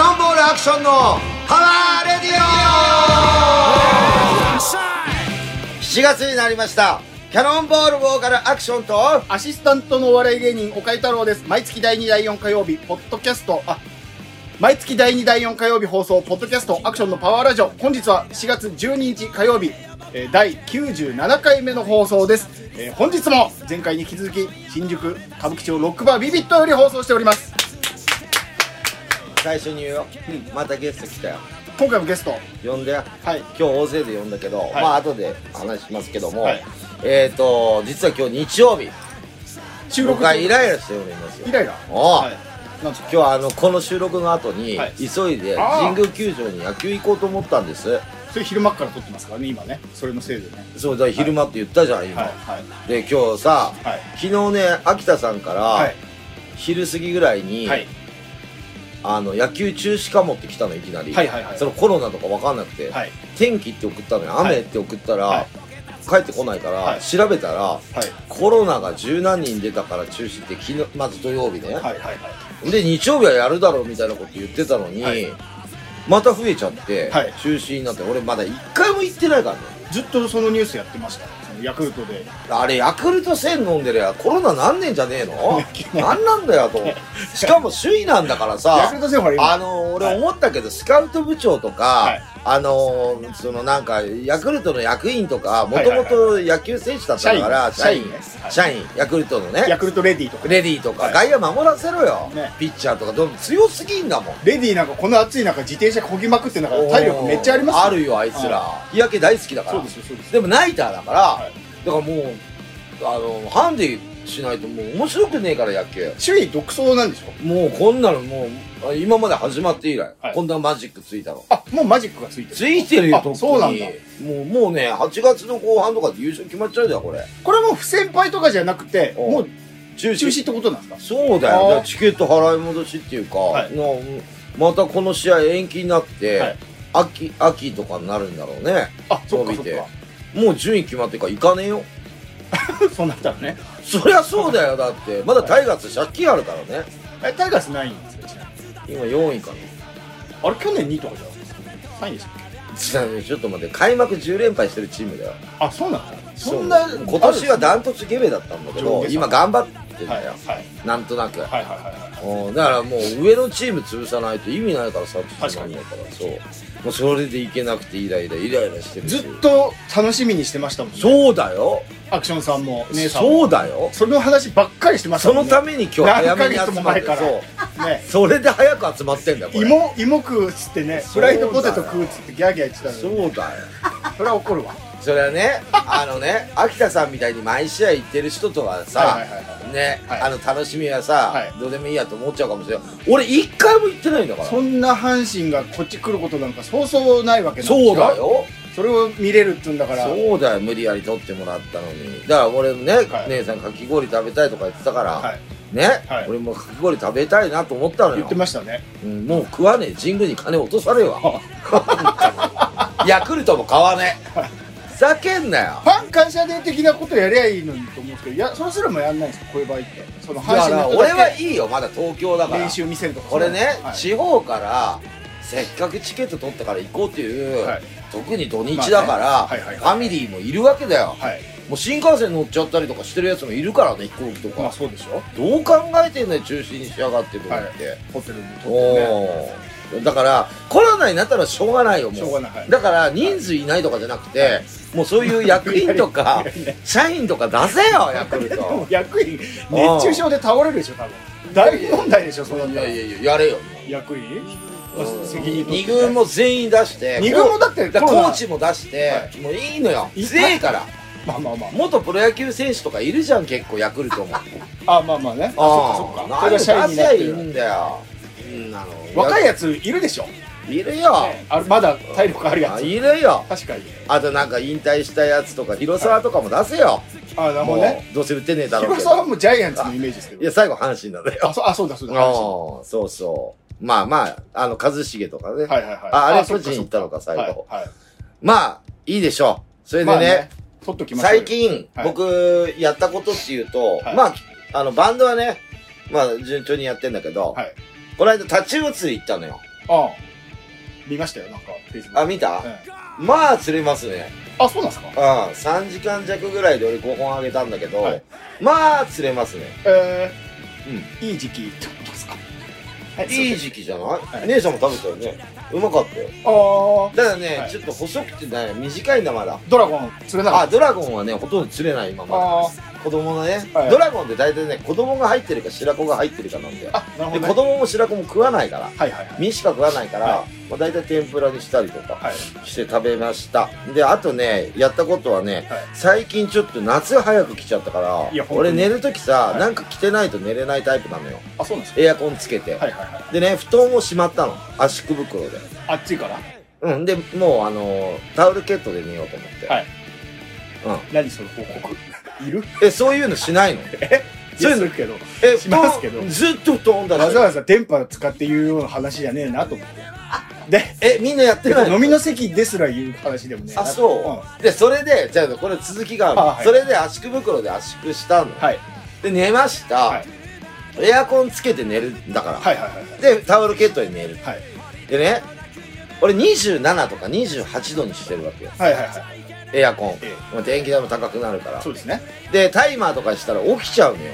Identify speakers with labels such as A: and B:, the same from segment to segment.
A: ションのパワーレディオ7月になりましたキャノンボールボーカルアクションと
B: アシスタントのお笑い芸人、岡井太郎です。毎月第2、第4火曜日、ポッドキャスト、あ、毎月第2、第4火曜日放送、ポッドキャスト、アクションのパワーラジオ。本日は4月12日火曜日、えー第97回目の放送です。えー本日も前回に引き続き、新宿、歌舞伎町ロックバービビットより放送しております。
A: 最初に言うよ、またゲスト来たよ
B: 今回もゲスト、
A: 呼んで
B: はい。
A: 今日大勢で呼んだけど、まあ後で話しますけども、
B: はい
A: えっ、ー、と実は今日日曜日
B: 収
A: 僕
B: 録
A: はイライラしておりますよ
B: イライラ
A: おう
B: はい。なんですか
A: 今日はあのこの収録の後に、
B: はい
A: 急いで
B: あー
A: 神宮球場に野球行こうと思ったんです
B: それ昼間っから撮ってますからね、今ね。それのせいでね。
A: そうだ昼間って言ったじゃん、今、
B: はい。はい。
A: で今日さ、
B: はい
A: 昨日ね秋田さんから、
B: はい
A: 昼過ぎぐらいに、
B: はい。
A: あの野球中止かもって来たのいきなり、
B: はいはいはい
A: そのコロナとか分かんなくて、
B: はい。
A: 天気って送ったのよ
B: はい
A: 雨って送ったら、
B: はい
A: 帰ってこないから、
B: はい
A: 調べたら
B: はい。
A: コロナが十何人出たから中止って昨日まず土曜日ね、
B: はい。はい。はい。
A: で日曜日はやるだろうみたいなこと言ってたのに、
B: はい
A: また増えちゃって、
B: はい
A: 中止になって俺まだ一回も行ってないからね
B: ずっとそのニュースやってましたそのヤクルトで
A: あれヤクルト1000飲んでりゃコロナなんねんじゃねえ の
B: ね
A: なんなんだよと思ってしかも首位なんだから
B: ヤク
A: さ
B: ルト戦ほら今
A: あの俺思ったけど、スカウト部長とか、
B: はい
A: あのそのなんかヤクルトの役員とかも
B: はい
A: と
B: はい
A: もと野球選手だったから
B: 社
A: 社
B: 員
A: 員
B: ねはい
A: 社員ヤクルトの
B: ヤ
A: ね
B: クルトレディとか
A: レディーとか、
B: はい
A: 外野守らせろよ、
B: ね
A: ピッチャーとかどんどん強すぎんだもん
B: レディなんかこの暑い中自転車こぎまくってんだから体力めっちゃあります
A: あるよあいつら、
B: は
A: 日焼け大好きだから
B: そうですよそうですよ
A: でもナイターだから、
B: はい
A: だからもうあのハンデしないともう面白くねえから野球
B: 首位独走なんでしょ
A: もうこんなのもうあ今まで始まって以来、
B: はい
A: こんなマジックついたの
B: あもうマジックがついてる
A: ついてるよ
B: あ
A: 特に
B: そうなんだ
A: もうもうね8月の後半とかで優勝決まっちゃうじゃんこれ
B: これもう不先輩とかじゃなくて
A: うん
B: もう
A: 中
B: 中止ってことなんですか
A: そうだ
B: あ
A: よ
B: ー
A: だからチケット払い戻しっていうか、
B: はい
A: なまたこの試合延期になって、
B: はい
A: 秋秋とかになるんだろうね
B: あそっ
A: 伸
B: かそ
A: び
B: ってか
A: もう順位決まってるから行かねえよ
B: そうなったらね
A: そりゃそうだよだってまだタイガース借金あるからね
B: えタイガースないんですよちなみに
A: 今4位かな
B: あれ去年2位とかじゃなかったですか3位でしたっけ
A: ちなみにちょっと待って開幕10連敗してるチームだよ
B: あそうなのそんな
A: そう今年はダントツゲベだったんだけ
B: 上
A: ど
B: 下差
A: 今頑張ってん
B: はい
A: だ
B: はい
A: よ、
B: はい
A: なんとなく
B: はいはいは
A: うんだからもう上のチーム潰さないと意味ないからさ
B: 確かに
A: ないからそうもうそれでいけなくてイライライライラして
B: い
A: るし
B: ずっと楽しみにしてましたもんね
A: そうだよ
B: アクションさんも姉さんも
A: そうだよ
B: その話ばっかりしてました
A: そ
B: も
A: の
B: んね
A: ために今日早めに
B: 何ヶ
A: 集
B: 月も
A: まっ
B: 前
A: て
B: から
A: そう
B: ね
A: それで早く集まってんだよこれ
B: 芋芋食うっつってねフ
A: そう
B: ラ
A: だ
B: イド
A: よ
B: ポテト食うっつってギャーギャー言ってたのに
A: そうだよ
B: それは怒るわ
A: それはねあのね秋田さんみたいに毎試合行ってる人とはさ、
B: はいはいはいは
A: ね、
B: はい
A: あの楽しみはさ、
B: はい
A: どうでもいいやと思っちゃうかもしれない俺一回も行ってないんだから
B: そんな阪神がこっち来ることなんかそうそうないわけなんです
A: そうだよ
B: それを見れるっつうんだから
A: そうだよ無理やり取ってもらったのにだから俺もね、
B: はい
A: 姉さんかき氷食べたいとか言ってたから、
B: はい
A: ね、
B: はい
A: 俺もかき氷食べたいなと思ったの
B: 言
A: よ
B: って、ましたね
A: うんもう食わねえ神宮に金落とさ れるわヤクルトも買わねえふざけんなよ
B: ファン感謝デー的なことやりゃいいのにと思うんですけどいやそうすらもやんないんですかこういう場合ってその
A: だ
B: 阪
A: か
B: 神の
A: ら
B: 人だ
A: 俺
B: け
A: はいいよまだ東京だから
B: 練習見せるとか
A: これね、
B: はい
A: 地方からせっかくチケット取ったから行こうっていう、
B: はい
A: 特に土日だから、
B: まあねはいはいはい
A: ファミリーもいるわけだよ、
B: はい
A: もう新幹線乗っちゃったりとかしてるやつもいるからね飛行機とか、
B: まあそうでしょ
A: どう考えてんのよ中止にしやがってと思って、
B: ホテルにと
A: お
B: ってね
A: ーだからコロナになったらしょうがないよもう
B: しょうがないはい
A: だから人数いないとかじゃなくて、もうそういう役員と か社員とか出せよヤクル
B: でも
A: ト
B: 役員熱中症で倒れるでしょ多分大問題でしょそんなの
A: いやいやいややれよ
B: 役員責任取
A: 二
B: って
A: 軍も全員出して
B: 二軍もだって
A: だから
B: コ
A: コ
B: ロナ
A: ーチも出して、
B: は
A: もういいのよ
B: い
A: 強いから
B: まあまあまあ
A: 元プロ野球選手とかいるじゃん結構ヤクルトもあ
B: あまあまあねあそっかそっかそれが社員になって
A: 出せばいい
B: る
A: んだようんあの
B: 若いやついるでしょ
A: いるよ、
B: あまだ体力あるや
A: あ
B: つ
A: いるよ
B: 確かに
A: あとなんか引退したやつとか広沢とかも出せよ、
B: あなる
A: も
B: ほどね
A: うどうせ打ってねえだろう
B: 広
A: け
B: 沢
A: ど
B: もジャイアンツのイメージですけ
A: い
B: ど
A: や最後阪神なんだよ
B: あそうあそうだそうだ
A: あーそうそうまあまああの一茂とかね、
B: はいはいはい
A: ああれ
B: そ
A: 巨
B: っか
A: 人行ったのか最後、
B: はいはい
A: まあいいでしょうそれで
B: まあ
A: ね
B: ね取っときましょうよ
A: 最近、
B: はい
A: 僕やったことっていうと、
B: はい
A: まああのバンドはねまあ順調にやってんだけど、
B: はい
A: この間タチウオ釣り行ったのよ
B: あ見ましたよ、なんか、フェイスブック。
A: あ、見た
B: ええ
A: まあ釣れますね。
B: あ、そうなんですか
A: うん。3時間弱ぐらいで俺5本あげたんだけど、
B: はい
A: まあ釣れますね。
B: え
A: うん。
B: ー、いい時期ってことですかはい
A: いい時期じゃない、
B: い
A: 姉さんも食べたよね。うまかったよ。
B: あー、
A: ただね、
B: はい
A: ちょっと細くてね、短いんだまだ。
B: ドラゴン釣れなか
A: あ、
B: っ
A: ドラゴンはね、ほとんど釣れない今
B: た。
A: ま
B: あ
A: だ。子供のね、
B: はい
A: ドラゴンって大体ね、子供が入ってるか白子が入ってるかなんだよ
B: あ、あ、な
A: で、
B: るほど、
A: 子
B: ね。
A: 供も白子も食わないから、
B: はいはいはい。
A: 身しか食わないから、
B: は
A: まあ、大体天ぷらにしたりとか
B: はい。
A: して食べました。で、あとね、やったことはね、
B: はい
A: 最近ちょっと夏早く来ちゃったから
B: いや、本当
A: 俺
B: に
A: 寝るときさ、
B: はい
A: なんか着てないと寝れないタイプなのよ。
B: あ、そうなんです
A: エアコンつけて。
B: かはいはいはい。
A: でね、布団をしまったの。圧縮袋で。
B: あっちから。
A: うん、で、もう、あのータオルケットで寝ようと思って。
B: はい
A: うん。
B: 何その報告。いる
A: え、そういうのしないのそういうの
B: いやするけど。
A: え、
B: しますけど
A: 布団ずっと布団だ
B: わ
A: し
B: ざ。わざ電波使って言うような話じゃねえなと思って。で、
A: え、みんなやってないの
B: 飲みの席ですら言う話でもねえな
A: あ、そう。で、それで、じゃあ、これ続きがあるの
B: あはい
A: それで圧縮袋で圧縮したの
B: う。んはい。
A: で、寝ました。
B: はい
A: エアコンつけて寝るんだから。
B: はいはいはいはい。
A: で、タオルケットで寝る。
B: はい
A: でね、俺27とか28度にしてるわけよ。
B: はいはいはい。
A: エアコン
B: え。
A: もう電気代も高くなるから
B: そ。うですね。
A: で、タイマーとかしたら起きちゃうのよ。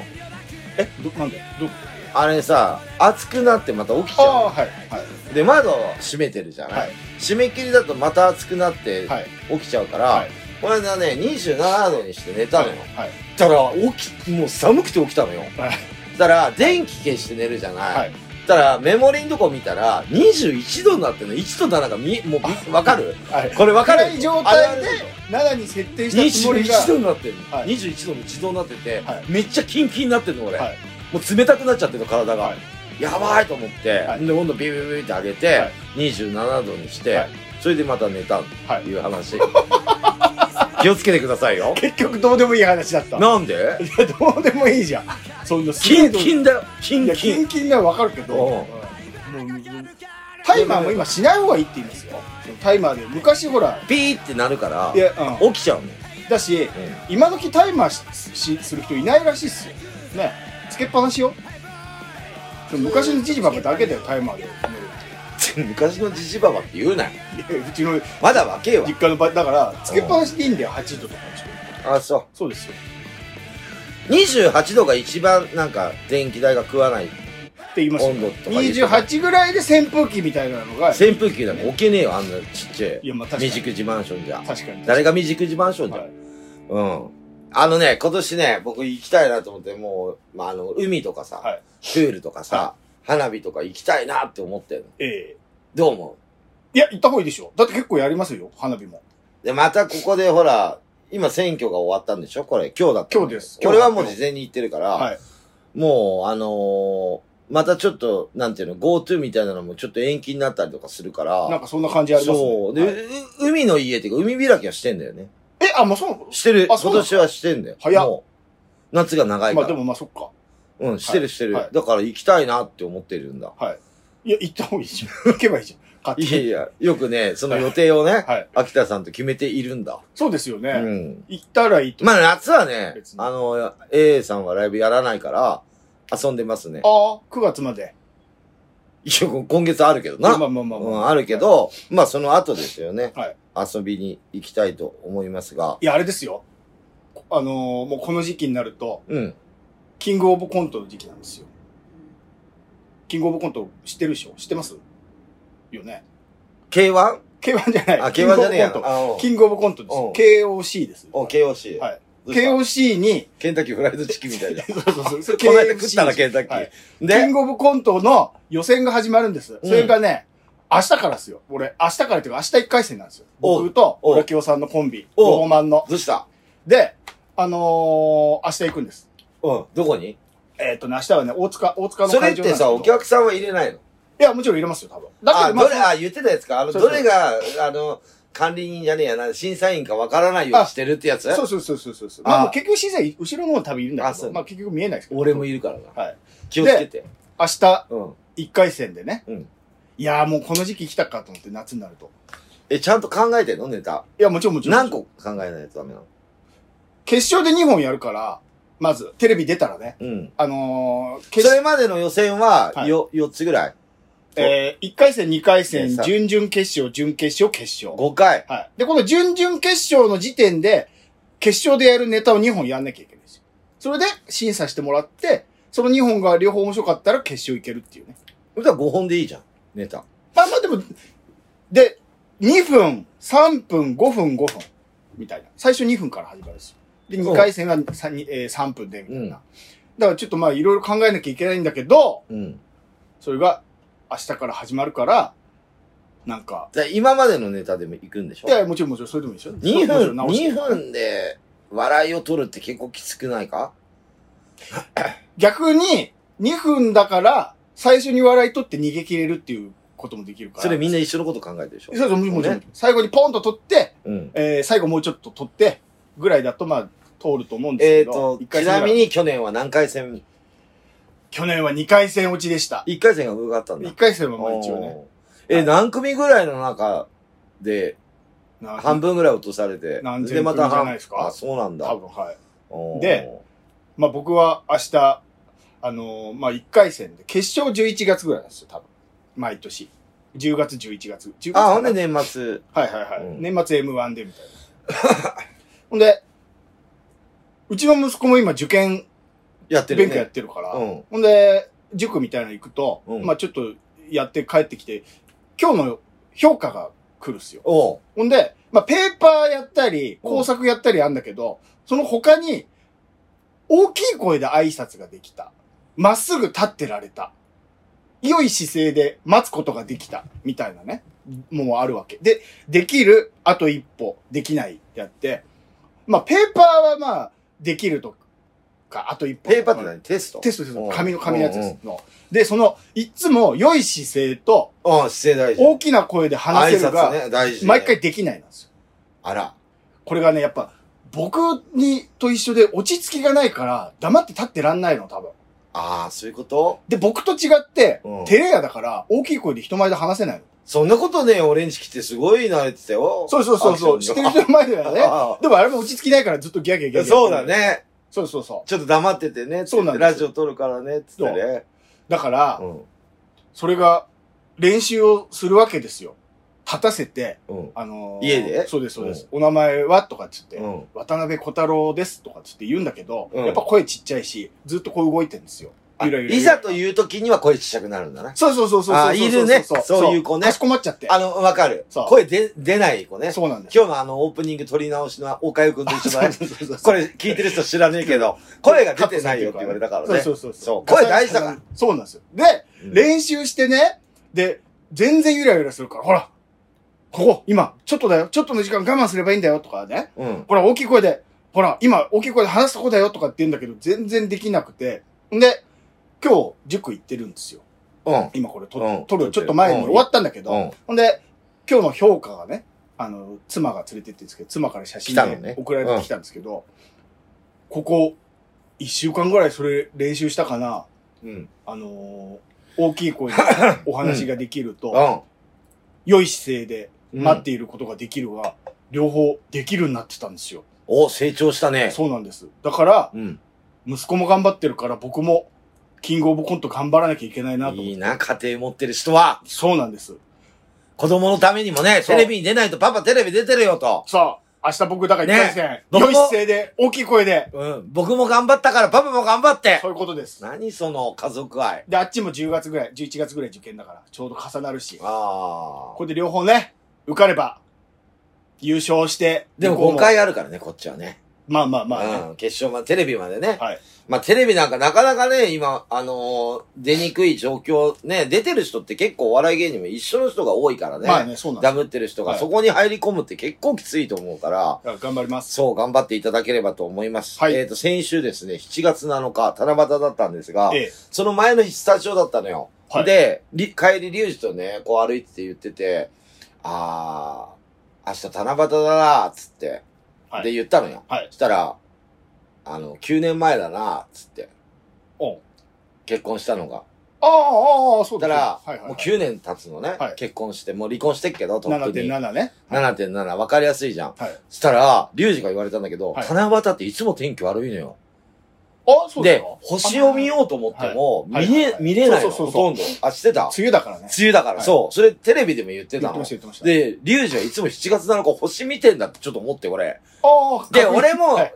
B: え、ど、なんでど
A: あれさ、暑くなってまた起きち
B: あ
A: ゃ
B: あ、はい。はい。
A: う。で、窓閉めてるじゃない、
B: はい。
A: 締め切りだとまた暑くなって
B: はい。
A: 起きちゃうから、
B: はい
A: これがね、27度にして寝たのよ。
B: はい。
A: たら、起き、もう寒くて起きたのよ。
B: はい。
A: たら、電気消して寝るじゃない、
B: はい。
A: たら、メモリーのとこ見たら、21度になってんの。1と7が見え、もうび、わかる
B: はい。
A: これわか
B: 暗
A: る
B: い状態で
A: あれあれ
B: 7に設定したつもりが。
A: 21度になってるの、
B: はい
A: 21度も自動になってて、
B: はい
A: めっちゃキンキンになってるの俺、
B: はい
A: もう冷たくなっちゃってるの体が、
B: はい
A: やばいと思って、
B: はい
A: で温度ビュービュービューって上げて、
B: はい
A: 27度にして、
B: はい
A: それでまた寝た
B: は
A: と
B: い。
A: いう 話気をつけてくださいよ
B: 結局どうでもいい話だった。
A: なんで
B: いや、どうでもいいじゃん。そんなす
A: キ
B: げえ
A: ン
B: どう
A: キンだよキ
B: い
A: ン
B: や、
A: キ
B: キ
A: ン
B: ンキンならわかるけど、
A: うん
B: もうもうタイマーも今しない方がいいって言いますよ。タイマーで。昔ほら、
A: ピーってなるから
B: いや、う
A: 起きちゃうのよ、
B: ん。だし、今時タイマーししする人いないらしいっすよ。ね。つけっぱなしよ。でも昔のじじばばだけだよ、タイマーで。
A: うん昔のジジババって言うなよ
B: いやうちの
A: まだ若えわ
B: 実家の場合、だから、つけっぱなしでいいんだよ、8度とかにして。
A: あそう
B: そうですよ。
A: 28度が一番なんか電気代が食わない
B: って言いますよ。
A: 温度とか言うと
B: 28ぐらいで扇風機みたいなのが、
A: 扇風機なんか置けねえよあんなちっちゃい
B: いやまあ確かに
A: 未熟児マンションじゃ
B: 確かに。
A: 誰が未熟児マンションじゃ、
B: はい
A: うんあのね今年ね僕行きたいなと思ってもう、まあ、あの海とかさ、
B: はい
A: プールとかさ、
B: は
A: 花火とか行きたいなって思ってる
B: ええ
A: どう思
B: いや、行った方がいいでしょ。だって結構やりますよ、花火も。
A: うでまたここでほら今選挙が終わったんでしょこれ今日だった
B: 今日です
A: これはもう事前に言ってるから、
B: はい。
A: もうあのーまたちょっと、なんていうの、GoTo みたいなのもちょっと延期になったりとかするから。
B: なんかそんな感じありますね。
A: そう。で、
B: はいう
A: 海の家っていうか、海開きはしてんだよね。
B: え、あ、まあそう。
A: してる。今
B: あそうなの
A: 年はしてんだよ。
B: 早っ
A: もう夏が長いか
B: まあ
A: ら。
B: でもまあそっか。
A: うん、してるしてる、
B: はい
A: だから行きたいなって思ってるんだ。
B: いや、行った方がいいじ ゃん。行け ばいいじゃん。勝
A: いや
B: 手に。
A: いや、よくね、その予定をね、
B: はい。
A: 秋田さんと決めているんだ。
B: そうですよ
A: う
B: ね。
A: ん。
B: 行ったらいいと。
A: まあ夏はね
B: 別、に
A: あの、A さんはライブやらないから、遊んでますね。
B: ああ、9月まで。
A: 一応今月あるけどな。
B: まあまあまあまあ
A: うん、あるけど、まあその後ですよね。
B: はい
A: 遊びに行きたいと思いますが。
B: いや、あれですよ。こあのーもうこの時期になると、
A: うん。
B: キングオブコントの時期なんですよ。キングオブコント知ってるでしょ知ってますよね。
A: K1?
B: K1 じゃない。
A: あ、K1 じゃねえや
B: キングオブコン
A: あの
B: ト。キングオブコントです
A: うん
B: よ。KOC です。
A: お、KOC。
B: はい
A: どうした
B: KOC に、
A: ケンタッキーフライドチキンみたいな。
B: そうそうそうそれ
A: この間食ったら
B: KFC
A: ケンタッキー。
B: はいキン
A: で、
B: グオブコントの予選が始まるんです。
A: うん
B: それがね、明日からですよ。俺、明日からっていうか明日1回戦なんですよ。
A: おう
B: 僕と、
A: おう
B: 浦清さんのコンビ、
A: おう
B: ローマンの。
A: どうした
B: で、あのー、明日行くんです。
A: うん。どこに
B: えっ、とね、明日はね、大塚、大塚の
A: それ
B: 会場
A: っ
B: なんです
A: てさ、お
B: けど
A: 客さんは入れないの
B: いや、もちろん入れますよ、多分。だけ
A: あ、
B: ど、まあ
A: どれ、あ、言ってたやつかあの、
B: そうそ
A: ど
B: う
A: れが、あの、管理人じゃねえやな、審査員かわからないようにしてるってやつ
B: そうそうそうそうそうそう。
A: あ
B: まあ、もう結局、審査員、後ろの方多分いるんだ
A: あ
B: け
A: そう
B: ど、まあ、結局見えないですけど。
A: 俺もいるからな。
B: はい。
A: 気をつけて。
B: 明日、
A: うん。
B: 1回戦でね。
A: うん
B: いやーもうこの時期来たかと思って、夏になると。
A: え、ちゃんと考えてんのネタ。
B: いや、もちろんもちろん。
A: 何個考えないとダメなの
B: 決勝で2本やるから、まず、テレビ出たらね。
A: うん。
B: あのー、決
A: それまでの予選は、
B: はい
A: よ、4つぐらい。
B: えー、1回戦、2回戦、
A: さ
B: 準々決勝、準決勝、決勝。
A: 5回。
B: はい。で、この準々決勝の時点で、決勝でやるネタを2本やんなきゃいけないんですよ。それで審査してもらって、その2本が両方面白かったら決勝いけるっていうね。
A: 歌5本でいいじゃん。ネタ。
B: まあまあでも、で、2分、3分、5分、5分、みたいな。最初2分から始まるんですよ。で、
A: そう
B: 2回戦が 3,、えー3分で、みたいな。
A: うん
B: だからちょっとまあいろいろ考えなきゃいけないんだけど、
A: うん。
B: それが明日から始まるから、なんか、
A: じゃあ今までのネタでも行くんでしょ
B: いや、もちろんもちろんそれでもいいでしょ
A: ?2
B: もちろん
A: 分、
B: 直して
A: 2分で笑いを取るって結構きつくないか
B: 逆に、2分だから、最初に笑い取って逃げ切れるっていうこともできるから。
A: それみん
B: な。
A: な一緒のこと考えてるでしょ
B: そうそう、もちろんもちろん
A: ね。
B: 最後にポンと取って、
A: うん。
B: えー、最後もうちょっと取って、ぐらいだと、まあ、通ると思うんです
A: え
B: け
A: っ
B: ど。
A: と、
B: 一
A: ち
B: 回戦
A: な
B: が
A: み。に去年は何回戦
B: 去年は2回戦落ちでした。
A: ?1 回戦が上がったんだ
B: 1。回戦はまあ一応ね。
A: おーえ、何組ぐらいの中で、
B: な
A: 半分ぐらい落とされて、
B: 何千
A: でまた
B: 組じゃ
A: 半
B: ないですか
A: あ、そうなんだ
B: 多。分、はい。
A: おー
B: で、まあ僕は明日、あのーまあ1回戦で、決勝11月ぐらいなんですよ、多分。毎年。10月、11月。10月かな
A: あ、ほんで年末。
B: はいはいはい。
A: うん
B: 年末 M1 でみたいな。 ほんで、うちの息子も今受験
A: やってる
B: 勉強や
A: ね
B: っ。てるから、
A: うん。
B: ほんで、塾みたいなの行くと、
A: うん
B: まあちょっとやって帰ってきて、今日の評価が来るっすよ。
A: おう
B: ほんで、まあペーパーやったり、工作やったりあんだけど、その他に、大きい声で挨拶ができた。まっすぐ立ってられた。良い姿勢で待つことができた。みたいなね。もうあるわけ。で、できる、あと一歩、できない、やって。まあ、ペーパーはまあ、できるとか、あと一歩。
A: ペーパーって何テスト
B: テストです
A: うん。
B: 紙の、紙のやつです。ので、その、いつも良い姿勢と、
A: うん、姿勢大事。
B: 大きな声で話せる
A: 挨
B: が、
A: 拶ね、大事。
B: 毎。回できないなんですよ。
A: あら。
B: これがね、やっぱ、僕に、と一緒で落ち着きがないから、黙って立ってらんないの、多分。
A: ああ、そういうこと
B: で、僕と違って、
A: うん
B: テレヤだから、大きい声で人前で話せないの。
A: そんなことね、俺んち来てすごい慣れてたよ。
B: そうそうそうそう。知
A: ア
B: っ
A: クショ
B: てる
A: ンに
B: 人の前で はね。
A: あ
B: でもあれも落ち着きないからずっとギャーギャーギャ
A: あ
B: ーギャ ー
A: そうだ。ね。
B: そうそうそう。
A: ちょっと黙っててね。
B: そうなんですよ
A: ラジオ撮るからね、つってね。
B: だから、
A: うん。
B: それが、練習をするわけですよ。立たせて、
A: うん。
B: あのー
A: 家で
B: そうです、そうです。お名前はとかっつって、
A: うん。
B: 渡辺小太郎ですとかっつって言うんだけど、
A: うん
B: やっぱ声ちっちゃいし、ずっとこう動いてるんですよ。
A: あ
B: ゆらゆら
A: いざという時には声ちっちゃくなるんだな。
B: そうそうそうそうそうそう。
A: あいるねそういう子ね
B: かしこまっちゃって。
A: あの、わかる
B: そ。う
A: 声で出ない子ね。
B: そうなんです。
A: 今日のあの、オープニング撮り直しの岡ゆくんと一緒だね。
B: そうそうそうそう
A: これ聞いてる人知らねえけど、声が出てないよって言われたからね。
B: そうそうそう
A: そう声大事だから。
B: そうなんですよ。で、
A: うん
B: 練習してね、で、全然ゆらゆらするから、ほら、ここ、今、ちょっとだよ、ちょっとの時間我慢すればいいんだよとかね、
A: うん。
B: ほら、大きい声で、ほら、今、大きい声で話すとこだよとかって言うんだけど、全然できなくて、んで、今日、塾行ってるんですよ。
A: うん。
B: 今これ撮
A: うん
B: 撮る、ちょっと前に
A: うん
B: 終わったんだけ
A: う
B: ど、
A: ん。
B: ほんで、今日の評価がね、あの、妻が連れてってるんですけど、妻から写真
A: 来たの
B: で
A: ね
B: 送られてきたんですけど、ここ、一週間ぐらいそれ練習したかな、
A: うん。
B: あのー大きい声でお話ができると、良い姿勢で
A: うん。
B: 待っていることができるが、両方できるようになってたんですよ。
A: お、成長したね。
B: そうなんです。だから、
A: うん。
B: 息子も頑張ってるから、僕も、キングオブコント頑張らなきゃいけないなと思って
A: いいな、家庭持ってる人は。
B: そうなんです。
A: 子供のためにもね、
B: そう
A: テレビに出ないとパパテレビ出てるよと。
B: さあ、明日僕、だから一回戦、
A: 僕
B: 良
A: も
B: い姿勢で、大きい声で、
A: うん。僕も頑張ったからパパも頑張って
B: そ。ういうことです。
A: 何その家族愛。
B: で、あっちも10月ぐらい、11月ぐらい受験だから、ちょうど重なるし、こ
A: ああ
B: こ。で両方ね、受かれば、優勝して、
A: で
B: 向こう
A: も5回あるからね、こっちはね。
B: まあまあまあね、
A: うん。決勝まで、テレビまでね。
B: はい。
A: まあ、テレビなんかなかなかね、今、あのー出にくい状況、ね、出てる人って結構お笑い芸人も一緒の人が多いからね。
B: まあね、そうなんで
A: ダ
B: す。
A: ブってる人
B: は
A: が
B: い
A: そこに入り込むって結構きついと思うから、
B: だから頑張ります。
A: そう頑張っていただければと思います。
B: はい
A: えっ、と、先週ですね、7月7日、七夕だったんですが、
B: ええ。
A: その前の日スタジオだったのよ。
B: はい
A: で、り帰りリュウジとね、こう歩いてて言ってて、あー、明日七夕だなーっつって、
B: はい
A: で言ったのよ。
B: はい
A: したら、あの、9年前だなーっつって、
B: おう
A: 結婚したのが。
B: ああ、ああああ、そ
A: そうした
B: だ
A: ら、
B: はいはい、
A: もう9年経つのね、
B: はい
A: 結婚して、もう離婚してっけど、とっくに。
B: 7.7ね。
A: 7.7、わかりやすいじゃん。
B: はい。
A: したら、リュウジが言われたんだけど、
B: はい
A: 七夕っていつも天気悪いのよ。
B: あ、そうです
A: で
B: か。、
A: 星を見ようと思っても、
B: はい
A: 見
B: はい
A: れ、
B: はい
A: 見れないの、
B: そうそう
A: ほ
B: そうそう
A: とんど。あ、してた
B: 梅雨だからね
A: 梅。雨だから、
B: はい
A: そう。それテレビでも言って
B: 言
A: た
B: ってま
A: の
B: した、。言ってました。
A: で、リュウジはいつも7月7日星見てんだってちょっと思って、俺。
B: ああ、
A: で、
B: 確認
A: 俺も
B: はい、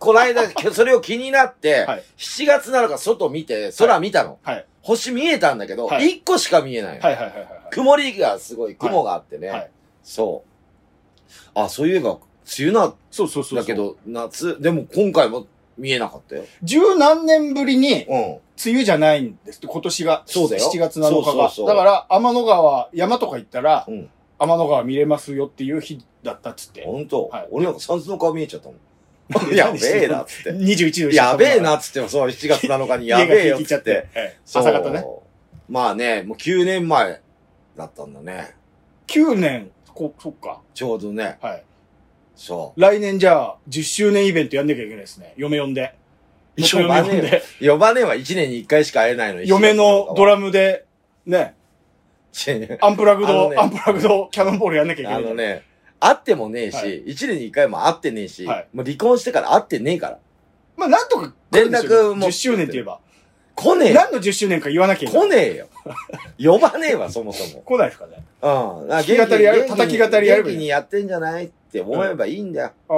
A: この間、 それを気になって
B: はい、
A: 7月7日外見て、空見たの
B: はい。
A: 星見えたんだけど、
B: はい
A: 1個しか見えないの。
B: はいはいはいはいはい。
A: 曇りがすごい、雲があって
B: はいは
A: ね
B: い。
A: そう。あ、そういえば、梅雨なん
B: そうそうそう。
A: だけ。ど、夏、でも今回も見えなかったよ。
B: 十何年ぶりに、
A: うん。
B: 梅雨じゃないんですって、今年が。
A: そうだよ
B: 7月7日が。
A: そうそうそう
B: だから、天の川、山とか行ったら、
A: うん
B: 天の川見れますよっていう日だったっつって。
A: ほんと
B: はい
A: 俺なんか三つの顔見えちゃったもん。
B: で
A: やべえなっつって。
B: 21度で した
A: やべえなっつっても、そう、7月7日にやべえよっ
B: 家が引い
A: つ
B: ちゃ
A: っ
B: ってて。。はい
A: そう
B: 朝方ね。。
A: まあね、もう9年前だったんだね。
B: 9年、こ、そっか。
A: ちょうどね。
B: はい。
A: そ
B: 来年じゃあ、10周年イベントやんなきゃいけないですね。嫁呼んで。
A: う。
B: 嫁
A: 呼
B: 呼
A: ば
B: ん
A: ね
B: で。
A: え。呼ばねえは1年に1回しか会えないのに。
B: 嫁の ド
A: ラ
B: ラムで、ね、
A: マ。
B: アンプラグ
A: あ
B: ド、
A: のね
B: アンプラグドキャノンボールやんなきゃいけな
A: あ
B: い。
A: のね、会ってもねえし、
B: は
A: 1年に1回も会ってねえし、
B: はい
A: もう離婚してから会ってねえから。
B: まあ、なんとか来るんですよ、
A: 連絡も
B: 10周年って言えば。
A: 来ねえよ。
B: 何の10周年か言わなきゃいけない。
A: 来ねえよ。呼ばねえわ、そもそも。
B: 来ないですか
A: う
B: ね。
A: ん。だから
B: 弾き語りやる
A: 元気に
B: 叩き語りやればいい
A: 元気にやってんじゃないって思えばいいんだよ。
B: あ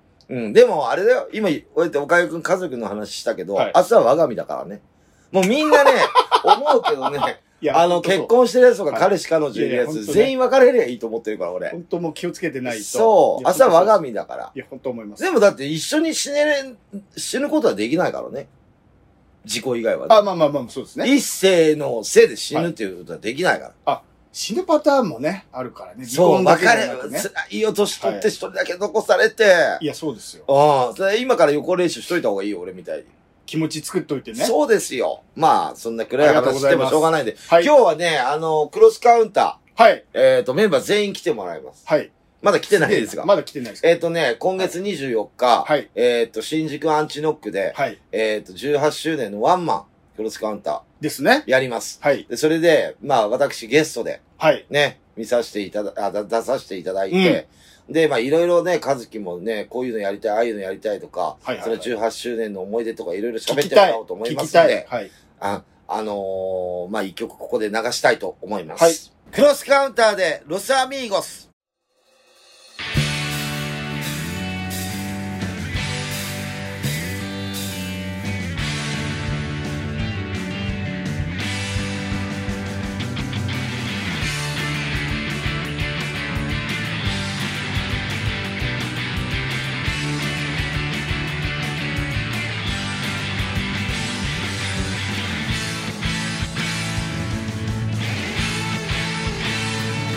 B: あ。
A: うん、でもあれだよ。今、こうやって岡井くん家族の話したけど、
B: はい
A: 明日は我が身だからね。もうみんな ね、思うけどね、
B: いや
A: あの、結。婚してるやつとか、
B: はい
A: 彼氏彼女いるや
B: いやいや
A: つ、
B: 本当ね
A: 全員別れりゃいいと思ってるから、俺。
B: 本当もう気をつけてないと。
A: そう。明日は我が
B: 身。
A: 身だから。
B: いや、本当思います。
A: でもだって一緒に死ねれ、死ぬことはできないからね。事故以外はね、
B: あ、まあまあまあ、そうですね。
A: 一世のせいで死ぬっていうことはできないから。
B: 死ぬパターンもね、あるからね。
A: そう、
B: 離婚だ
A: 別
B: けじゃ
A: れ
B: なく、ね
A: 辛いよ、年取っ
B: はい
A: て一人だけ残されて。
B: いや、そうですよ。
A: ああ、それ今から予行練習しといた方がいいよ、俺みたいに。
B: 気持ち作っといてね。
A: そうですよ。まあ、そんな暗い
B: ありがとう
A: 話
B: ご
A: し
B: ざ
A: て
B: いま
A: も
B: す
A: しょうがないんで。
B: はい。
A: 今日はね、あの、クロスカウンタ
B: はい。
A: ー、えっ、と、メンバー全員来てもらいます。
B: はい。
A: まだ来てないですが。
B: まだ来てないですか
A: えっ、とね、今月24日、
B: はい
A: えっ、と、新宿アンチノックで、
B: はい。
A: えっ、と、18周年のワンマン、クロスカウンタ
B: ですね。
A: ー、やります。
B: はい。
A: で、それで、まあ、私ゲストで、
B: はい。
A: ね、見させていただ、あだ出させていただいて、で、まあ、いろいろね、和樹もね、こういうのやりたい、ああいうのやりたいとか、
B: はいはいはい
A: その18周年の思い出とかいろいろ
B: 聞
A: 喋っ
B: き
A: ても
B: たい。
A: らおうと思い
B: 聞
A: ま
B: き
A: すの
B: た
A: で
B: い。、はい。
A: あ、あのーまあ、一曲ここで流したいと思います。
B: はい
A: クロスカウンターで、ロスアミーゴス。
C: 「繰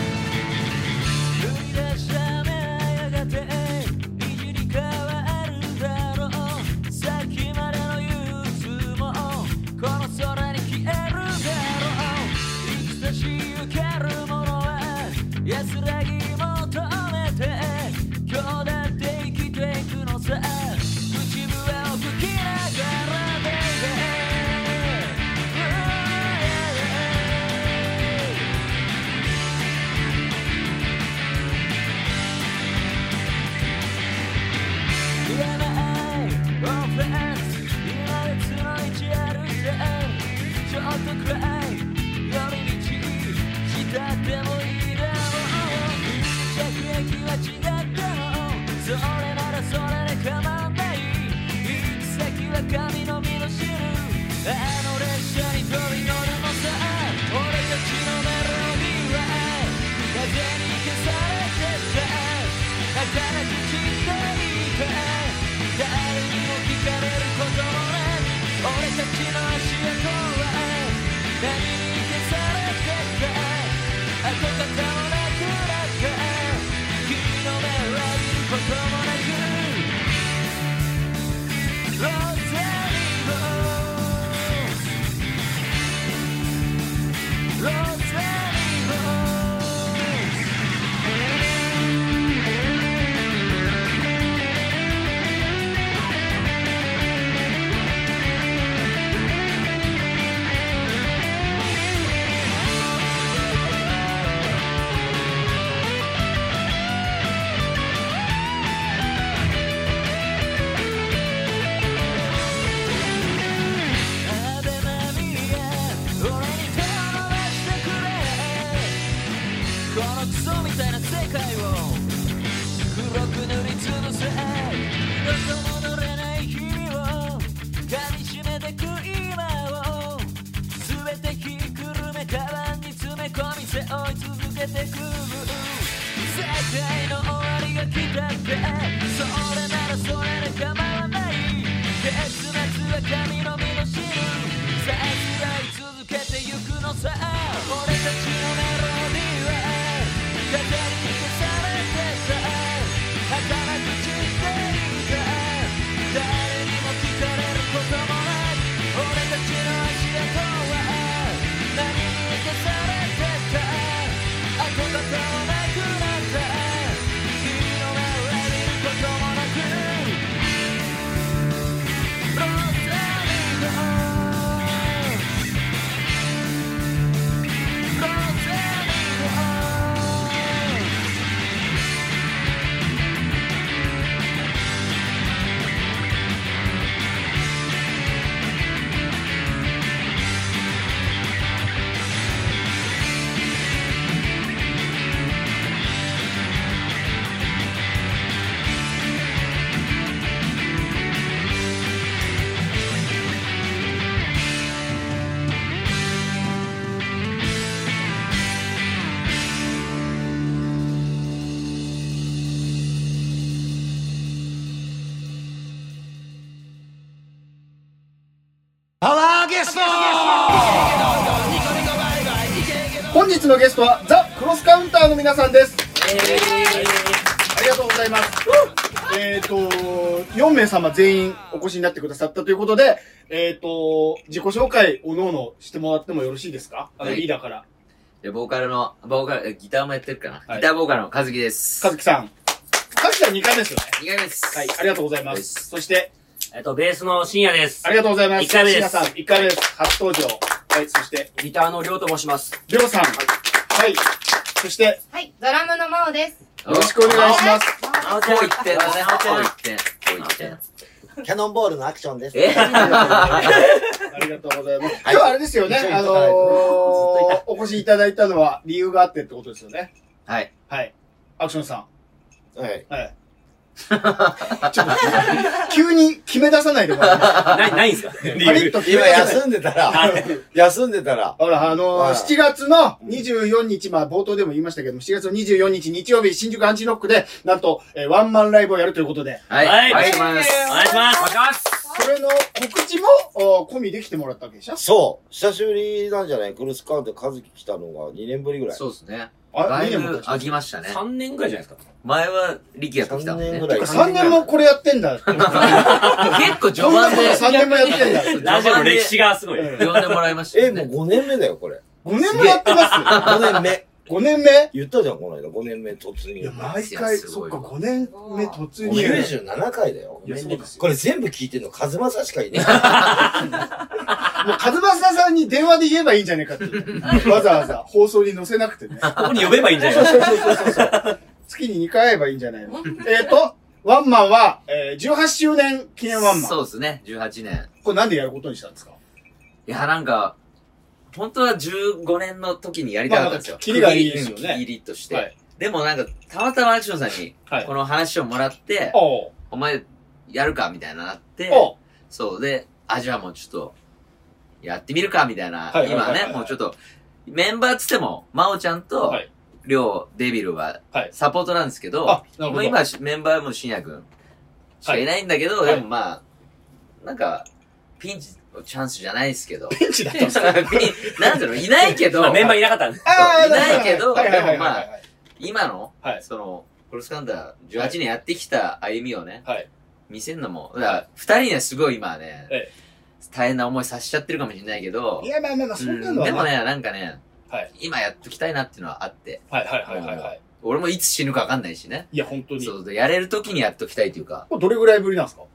C: り出したねやがていじり変わるだろう」「さっきまでの憂鬱もこの空に消えるだろう」「いくさし受けるものは安らぎ求めて」「今日だって生きていくのさ」「口笛を吹きながらで」「いらないオフェンス」「今別の道歩いて」「ちょっと暗い寄り道したってもいいだろう」「着駅は違ってもそれならそれで構わない」「行く先は神の身の知る」「あの列車に飛び乗るのさ」「俺たちのメロディーは風に消されてった」「新しくしていて誰にも聞かれることもない」「俺たちの足跡は何に消されてか跡形もなくなって君の目を見ることもなく」「ロゼリーゴー」「ロゼリーゴー」「ロゼリゴ」けてく世界の終わりが来たってそれならそれで構わない結末は神の身の知るさあ辛い続けてゆくのさ俺たちのメロディーは語り消されてさ働く人生が誰にも聞かれることもない俺たちの足跡は何に消されてた跡形もなくなった広がられることもなくローゼリーローゼリー
B: 本日のゲストはザ・クロスカウンターの皆さんです、ありがとうございますえっ、と4名様全員お越しになってくださったということでえっ、と自己紹介おのおのしてもらってもよろしいですか、あの
D: はい
B: リーダーから
D: で、ボーカルの、ボーカル、えギターもやってるかな、
B: はい
D: ギターボーカルの和樹です。
B: 和樹さん和樹さん2回目ですよね
D: 2回目です。
B: はいありがとうございま
D: ですす
B: そして
E: えっと、ベースの深夜です
B: あ。りがとうございます
E: 一回目です
B: 椎名さん1回目です初登場はいそして
E: ギターのりょうと申します。
B: りょうさんはいそして
F: はい、ドラムの真央です。
D: お
B: よろしくお願いします
D: あこう言ってんだね。こう言ってん。こう言ってん。
G: キャノンボールのアクションです。
D: え
B: ありがとうございます。今日はあれですよね、あのーお越しいただいたのは理由があってってことですよね。
D: はい。
B: はい。アクションさ
A: はい。
B: ん。はい。ちょっと、急に決め出さないでもらって
E: ない、ないんすか
B: いいパリッと決め
A: 今
B: 出
A: 休
B: さない。
A: んでたら、休んでたら、
B: ほら、あのー
A: はい
B: 7月の24日、まあ冒頭でも言いましたけども、7月の24日日曜日、新宿アンチノックで、なんと、えーワンマンライブをやるということで、
D: はい。
E: はい
D: お願いします。
E: お願いします。お願いします。
B: それの告知も、お込みできてもらったわけでしょ
A: そう、久しぶりなんじゃないクルスカウント和樹来たのが2年ぶりぐらい。
D: そうですね。
B: あ、
D: だ
B: 2
D: い
B: 年も経ち
D: ぶ
B: ま
D: 空
B: し
D: きましたね。
E: 3年ぐらいじゃないですか。
D: 前は力也と来たもん
A: 3
D: ね
A: 年ぐ。らい
B: た。3年もこれやってんだ。
D: 結構序
B: そんな
D: 盤
B: こと
D: で、
B: 3年もやってんだ。
E: ラジオの歴史がすごい。
B: うん
D: 呼んでもらいました
A: え、
D: よ
A: も
D: ね。
A: う5年目だよ、これ。
B: 5年もやってます
A: 5年目。
B: 5年目
A: 言ったじゃん、この間。5年目突
B: いや、
A: 入。
B: 毎回、
D: す
B: そ
D: ご
B: っ
D: い
B: か、
D: わ
B: 5年目突入。
A: 97回だよ
B: い。や、そうですよ。
A: これ全部聞いてんの、風正しか いない。
B: もう、カズマサさんに電話で言えばいいんじゃねえかって いう。わざわざ放送に載せなくてね。
E: ここに呼べばいいんじゃないですか。
B: 月に2回会えばいいんじゃないのえっと、ワンマンは、えー、18周年記念ワンマン。
D: そうですね。18年。
B: これなんでやることにしたんですか
D: いや、なんか、本当は15年の時にやりたかったんですよ。
B: まあキリがいいですよね
D: うんキリとし
B: は
D: て
B: い。
D: でもなんか、たまたまアクションさんに
B: はい、
D: この話をもらって、
B: おう
D: お前、やるかみたいななって、
B: おう
D: そうで、あ、じゃあもうちょっと、やってみるかみたいな
B: は、いはい
D: 今
B: はいは
D: ね
B: い、
D: もうちょっと、メンバーつっても、まおちゃんと
B: はい、
D: りょう、デビルは
B: はい、
D: サポートなんですけど、
B: あ、なる
D: も
B: ほ
D: う
B: ど。
D: 今、メンバーもしんやくんしかいないんだけど、
B: はい
D: でもまあ、なんか、ピンチ、チャンスじゃないですけど、
B: ピンチ だ ったんですか
D: ピンなんだろう、いないけど、
E: まあメンバーいなかったんで。
B: あー
D: いないけど
B: はいはいはいはいはい
D: 今の、
B: はい
D: その、クロスカンダー18年やってきた歩みをね、
B: はい
D: 見せんのも、だから、二人にはすごい今はね、
B: え
D: 大変な思いさせちゃってるかもしれないけど
B: い、や、まあまあまあ、そんなの
D: うん
B: は。
D: でも。ね、なんかね、
B: はい
D: 今やっときたいなっていうのはあって、
B: はいはいはいはいはい。
D: 俺もいつ死ぬかわかんないしね。
B: いや、本当に。
D: そうそう、やれる時にやっときたいというか、
B: これどれぐらいぶりなんですか
D: だか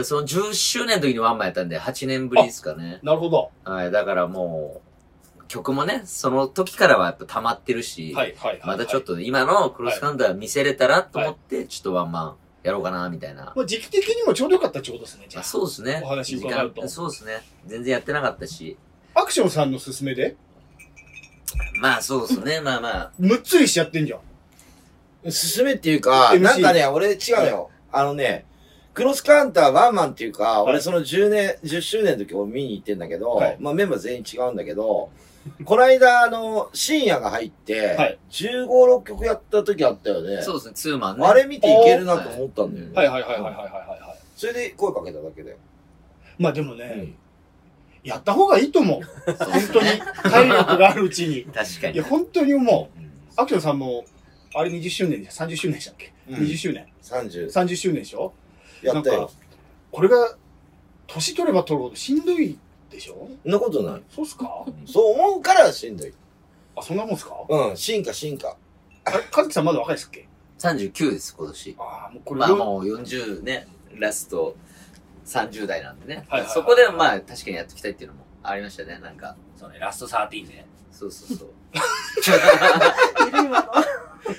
D: らその10周年の時にワンマンやったんで、8年ぶりですかね。
B: なるほど。
D: はい、だからもう、曲もね、その時からはやっぱ溜まってるし、
B: はいはいはい。
D: またちょっ
B: と。
D: とね今のクロスカンダー見せれたらと思って、ちょっとワンマンやろうかな、みたいな。
B: まあ、時期的にもちょうどよかったってことですね、じ
D: ま
B: ゃ
D: あ、そうですね。
B: お話伺うと
D: 時間そうですね。全然やってなかったし。
B: あ。アクションさんの勧めで、
D: まあそうですね、まあまあ。
B: むっつりしちゃってんじゃん。
A: 進めっていうか、
B: MC
A: なんかね、俺違うのよ。あのね、クロスカウンターワンマンっていうか、
B: はい
A: 俺その10年、10周年の時俺見に行ってんだけど、
B: はい
A: まあメンバー全員違うんだけど、この間、あの、深夜が入って、
B: はい
A: 15、6曲やった時あったよね。
D: そうですね、ツーマンね。
A: あれ見ていけるなと思ったんだよね。
B: はいはいはいはいはいはいは
A: それで声かけただけで。
B: い。まあでもね、
A: ん
B: やった方がいいと思う。本当に。体力があるうちに。
D: 確か
B: い
D: に。
B: や、本当に思う。アクションさんも、あれ20周年で、30周年でしたっけ、
A: うん
B: ?20 周年。
A: 30。
B: 30周年でしょ
A: やった
B: なん
A: よ
B: か。これが、年取れば取るほどしんどいでしょ
A: そんなことない。
B: そうっすか
A: そう思うからしんどい。
B: あ、そんなもんっすか
A: うん、進化進化。
B: あれ、かずきさんまだ若いっすっけ
D: 39です、今年。
B: ああ、もうこれ、
D: まあもう40ね、ラスト30代なんでね。
B: はいはいはい
D: そこでまあ確かにやっていきたいっていうのもありましたね、なんか。
C: そうね、ラスト13ね。
D: そうそうそう。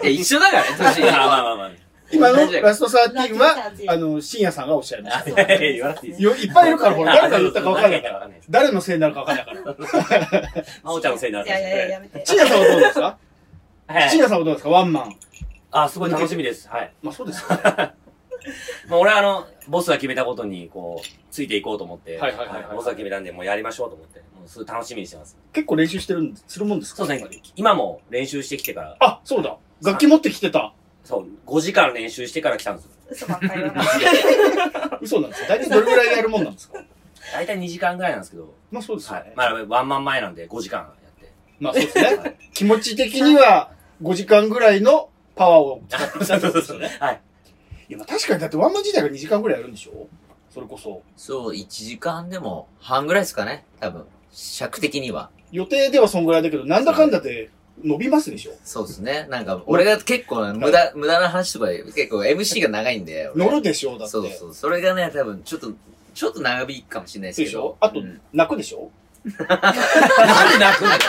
D: いや、一緒だからね、年
C: まあまあまあまあ。
B: 今のラスト13は、あ
H: あ
B: の、深夜さんがおっしゃ いました。
C: 言わなくていいです。
B: よいっぱいいるから、これ、誰が言ったか分かんないから。
C: ら。
B: 誰のせいになるか分かんないから。
C: 真央ちゃんのせいになる
H: いやいやいや、やめて。
B: 深夜さんはどうですか
C: はい
B: 深。夜さんはどうですかワンマン。
C: あ、すごい楽しみです。はい。
B: まあそうですよね。
C: もう俺はあの、ボスが決めたことに、こう、ついていこうと思って。
B: はいはいはいはい
C: ボスが決めたんで、もうやりましょうと思って。もうすごい楽しみにしてます。
B: 結構練習してるんするもんですか
C: そうですね。今も練習してきてから、
B: あ、そうだ。楽器持ってきてた。
C: そう、5時間練習してから来たんですよ。
H: 嘘ばっかり言わない。
B: 嘘なんですか大体どれぐらいやるもんなんですか
C: 大体2時間ぐらいなんですけど、
B: まあそうですよ
C: は
B: ね。
C: い。まあ、ワンマン前なんで5時間やって。
B: まあそうですね。気持ち的には5時間ぐらいのパワーを使ってきたってことですよね。
C: はい。
B: いや、まあ確かにだってワンマン自体が2時間ぐらいやるんでしょそれこそ。
D: そう、1時間でも半ぐらいですかね、多分。尺的には。
B: 予定ではそんぐらいだけど、なんだかんだで伸びますでしょ
D: そうですね。なんか、俺が結構無駄、無駄な話とか、結構 MC が長い んで。俺
B: 乗るでしょだって。
D: そうそう。それがね、多分、ちょっと、ちょっと長引くかもしれないです
B: で
D: け
B: しょ
D: ど。
B: あと
D: うん、
B: 泣くでしょ
D: なんで泣くんだよ。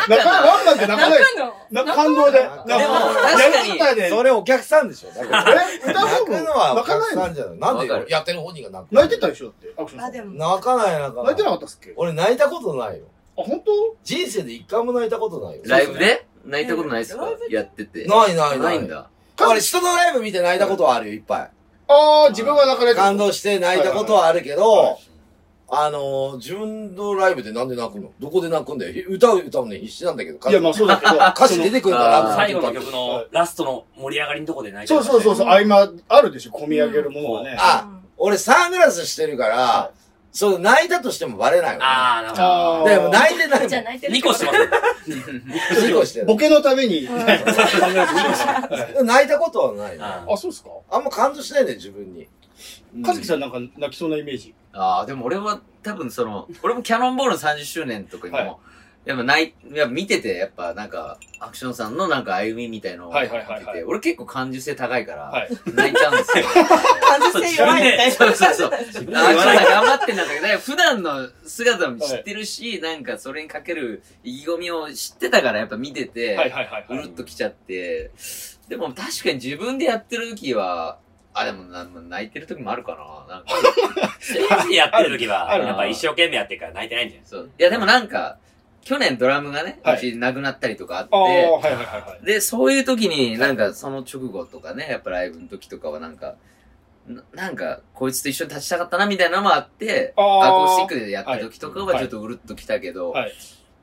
B: 泣かワンマンって泣かないでしょな感動で。
A: 泣か
B: な
A: ない
B: ん
A: でも
D: 確か
B: や
D: に
B: り方で。
A: それお客さんでしょだから
B: え 歌
A: 泣
B: う
A: く
B: の
A: のはお
B: 泣か
A: 客
B: な
A: さ
B: い
A: んじゃない。なんで
D: わかる
A: やってる方人が泣くの
B: 泣いてたでしょだって、アクションさ
H: あ、
B: ん。
H: でも、
A: 泣かない泣かない。
B: 泣いてなかったっすっけあ、
A: 俺泣いたことないよ。
B: 本当
A: 人生で一回も泣いたことないよ。
D: ライブで泣いたことないですか
H: ライブで
D: やってて。
A: ないないない。
D: んだ。
A: 俺人のライブ見て泣いたことはあるよ、いっぱ。
B: ああ、自分は泣かないい
A: 感動して泣いたことはあるけ
B: はいは
A: ど、あのー、自分のライブでなんで泣くのどこで泣くんだよ。ひ歌う歌うのに必死なんだけど。歌
B: い
A: 詞
B: や、まあそうだけど。
A: 歌詞出てくるから
D: あー
A: ライ
C: 最
A: ブ
C: 後
A: の
C: の
A: 時
C: 曲のラストの盛り上がりのとこで泣いて
B: そ
C: ま
B: う
C: した
B: そ
C: ね
B: うそうそう、合間あるでしょ、込み上げるものはね。
A: あ俺サングラスしてるから
B: は、
A: その泣いたとしてもバレないわ。
C: あー、なる
B: ー
A: でも泣いてないもん
H: じゃあ。泣いて
C: ほ
H: る。
C: ど。2個してますね。
A: 事故して
B: ボケのために。
H: うん
B: はい
A: る。泣いたことはないな。
C: あ
B: あ、そうですか
A: あんま感動しないね、自分に。
B: かずきさんなんか泣きそうなイメージ。
D: ああ、でも俺は多分その、俺もキャノンボールの30周年とかにも、
B: はい
D: やっぱない、やっぱ見てて、やっぱなんか、アクションさんのなんか歩みみたいのを見
B: は
D: て
B: い
D: て、
B: はいはいはい
D: 俺結構感受性高いから、
B: はい。
D: 泣いちゃう んですよ。
H: 感受性弱いみたいな。
D: そうそうそう。アクション
C: 分で言わない
D: さん頑張ってんだけど、だから普段の姿も知ってるし、なんかそれにかける意気込みを知ってたから、やっぱ見てて、
B: はいはいはいうはい
D: る。っときちゃって、でも確かに自分でやってる時は、あ、でもな泣いてる時もあるか な。なんか
C: ステージやってる時は、
B: ある
C: やっぱ一生懸命やってるから泣いてないんじゃない
D: そう。いや、でもなんか、去年ドラムがね、
B: はいう
D: ち亡くなったりとかあっ
B: ああ、はい
D: て、
B: はいはいはい。
D: で、そういう時に、なんかその直後とかね、やっぱライブの時とかはなんか、ななんか、こいつと一緒に立ちたかったなみたいなのもあって、
B: あー
D: アコースティックでやった時とか
B: は
D: はいちょっとうるっときたけど、
B: はい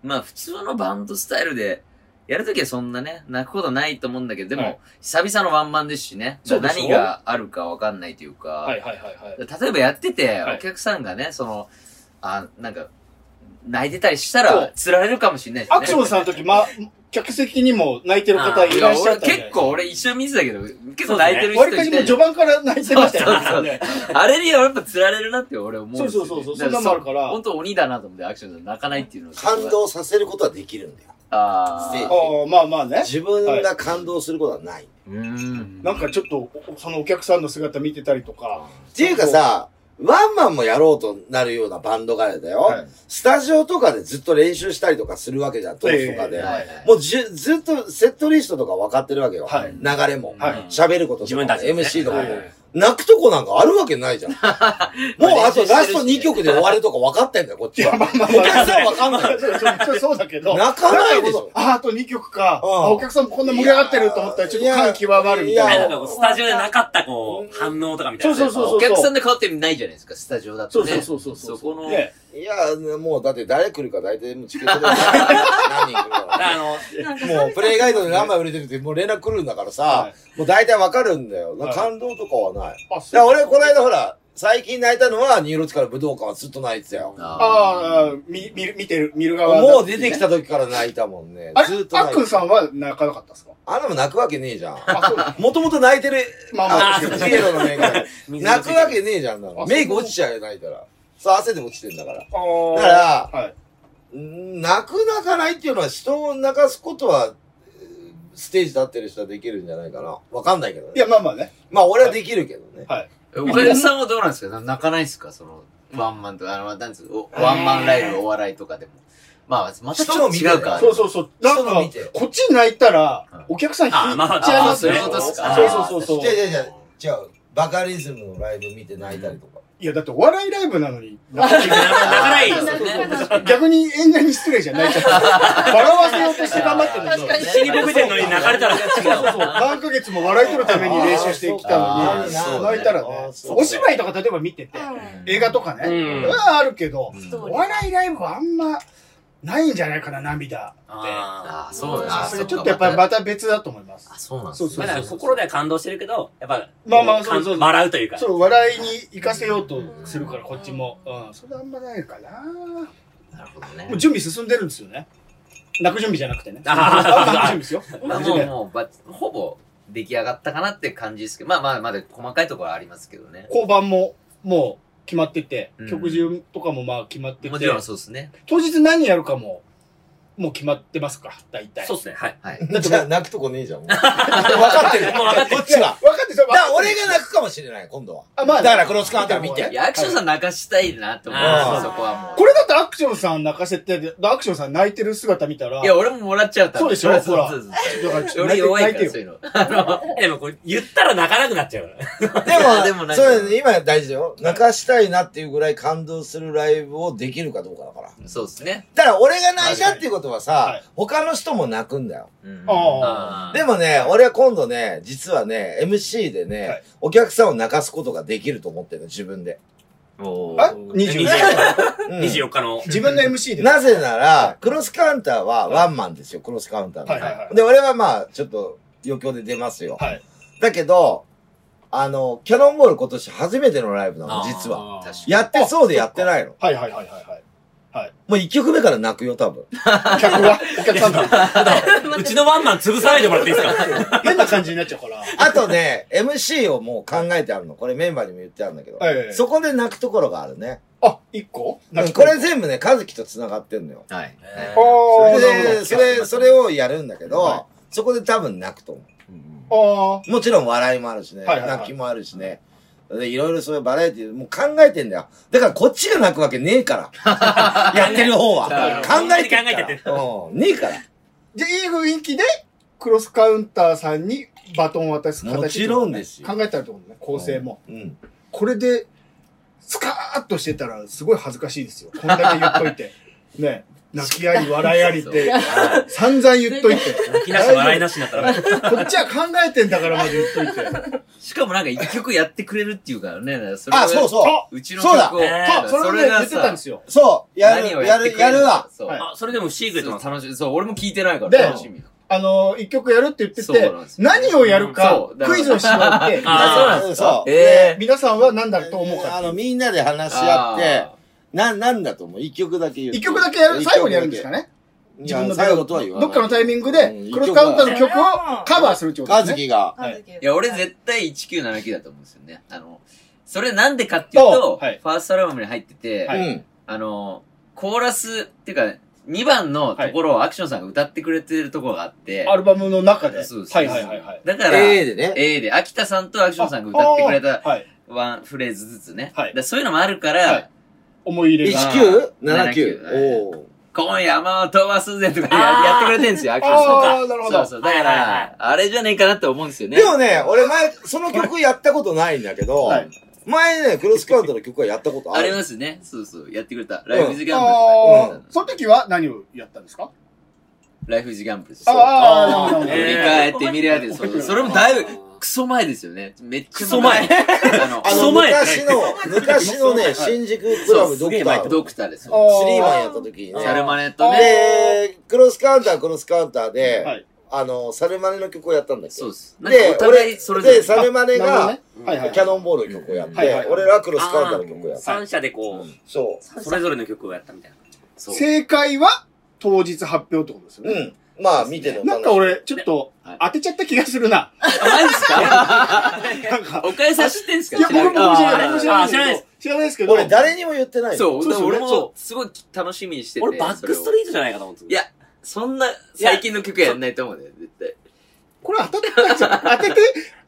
D: まあ普通のバンドスタイルで、やるときはそんなね、泣くことないと思うんだけど、でも、
B: はい
D: 久々のワンマンですしね、
B: そうでしょ
D: 何があるかわかんないというか、
B: はいはいはいはい。
D: 例えばやってて、
B: はい
D: お客さんがね、その、あ、なんか、泣いてたりした
B: そ
D: ら
B: う、
D: 釣られるかもしれないし、ね。
B: アクションさんの時、ま、客席にも泣いてる
D: あ
B: 方
D: ー
B: い
D: い
B: ら
D: や
B: っしゃ
D: 俺
B: ったんじゃない
D: 結構俺一緒に見てたけど、結構泣いてる人
B: わり
D: いた
B: か
D: り
B: しもう序盤から泣いてましたよね。
D: あれにやっぱ釣られるなって俺思うんですよ、ね。
B: そうそうそうそうそんなのもあるから
D: 本当鬼だなと思って、アクションさん泣かないっていうのが
A: 感動させることはできるんだよ。
D: あ
A: せ
B: あ
D: あ。
B: あ、まあまあね。
A: 自分が感動することはない。
D: うーん。
B: なんかちょっと、おそのお客さんの姿見てたりとか。
A: っていうかさ、ワンマンもやろうとなるようなバンドがだよ、
B: はい
A: スタジオとかでずっと練習したりとかするわけじゃん、トースとかで。
B: ええ
D: はいはい
A: もうじゅずっとセットリストとか分かってるわけよ。
B: はい
A: 流れも。
B: はい
A: 喋ることとかも
C: 自分たちでね
A: ね、MC とかも。
B: はい
A: 泣くとこなんかあるわけないじゃん。もうあとラスト2曲で終わるとか分かってんだよ、こっちは。
B: まあまあ
A: お客さん分かんない。
B: そうそうそうそうだけど。
A: 泣かないでし
B: だからこ
A: ょ。
B: そあ、あと2曲か。
A: うん
B: あお客さんもこんな盛り上がってると思ったら、ちょっと感極まるみ
A: い
B: た
C: あ
A: や
B: い
C: なん
B: な。
C: かこうスタジオでなかったこう、反応とかみたいなね。
B: そうそうそう
D: お客さんで変わってないじゃないですか、スタジオだ
B: そう
D: とね。
B: そうそうそうそう。
D: そこの
B: ね
A: いや、もうだって誰来るか大体もうチケットで何人来る
C: だ から
A: か
C: あの、
A: もうプレイガイドで何枚売れてるってもう連絡来るんだから
B: は
A: さ、もう大体分かるんだよ。感動とかはない。
B: いあ
A: いや、俺、この間ほら、最近泣いたのは、ニューロチから武道館はずっと泣いてたよ。
B: ああ、み、見る、見てる、見る側だ
A: もう出てきた時から泣いたもんね
B: あ。れ
A: ずっ、と
B: あっ
A: 泣
B: く
A: い
B: ん
A: てた。
B: さんは泣かなかっ たですか
A: あんなもん泣くわけねえじゃん。
B: あ、そうだ。
A: もともと泣いてる、
B: まあま
A: あ
B: あ、
A: ー、ピエロのメイク。
C: 水の
A: 泣
C: つ
A: く
C: いてる
A: わけねえじゃん、あんなの
B: あ
A: メイク落ちちゃうよ、泣いたら。さあ、汗でも落ちてんだから。
B: あ
A: だ
B: あ。
A: から、
B: はい。
A: うん泣く泣かないっていうのは、人を泣かすことは、うんステージ立ってる人はできるんじゃないかな。わかんないけどね。
B: いや、まあまあね。
A: まあ、俺はできるけどね。
D: お客さんはどうなんですかな泣かないですかその、ワンマンとか、あの、なんつう、おワンマンライブ、お笑いとかでも。まあ、またちょっと違うか。
B: そうそうそう。なん
A: 人の
B: か
A: 見て、
B: こっちに泣いたら
D: うん、
B: お客さん引いちゃ
C: あ
B: い
C: まあ
B: ますね。
C: あそういうことっすか
B: そうそうそう
A: 違う
B: そう。
A: 違う違う。違う。バカリズムのライブ見て泣いたりとか。
B: いや、だってお笑いライブなのに、泣かなきゃいけない
C: 泣かない
H: そうそうそう
B: 逆に演者に失礼じゃん泣いちゃった。笑わせようとして頑張ってるの
H: 確かに
C: 死にぼけてんのに泣かれたら
B: そうそうそう。何ヶ月も笑い取るために練習してきたの
D: あー
B: に、
D: そう
B: 泣いたら
A: あ
B: ね
A: ー、そう
B: お芝居とか例えば見てて、映画とかね、
C: うん
B: はあるけど、
H: ス
B: お
H: トーリー
B: 笑いライブはあんまないんじゃないかな、涙。
C: あ
D: ああ、そう
H: あ
D: だ。
H: ー
B: そ
D: そ
B: れ
D: か
B: ちょっとやっぱりまた別だと思います。
D: あ、そうなんです
B: そう
C: ー
B: そう
C: まあだから
B: そう
C: 心では感動してるけど、やっぱ、
B: まあまあ
C: こ
B: そうそうそう
C: 笑うというか。
B: そう、笑いに行かせようとするから、こっちも。うん、それあんまないかな。も
D: なるほどね。
B: う準備進んでるんですよね。泣く準備じゃなくてね。
C: あ
B: 泣く
C: ー
B: 準備ですよ。
D: まあ
B: 泣く準備
D: もう、もうば、ほぼ出来上がったかなって感じですけど、まあまあ、まだ細かいところはありますけどね。
B: 交番も、もう決まってて
D: う、ん
B: 曲順とかもまあ決まって
D: も
B: て
D: ち、ろんそうですね。
B: 当日何やるかも、もう決まってますか、大体。
C: そうっすね、はい。
D: はい。
A: だってじゃあ泣くとこねえじゃん。もう分かってる。
C: もう分かってる
A: こっち は。
B: 分かって、それ
A: だから俺が泣くかもしれない、今度は。
B: あまあね
A: だからクロスカウンター見
D: い
A: て。
D: や、アクションさん泣かしたいなって思う
C: あ
A: ー
D: そこは
B: これだとアクションさん泣かせて、アクションさん泣いてる姿見たら、
D: もう。いや、俺ももらっちゃうた
B: そうでしょ
D: そうそうそう
B: だからちょっと泣
D: 俺
B: いて
D: 弱いか
B: 泣
D: ら、
B: い
D: そ
B: て
D: う
B: よ。
D: いうの。
C: でもこれ言ったら泣かなくなっちゃうから。
A: で
D: で
A: も、
D: もない
A: そうね、今大事だよ。泣かしたいなっていうぐらい感動するライブをできるかどうかだから。
D: そうですね。
A: だから俺が泣いたっていうことはさ、
B: はい
A: 他の人も泣くんだよ。
D: うん
B: あ
A: でもね、俺は今度ね、実はね、MC でね、
B: はい
A: お客さんを泣かすことができると思ってるの、自分で。
D: お
B: あ
D: ー
B: ?20
A: うん
C: 24 日の。
B: 自分の MC で。
A: なぜなら、クロスカウンターはワンマンですよ、クロスカウンターの。
B: はいはいはい
A: で、俺はまあ、ちょっと余興で出ますよ。
B: はい
A: だけど、あの、キャノンボール今年初めてのライブなの、実は。
D: 確かに。
A: やってそうでやってないの。
B: はいはいはいはいはい。
A: もう一曲目から泣くよ、多 分。
B: 客が、お客さんが、
C: うちのワンマン潰さないでもらっていいですか
B: 変な感じになっちゃうから。
A: あとね、MC をもう考えてあるの。これメンバーにも言ってあるんだけど。
B: はいはいはい
A: そこで泣くところがあるね。
B: あ、一個
A: うんこれ全部ね、和樹と繋がってんのよ。
D: はい。
C: え
B: あーなるほ
A: で、
B: ど
A: それ、それをやるんだけど、そこで多分泣くと思う。
B: あ
A: もちろん笑いもあるしね、
B: はいはいはい
A: 泣きもあるしね。で、いろいろそういうバラエティー、もう考えてんだよ。だからこっちが泣くわけねえ から。やってる方は
D: なる。
C: ほ
A: 考
C: ど
A: えてるから。
C: 考えて
A: うん、ねえから。
B: ーじゃあ、いい雰囲気で、クロスカウンターさんにバトンを渡す形
A: もちろんですよ
B: 考えたらと思うね、構成も。
A: うん。
B: これで、スカーッとしてたら、すごい恥ずかしいですよ。こんだけ言っといて。ね。泣きあり、笑いありって、散々言っといて。
C: 泣きなし笑いなしになったら。
B: こっちは考えてんだからまで言っといて。
D: しかもなんか一曲やってくれるっていうからね。れ
A: あ、そうそう。
B: あ
D: う。うちの
A: そうだ
D: 曲を。
C: え
B: そう、それをね、
D: が
B: 言ってたんですよ。
A: そう、や
D: 何を
A: る、や
D: やって
A: る、
D: くれ
A: やる
D: の
A: わ
D: か。そう
B: はい
C: あ、それでもシークレットなんです
D: 楽しい。そう、俺も聞いてないから
B: で
D: 楽しみな。
B: あの、一曲やるって言って
D: そうな
B: て
D: んで、すよ
B: 何をやるか
D: そう、だから
B: クイズをし ようって、
C: あそうなん
A: ですか
B: う
D: え
B: で
D: え
B: 皆さんは何だと思う
A: あ
B: かってい
A: の、
B: う。
A: みんなで話し合って、な、なんだと思う一曲だけ言う。
B: 一曲だけやる、最後にやるんですか
A: ね
B: ね
A: 自
B: 自
A: 分
B: 分
A: の
B: の
A: 最後とは言わない。
B: どっかのタイミング
A: うん
B: で、クロスカウンターの
H: 一
B: 曲
H: 曲は
B: をカバーするってこと
A: 和
B: ですね。
A: 樹が。
D: いや、俺絶対1979だと思うんですよね。あの、それなんでかっていう
B: そ
D: と、
B: うはい
D: ファーストアルバムに入ってて、
B: はい
A: うん。
D: あの、コーラス、っていうか、2番のところをアクションさんが歌ってくれてるところがあって、
B: アルバムの中で。
D: そうです
B: はいはいはいはい。
D: だから、
A: ええ
D: A
A: でね。
D: で、秋田さんとアクションさんが歌ってくれた
B: あーはい。
D: ワンフレーズずつね。
B: はい
D: だからそういうのもあるか
B: は
D: ら
B: い、思い入れが。
D: 一
A: 1979。
D: 79
A: おー
D: 今夜も飛ばすぜとかや
C: あー
D: やってくれてるんですよ、アクション
C: そう
B: あ
C: か
B: あ、なるほ
D: そう
B: ど。
D: そう。だか
C: はいはいはい
D: ら、あれじゃねえかなって思うんですよね。
A: でもね、俺前、その曲やったことないんだけど、
B: はい
A: 前ね、クロスカウントの曲はやったことあ
D: あ
A: る。
D: りますね。そうそう。やってくれた。ライフイズギャンブルとかやっ
B: あ
D: てくれたの
B: あ、その時は何をやったんですか
D: ライフイズギャンブルです。
B: ああ、なるほど。
D: 振り返ってみるやつです。そうそれもだいぶ、クソ前ですよね。めっちゃ
C: クソ。
D: あの、
A: あ
C: クソ
A: の、
C: 前
A: 昔の、昔のね、新宿クラブド
C: そうすげ
A: ク
C: え
A: タ
C: 前
A: ー、
D: ドクターで
B: あ
D: す。
A: スリーマンやった時に
D: サル
A: ね。
D: マネットね。
A: で、クロスカウンターはクロスカウンターで、
B: はい
A: あの、サルマネの曲をやったんだけ
D: そう
A: ど
D: で。す。なんか
A: で
D: お、互
A: 俺
D: いそれ、ぞ
A: で、
D: れ。
A: サルマネ
B: な
A: が
B: る、ほどねはいはい
A: キャノンボールの曲をやって、
B: はいはい
A: 俺らはクロスカウンターの曲をやった。
C: 三社でこう、
A: そ
C: それぞれの曲をやったみたいな。
D: そう
B: 正解は当日発表ってことですよ
A: う。
B: ね。
A: うん。まあ、見てのお楽しみ
B: なんか俺、ちょっと
D: はい
B: 当てちゃった気がするな。
D: あ、マジですか
B: なんか。
D: おかえさん知ってんすか
B: いや、僕も僕も知らない。
D: あ
B: 僕
D: ー
B: も知らないですけど
C: あー知らないで。
B: 知らないですけど。
A: 俺、誰にも言ってないの
D: そう、
B: そうそう
D: 俺
B: そ
D: も、すごい楽しみにしてて。
C: 俺、バックスト
D: リー
C: リートじゃないかと思ってた
D: いや、そんな、最近の曲やんないと思うね、絶対。
B: これ当たってないじゃん。当てて、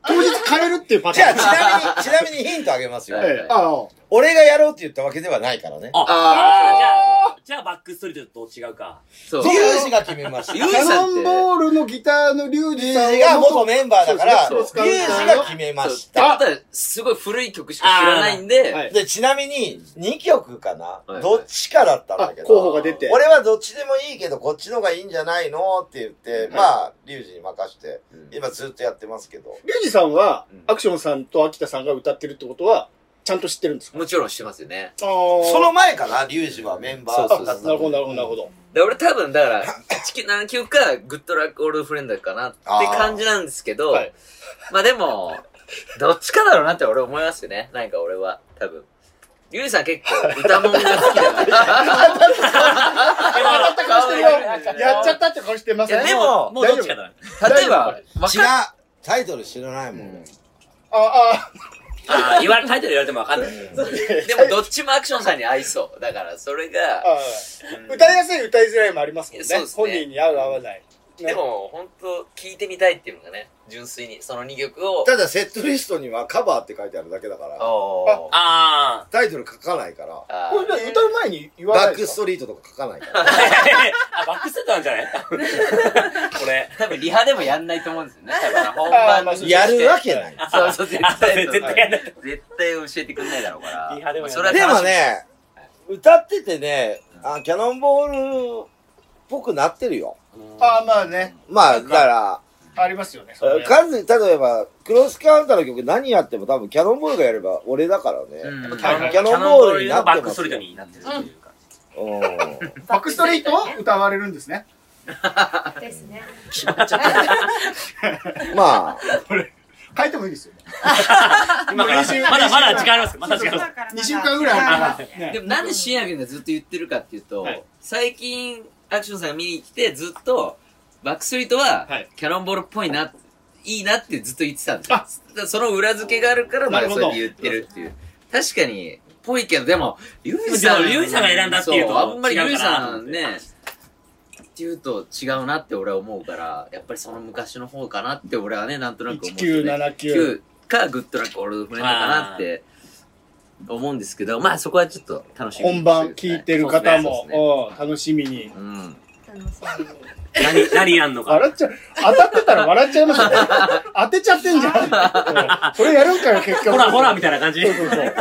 B: 当日変えるっていうパタ
A: じゃ
B: ー
A: あ、
B: ン。
A: ちなみに、ちな みにヒントあげますよ。
D: はい
B: ええああ。
A: 俺がやろうって言ったわけではないからね。
C: あ
B: あ
C: あじゃあ、じゃあバックストリートと違うか。
D: そう
A: リ。ュウジが決めました。
D: リ
A: リュ
D: ュウ
A: ウ
B: キャ
D: ジさん
B: ノ
D: って
B: ンボールのギターのリュウジさんは
A: ジが元メンバーだから、リ
B: そう
A: ュ
B: で
A: ウ
B: す
A: ジ
B: ね
A: が決めまし
D: そうだ
A: た
D: っ。たら、すごい古い曲しか知らないん
B: あーはい
D: で、
A: で、ちなみに、2曲かな、
D: いはい
A: どっちかだったん
B: あ
A: だけ、ど。
B: 候補が出て。
A: 俺はどっちでもいいけど、こっちのがいいんじゃないのって言って、まあ、リュウジに任して、今ずっとやってますけど。
B: リュウジさんは
A: うん、
B: アクションさんと秋田さんが歌ってるってことは、ちゃんと知ってるんですか
D: もちろんしてますよね。
B: そ
A: その、前かな、リュウジはメンバーだった
B: あなるほど、なるほど、なるほど。
D: で俺多分だから、地球何曲か、グッドラックオールフレンドかなって感じなんですけど、
B: はい
D: まあでも、どっちかだろうなって俺思いますよね。なんか俺は、多分。ゆうさん結構歌もんが好きだな。
B: やった顔してるよやっちゃったって顔してま
D: い
B: せん
D: やでも、
C: もうどっちかだな。
D: 例えば、わ
A: 違う
D: か
A: タイトル知らないもん。
B: あ
C: ああ、言われ、タイトル言われてもわかんない。
D: でもどっちもアクションさんに合いそう。だからそれ
B: あ、
D: が、
B: ああ、歌いやすい、歌いづらいもありますもんね
D: いやそうで。すね
B: 本人に合う、合わない。ね
D: でも本当聴いてみたいっていうのがね、純粋に、その2曲を、
A: ただ、セットリストにはカバーって書いてあるだけだから、
D: おー
C: あ
A: タイトル書かないから、
D: あ
B: これ
D: ー
B: じゃあ歌う前に言わな
A: バ
B: い
A: ッ
B: で
A: ク
B: す
A: ス
B: か
A: トリートとか書かないから。
C: あ。 あ、バックストリートなんじゃない これ。
D: 多分リハでもやんないと思うんですよね。多分本
B: あー
D: 番
B: まあ
D: に
B: そう
A: やるわけない。
D: そうそう、絶対。
C: あ絶対やんない
D: 絶対教えてくんないだろうから。
C: リハでもやんない
D: それは
A: で
D: 楽
A: も
D: しみ
A: ね、歌っててね、あキャノンボールっぽくなってるよ。
B: ああ、まあね。
A: まあ、だか
B: ありますよね。それ
A: ら、完全に例えば、クロスカウンターの曲何やっても多分キャノンボールがやれば俺だからね。
D: うん。
C: キャノン
A: キャノンボールにな
C: の
A: ってます
C: バックストリートになってるっていうか。
A: うん。
B: バックストリートを歌われるんですね。
H: ですね。
A: まあ、
B: 書いてもいいですよ。
C: 今から、
B: 練習
C: まだまだ時間あります。まだ時 間あります。
B: 2週間ぐらいあるから。ね
D: でもなんで深夜君がずっと言ってるかっていうと
B: はい、
D: 最近、アクションさんが見に来て、ずっと、バックストリートは
B: はい、
D: キャノンボールっぽいな、いいなってずっと言ってたんですよ。だからその裏付けがあるから、ま
B: な
D: だ
B: る
D: そ
B: ほ
D: う
B: ど
D: やって言ってるっていう。確かに、ぽいけど、でも、ゆう
C: でもリュウジさんが選んだっていうと
D: そあんまり
C: 違う
D: ゆ
C: かな
D: うじさんね、っていうと違うなって俺は思うから、やっぱりその昔の方かなって俺はね、なんとなく思って、ね。
B: 1979
D: 9か、グッドラックオールドフレンドかなって思うんですけど、まあそこはちょっと楽しみに
B: 本番聞いてる方
D: そうですね
B: も、うん楽しみに。
D: うん。
C: 何、何やんのか。
B: 笑っちゃう。当たってたら笑っちゃいます よ。当てちゃってんじゃん。うんそれやるんかよ、結局。
C: ほらほらみたいな感じ。
B: そうそうそう。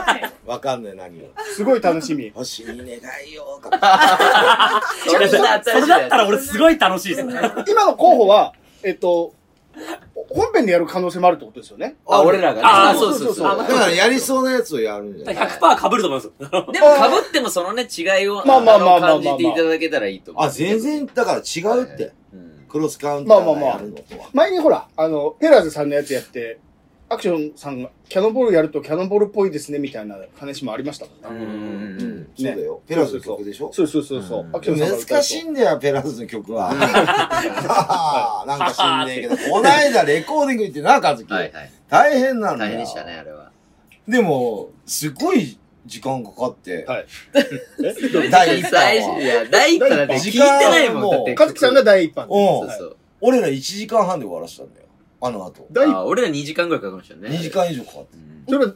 A: わかんない何を。
B: すごい楽しみ。
A: 星に願いを。
D: それだった
C: それだったら俺すごい楽しいですね。
B: 今の候補は、えっと、本編でやる可能性もあるってことですよね。
D: あ、俺らがね。
C: あー
D: そうそうそう。
B: あ
A: だからやり
D: う。
A: そうなやつをやるんじゃない
C: 100%被ると思いますよ。
D: でも、かぶってもそのね、違いを、
B: まあまあまあまあまあまあ
D: の感じていただけたらいいと思う。
A: あ、全然、だから違うっ
D: は
A: て
D: い。。うん
A: クロスカウンターがやるのとは。
B: 前にほら、あの、ペラーズさんのやつやって、アクションさんがキャノンボールやるとキャノンボールっぽいですね、みたいな話もありましたもんね。
D: うん
A: う
D: うんうん
A: ん、そうだよ。ペラーズの曲でしょ
B: そうそうそうそう。
D: うん
B: アクションさんが歌うと
A: 難しいんだよ、ペラーズの曲は。はあ なんか知んねえけど、こないだレコーディング行ってな、カズキ。
D: はいはい。
A: 大変なんだ
D: 大
A: よ。
D: 変でしたね、あれは。
A: でも、すごい時間かかって。
B: はい
A: 第一
D: 最初い
A: 弾は。
D: や、第一波だって聞いてないもん。だって
B: かずきさんが第一版で。
A: う。
D: そうんそう。
A: 俺ら1時間半で終わらせたんだよ。あの後。
B: 第一
D: あ、俺ら2時間ぐらいかかりましたね。
A: 2時間以上かかって。
D: うん。
B: それは、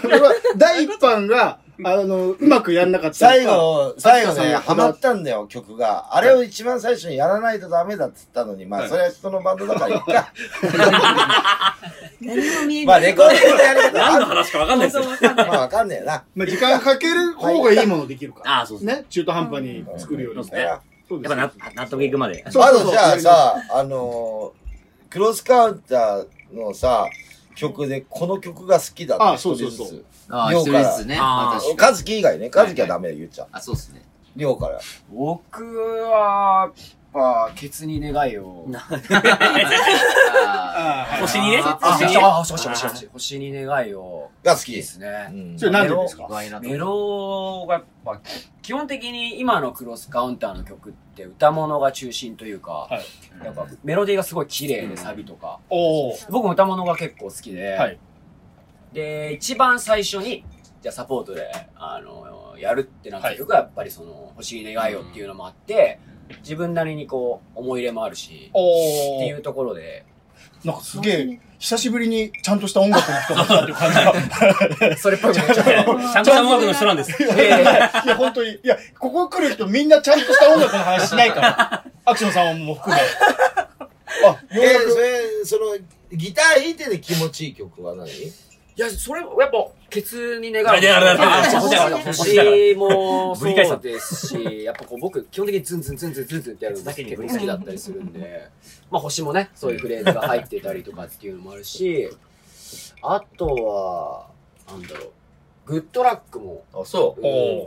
B: それは第一版があの、うまくやんなかった。
A: 最後、最後
B: さん
A: ね、
B: が
A: ハマったんだよ、曲が。あれを一番最初にやらないとダメだっつったのに、まあ、それは人のバンドだからいっか。
F: 何も見え
A: ま
F: な
A: あ、
F: い。
A: レコーディングのやり方
C: 何の
A: は、
C: 話かわかんないですよ。
A: まあ、わかんねえな。
B: まあ、時間かける方がいいものできるから。
C: ああ、そうですね。
B: ね、中途半端に作るより。
C: うん
B: そ
C: ね
A: いや
B: うで
C: や
B: す
C: っぱ納納得いくまで。
B: そう
A: あ
B: そうそう
A: とじゃあさ、あのー、クロスカウンターのさ、曲で、この曲が好きだ
B: あ
A: って
B: そう
A: 人
B: そう
A: ず
B: そう
A: つ。
D: ああ、
A: よ
D: 一
A: う
D: 人
A: から
D: ずつね。
C: あー
D: 私
A: カズキ以外ね、カズキはダメだよ、言っちゃう。
D: あ、そうですね。
A: りょうから。
I: 僕は、やっぱ、ケツに願いを。
D: あ
B: ああ
C: 星にね。
I: ああ、
C: 星にね。
I: 星、星、星、星、星に願いを。
A: が好き
I: いいで
A: です。
I: すね。
A: ん
B: それなんでですか
D: ー意外なとこ
I: メロがやっぱ、基本的に今のクロスカウンターの曲って歌物が中心というか、
B: はい
I: やっぱメロディーがすごい綺麗でサビとか。
B: おお。
I: 僕も歌物が結構好きで、
B: はい
I: で、一番最初に、じゃあサポートで、あの、やるってなった曲がやっぱりその、欲しい願いをっていうのもあって、自分なりにこう、思い入れもあるし、
B: お
I: ってい
B: お。
I: うところで、
B: なんかすげえ、久しぶりにちゃんとした音楽の人だなっていう 感じが。
I: それっぽいもの
C: ち ゃんとした音楽の人なんです。
B: いやいやいや、本当に。いや、ここ来る人みんなちゃんとした音楽の話しないから。アクションさんも含め。あ、
A: え
B: ようや
A: ー、そ
B: く。
A: れ、その、ギター弾いてて気持ちいい曲は何
I: いや、それ、やっぱ、ケツに願う。
C: あれあれあれ
F: あれ
I: 星星も、
C: ぶり返し
I: そ
C: た
I: うですし、やっぱこう僕、基本的にズンズンズンズンズンズンってやるのが
C: だけに
I: 結
C: ぶ
I: 構
C: り
I: 好
C: 返
I: きだったりするんで、まあ星もね、そういうフレーズが入ってたりとかっていうのもあるし、あとは、なんだろう、グッドラックも、
A: あ、そ
I: うん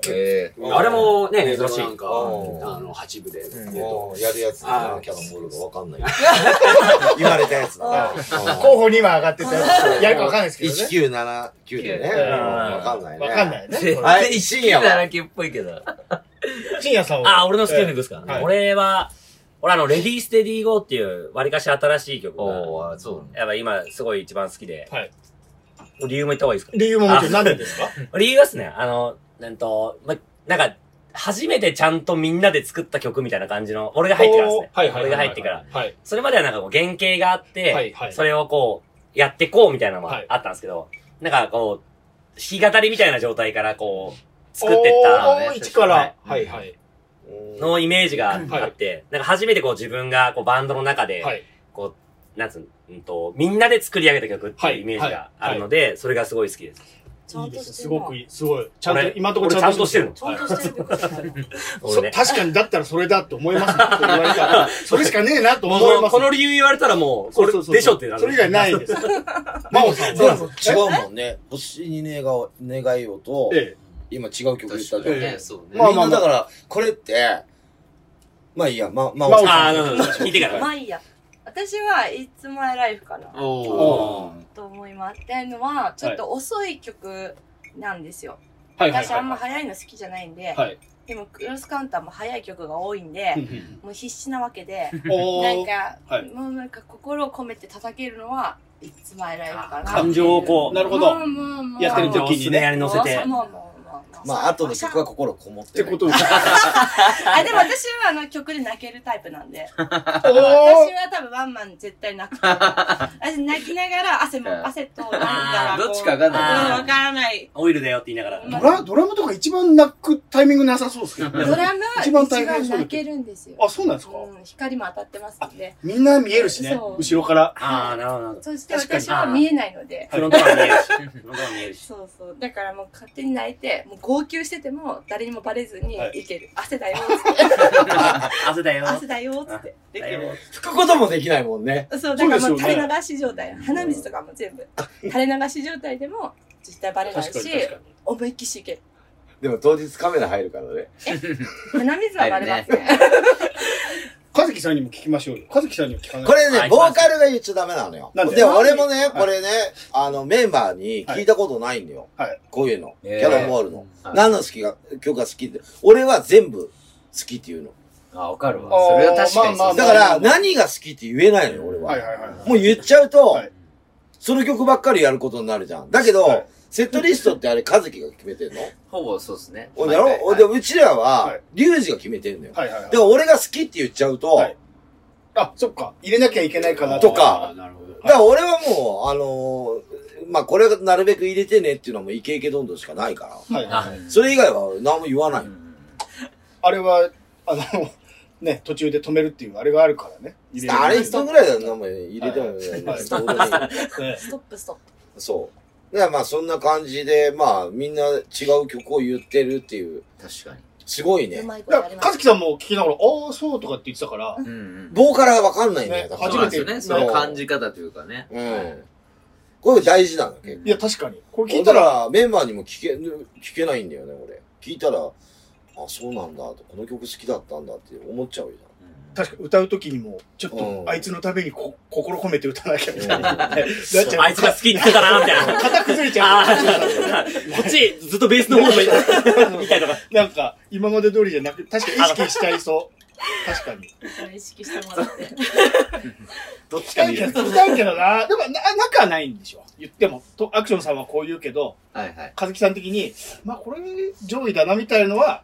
A: ええ
I: あれもね、
C: 珍
I: 珍
C: し
I: し
C: い
I: いなんか、あ
A: うん
I: の、8部で、
A: もうやるやつ
I: あー
A: 何キャノンボールかわかんない。 言われたやつだな。
B: 候補には上がってたやつやるかわかんないですけどね。
A: 1979でね。うんわかんないね。
B: わかんないね。
A: はい、深夜は。
C: らけっぽいけど。
B: 深夜さんは。
C: あ、俺の好きな曲ですか、
B: はい
C: 俺は、俺あの、レディーステディーゴーっていう、割かし新しい曲
D: お
C: が、
D: ーあそう
C: やっぱ今、すごい一番好きで、
B: はい
C: 理由も言った方がいいですか
B: 理由ももちろんなんでですか
C: 理由はですね、あの、なんと、ま、なんか、初めてちゃんとみんなで作った曲みたいな感じの、俺が入ってからですね。
B: おーはいはいはいはい
C: 俺が入ってから。
B: はい。
C: それまではなんかこう原型があって、
B: はいはい
C: それをこう、やってこうみたいなのも
B: はい
C: あったんですけど、なんかこう、弾き語りみたいな状態からこう、作ってった
B: おー一から。はいはい。
C: のイメージがあって、なんか初めてこう自分がこうバンドの中で、
B: はい。
C: こう、なんつうのうんと、みんなで作り上げた曲っていうイメージがあるので、それがすごい好きです。
F: ちゃ
B: い
F: ん
B: い
F: と
B: ですね。
F: して
B: す
F: る
B: ご
F: な
B: くいい。すごい。ちゃんと、
C: 俺
B: 今のところ
C: 俺
B: ち
C: ち
B: ゃ
C: ゃ
B: ん
C: ん
B: と
C: と
B: し
C: してて
B: る
C: る。
F: ちゃんとしてるってことだよ
B: そ
C: 俺ね。
B: 確かに、だったらそれだと思いますねっ て言われたら、それしかねえなと思います。
C: この理由言われたらもう、
B: そ
C: こ
B: う
C: れ
B: そうそう
C: でしょってなる。
B: それ以外ない です。真央さん
A: そうな
B: は。
A: の違うもんね。星に願おう願いをと、
B: え
A: 今違う曲言った
D: 確
A: じ
D: か
A: ゃ
D: に
A: ん。
D: ね、そうね。
B: まあ
A: みんなだから、これって、まあいいや、ま、ま
B: ま
A: あ
B: あ、
C: ああ、なるほど。聞いてから。
F: まあいいや。私は、いつもライフかな。
D: おー。
F: と思います。っていうのは、ちょっと遅い曲なんですよ。
B: え。はいはい
F: 私あんま
B: は
F: 早いの好きじゃないんで、
B: はい
F: でもクロスカウンターも早い曲が多いんで
B: い。う、ん
F: もう必 死なわけで、
B: うん お
F: な
B: ー
F: んか、
B: はい
F: もうなんか心を込めて叩けるのは、いつも偉いのかな。
C: 感情をこう、
B: なるほど
F: もう。もうもう
B: やってる時
C: 感情をすねやり乗せて。
F: もうもうもうもう
A: まあ、後の曲は心こもっ
B: っ
A: て
B: て
A: ない
B: ことです。
F: あ、でも私はあの曲で泣けるタイプなんで。
B: お
F: 私
B: ー
F: は多分ワンマン絶対泣く と思う。私泣きながら汗も、汗と涙がこう。
D: どっちかが
F: うん、
D: な
F: わ
D: い。
F: からない。
C: オイルだよって言いなが
B: ド
C: ら。
B: ラ、ドラムとか一番泣くタイミングなさそうですけど
F: ド
B: ね。
F: ラムは
B: 一
F: 一
B: 番
F: 番
B: 大変そうだけど
F: 泣けるんですよ。
B: あ、そうなんですか
F: うん、光も当たってますんで。
B: みんな見えるしね
F: そ。う
B: 後ろから。
C: ああ、なるほどなるほど。
F: そして私は見えないので。
C: フロントは見 えるし。フロントは見えるし。
F: そうそう。だからもう勝手に泣いて、もう号泣してても誰にもバレずにいける。汗だよーっつって。
C: 汗だよ。
F: 汗だよーっつって。でき
C: だ
F: る。
C: よ
A: 吹くこともできないもんね。
F: そう、だから
B: そ
F: も
B: う
F: う
B: です
F: 垂
B: よね
F: れ流し状態。鼻水とかも全部。垂れ流し状態でも絶対バレないし
B: 確かに、確かに。
F: 思いっきしいける。
A: でも当日カメラ入るからね。
F: 鼻水はバレますね。
B: 和樹さんにも聞きましょうよ。和樹さんにも聞かない。
A: これね
C: あ、
A: ボーカルが言っちゃダメなのよ。
B: なんで
A: で、俺もね、
B: はい
A: これね、あの、メンバーに聞いたことないんだよ
B: はい。
A: こういうの。キ
D: えー
A: ャノンボールの。
D: はい
A: 何の好きが、曲が好きって。俺は全部好きっていうの。
D: あ、わかるわ。それは確かに
B: まあまあ
D: そう
B: ま
A: だ
B: あ
A: から、何が好きって言えないのよ、俺
B: はいは
A: は。
B: いはい。
A: もう言っちゃうと
B: はい、
A: その曲ばっかりやることになるじゃん。だけ
B: は
A: ど
B: い、
A: セットリストってあれ、和樹が決めてんの
D: ほぼそうですね。
A: 俺だろ
D: 毎
A: 俺で、
D: 回
A: うちら
B: は、
A: はいリュウジが決めてんのよ。だか
B: はいはいはい。
A: ら俺が好きって言っちゃうと、
B: は
A: だ
B: い
A: か
B: あ、そっか。入れなきゃいけないかな
A: とか。
D: なるほど。
A: ら俺はもう、あのまあこれなるべく入れてねっていうのはもうイケイケどんどんしかないから。
B: はい。
C: あ
A: それ以外は何も言わない。
B: あれは、あの、 ね、途中で止めるっていう、あれがあるからね。入れる
A: あれ人ぐらいだな、もう入れても、
B: はい
A: ちょうどいい
H: ストップストップ。
A: そう。だからまあそんな感じで、まあみんな違う曲を言ってるっていう、
D: 確かに。
A: すごいうね。
H: まいこと
B: だ
H: や
B: か
H: り
B: ら
H: ま
B: か
H: し
B: ずきさんも聞きながら、ああ、そうとかって言ってたから、
D: うんうん。
A: ボーカルはわかんないんだよ、
B: ね
A: だか
D: そ
A: ら
D: うなんです
B: 初
D: よ
B: め
D: ね。
B: て
D: その感じ方というかね。
A: うん。これ大事なの、結
B: いや、確かに。こ
A: 構。
B: れ聞い
A: だ
B: た、
A: かららメンバーにも聞け、聞けないんだよね、俺。聞いたら、あ、そうなんだ、とこの曲好きだったんだって思っちゃうよ。
B: 確かに歌う時にも、ちょっ
A: う
B: と、
A: ん
B: あいつのためにこ心込めて歌わなきゃみたいな。
A: う
C: あいつが好きにしてたな、みたいな。
B: 肩崩れちゃう。
C: あーこっち、ずっとベースの 方がいい。みたいなのが。
B: なんか、今まで通りじゃなく、確かに意識しちゃいそう。確かに。
H: た。意識してもらって。
D: どっち
B: 聞きたいけど、聞きたいけどな。でも、な、なくはないんでしょ。言っても。と、アクションさんはこう言うけど、
D: はいはい。
B: かずきさん的に、まあ、これ、上位だな、みたいのは、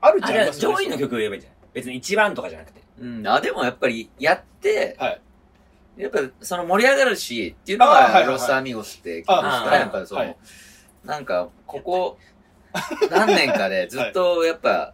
B: あるじ
C: あ
B: ゃ
C: れ
B: ん。
C: は上位の曲を言えばいいんじゃない別に一番とかじゃなくて。
D: うん。あ、でもやっぱり、やって、
B: はい
D: やっぱ、その盛り上がるし、っていうのが、
B: あはいはいはい
D: ロスアミゴスって聞きますか
C: あ
D: ら、やっぱりその、
B: はい
D: なんか、ここ、何年か で、ずっと、やっぱ、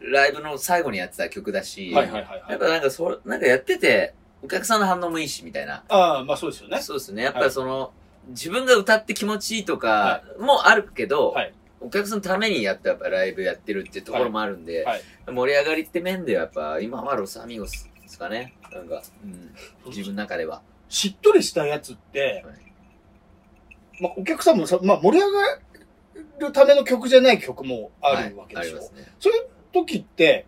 D: ライブの最後にやってた曲だし、
B: はいはいはいはい。
D: やっぱなんか、そなんかやってて、お客さんの反応もいいし、みたいな。
B: ああ、まあそうですよね。
D: そうですね。やっぱりその、自分が歌って気持ちいいと
B: は
D: かもあるけど、
B: はい
D: お客さんのためにやったやっぱライブやってるってところもあるんで、
B: はいはい
D: 盛り上がりって面ではやっぱ今はロスアミゴスですかね。なんか、うん、自分の中では。
B: しっとりしたやつって、
D: はい
B: まあお客さんもさ、まあ盛り上がるための曲じゃない曲もあるわけで
D: はいあり
B: しょ。
D: ますね。
B: 時って、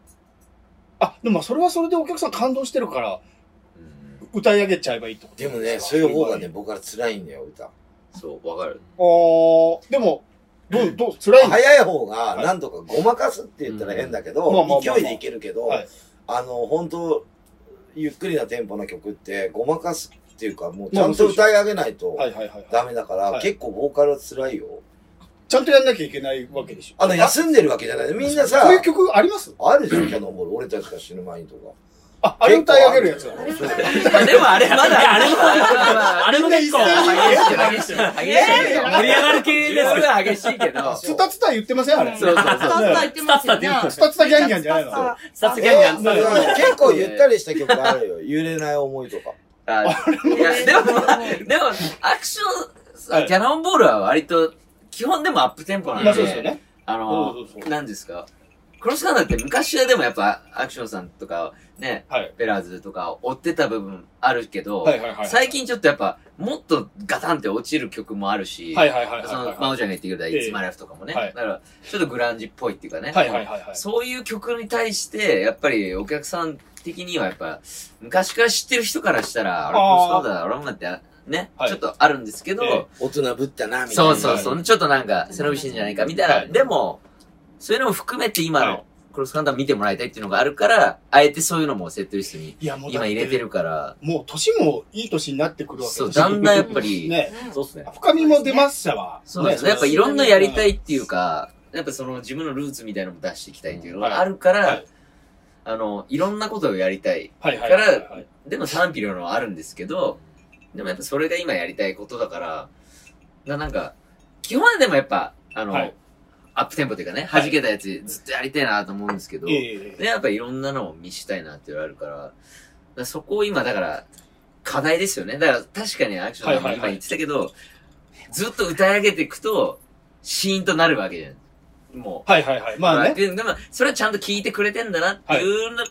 B: あ、でもまあそれはそれでお客さん感動してるから、
D: うん、
B: 歌い上げちゃえばいいってこと
A: でもね、
B: すか
A: そういう方がね、。僕は辛いんだよ、歌。
D: そう、わかる。
B: あーでも、どう、どう、辛いの
A: 早い方が、
B: はい
A: なんとかごまかすって言ったら変だけ
B: うんまあまあま
A: ど
B: あ、まあ
A: 勢いでいけるけど
B: はい、
A: あの、本当ゆっくりなテンポの曲って、ごまかすっていうか、もうち
B: まあ
A: ゃんと歌い上げないと
B: はいはいはいはい。
A: ダメだか
B: は
A: ら、
B: い
A: 結構ボーカルは辛いよ。
B: ちゃんとやんなきゃいけないわけでしょ。
A: あの、休んでるわけじゃない。みんなさ
B: こう、いう曲あります
A: あるじゃん、キャノンボール。俺たちが死ぬ前にとか。
B: あ、あれ歌い上げるやつだ。
H: あれも
D: まあでもあれまだ、あれも、
C: あれも結構、
D: 激しい、激しい。激しいよ。
C: 盛り上がる系です
D: 俺は激しいけど。
B: つたつた言ってませんあれ。
D: そうそう
H: スタ
D: そう。
H: スタ言ってますよね。
B: スタスタギャンギャンじゃないの
H: スタスタ
C: さすがにやん
A: えーうん結構ゆったりした曲あるよ。揺れない思いとか。
D: あいや、でも、でも、アクショ
B: は
D: ン、
B: い
D: キャノンボールは割と、基本でもアップテンポなん
B: まあそうですよ
D: で、
B: ね。
D: あの
B: そうそうそ、う
D: 何ですか。クロスカンダーって昔はでもやっぱアクションさんとか、ね、
B: はい。
D: ペラーズとか追ってた部分あるけど
B: は、いはいはい。
D: 最近ちょっとやっぱ、もっとガタンって落ちる曲もあるし、
B: はいはいはいはい
D: そ
B: はい
D: の、マオちゃんが言ってくれた、いつまでとかもね、
B: はい
D: だから、ちょっとグランジっぽいっていうかね、
B: はいはいはいはい。
D: そういう曲に対して、やっぱりお客さん的にはやっぱ、昔から知ってる人からしたら、あれ、
B: あー
D: そうだ、俺もって、ね、
B: はい
D: ちょっとあるんですけど、
B: ええ
A: 大人ぶったな、みたいな。
D: そうそう
B: は
D: そう、ちょっとなんか、背伸びしてんじゃないか、みたいな、
B: はい
D: でも、そういうのも含めて今
B: はい
D: のクロスカンダー見てもらいたいっていうのがあるから、あえてそういうのもセットリストに
B: いやもうだっ
D: 今入れてるから、
B: もう年もいい年になってくるわけ
D: そう、だんだんやっぱり、
B: ね。
C: そうっすね。
B: 深みも出ますしたわ。
D: そうなんですね。やっぱいろんなやりたいっていうか、やっぱその自分のルーツみたいなのも出していきたいっていうのがあるから、
B: はいはい
D: あの、いろんなことをやりたい。
B: はいはいはいはいはい。
D: でも賛否両論あるんですけど、でもやっぱそれが今やりたいことだから、ななんか、基本はでもやっぱ、あの、
B: はい
D: アップテンポというかね、
B: はい
D: 弾けたやつずっとやりたいなと思うんですけど、
B: ええええ
D: で、やっぱいろんなのを見したいなっていうのがあるから、だからそこを今だから、課題ですよね。だから確かにアクションも
B: はいはい
D: 今
B: はい
D: 言ってたけど、ずっと歌い上げていくと、シーンとなるわけじゃん。もう。
B: はいはいはい。まあね。
D: ででも、それはちゃんと聞いてくれてんだなっていうな、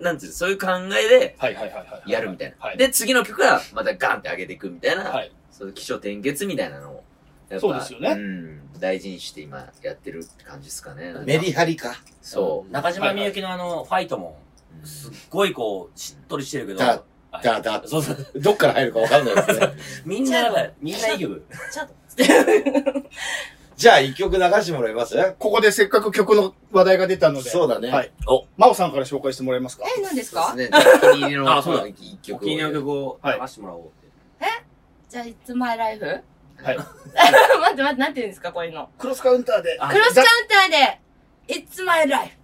D: なんていうのそういう考えで、
B: はいはいはいはい。
D: やるみたいな。
B: はい
D: で、次の曲は、またガンって上げていくみたいな、
B: はい。
D: そういう起承転結みたいなのを、やっぱ
B: そうですよね
D: うん。大事にして今、やってるって感じですかね。なんか
A: メリハリか。
D: そう。
C: 中島みゆきのあの、ファイトも、すっごいこう、しっとりしてるけど。
A: だ
C: はい
A: だだ
C: そうそう。
A: どっから入るかわかんないですね。
C: みんなやばい、みんないい曲。
H: ちゃんと
A: じゃあ、一曲流してもらいます
B: ここでせっかく曲の話題が出たので、
A: そうだね。
B: はい
C: お
B: 真央さんから紹介してもらえますか
H: え、何です
D: そう
H: か
D: ですね。お気に入りの、
C: あそうだ
D: 一曲を。
C: お気に入りの曲を流してもらおうって。
H: じゃあ、いつマイライフ待
B: はい。
H: って待って、なんて言うんですか、こういうの。
B: クロスカウンターで。
C: あ
H: クロスカウンターで、いつマイライフ
J: 「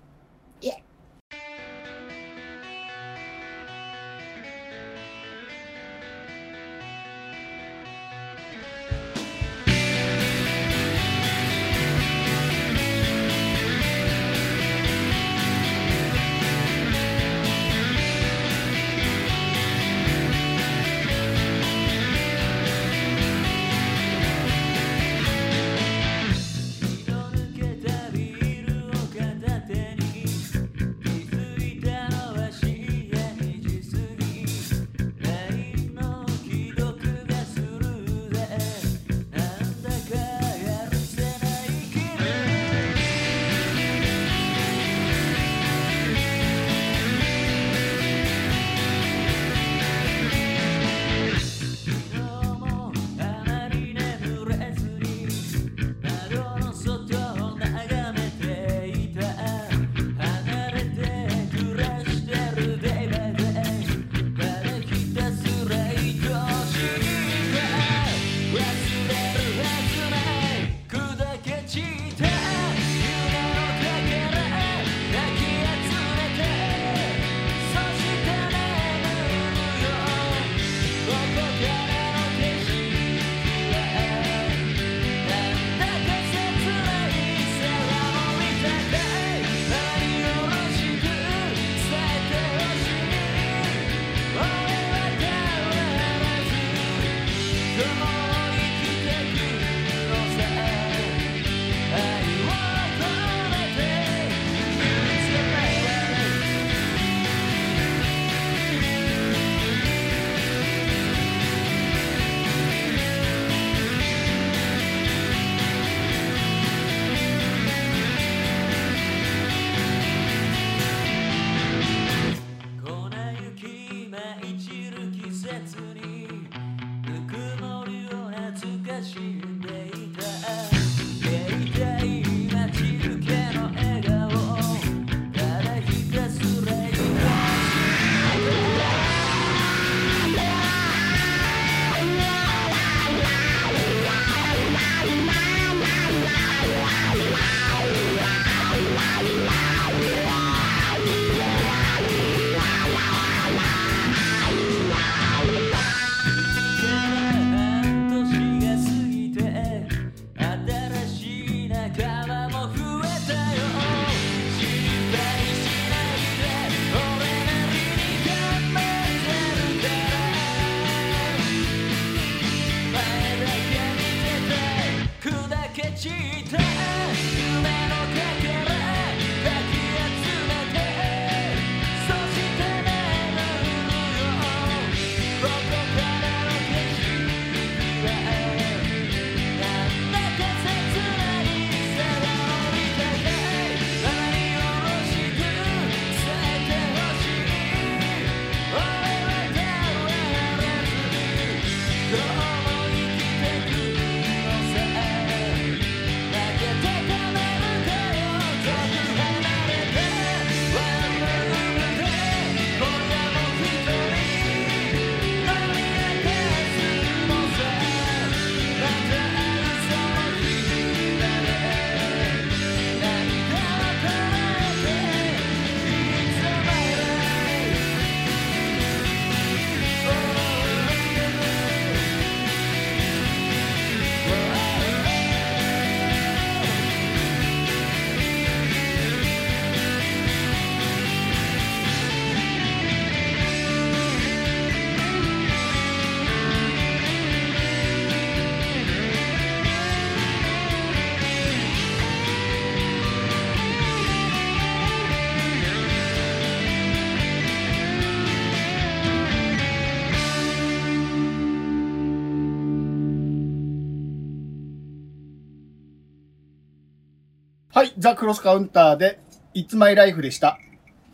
K: はい、ザ・クロスカウンターで、It's My Life でした。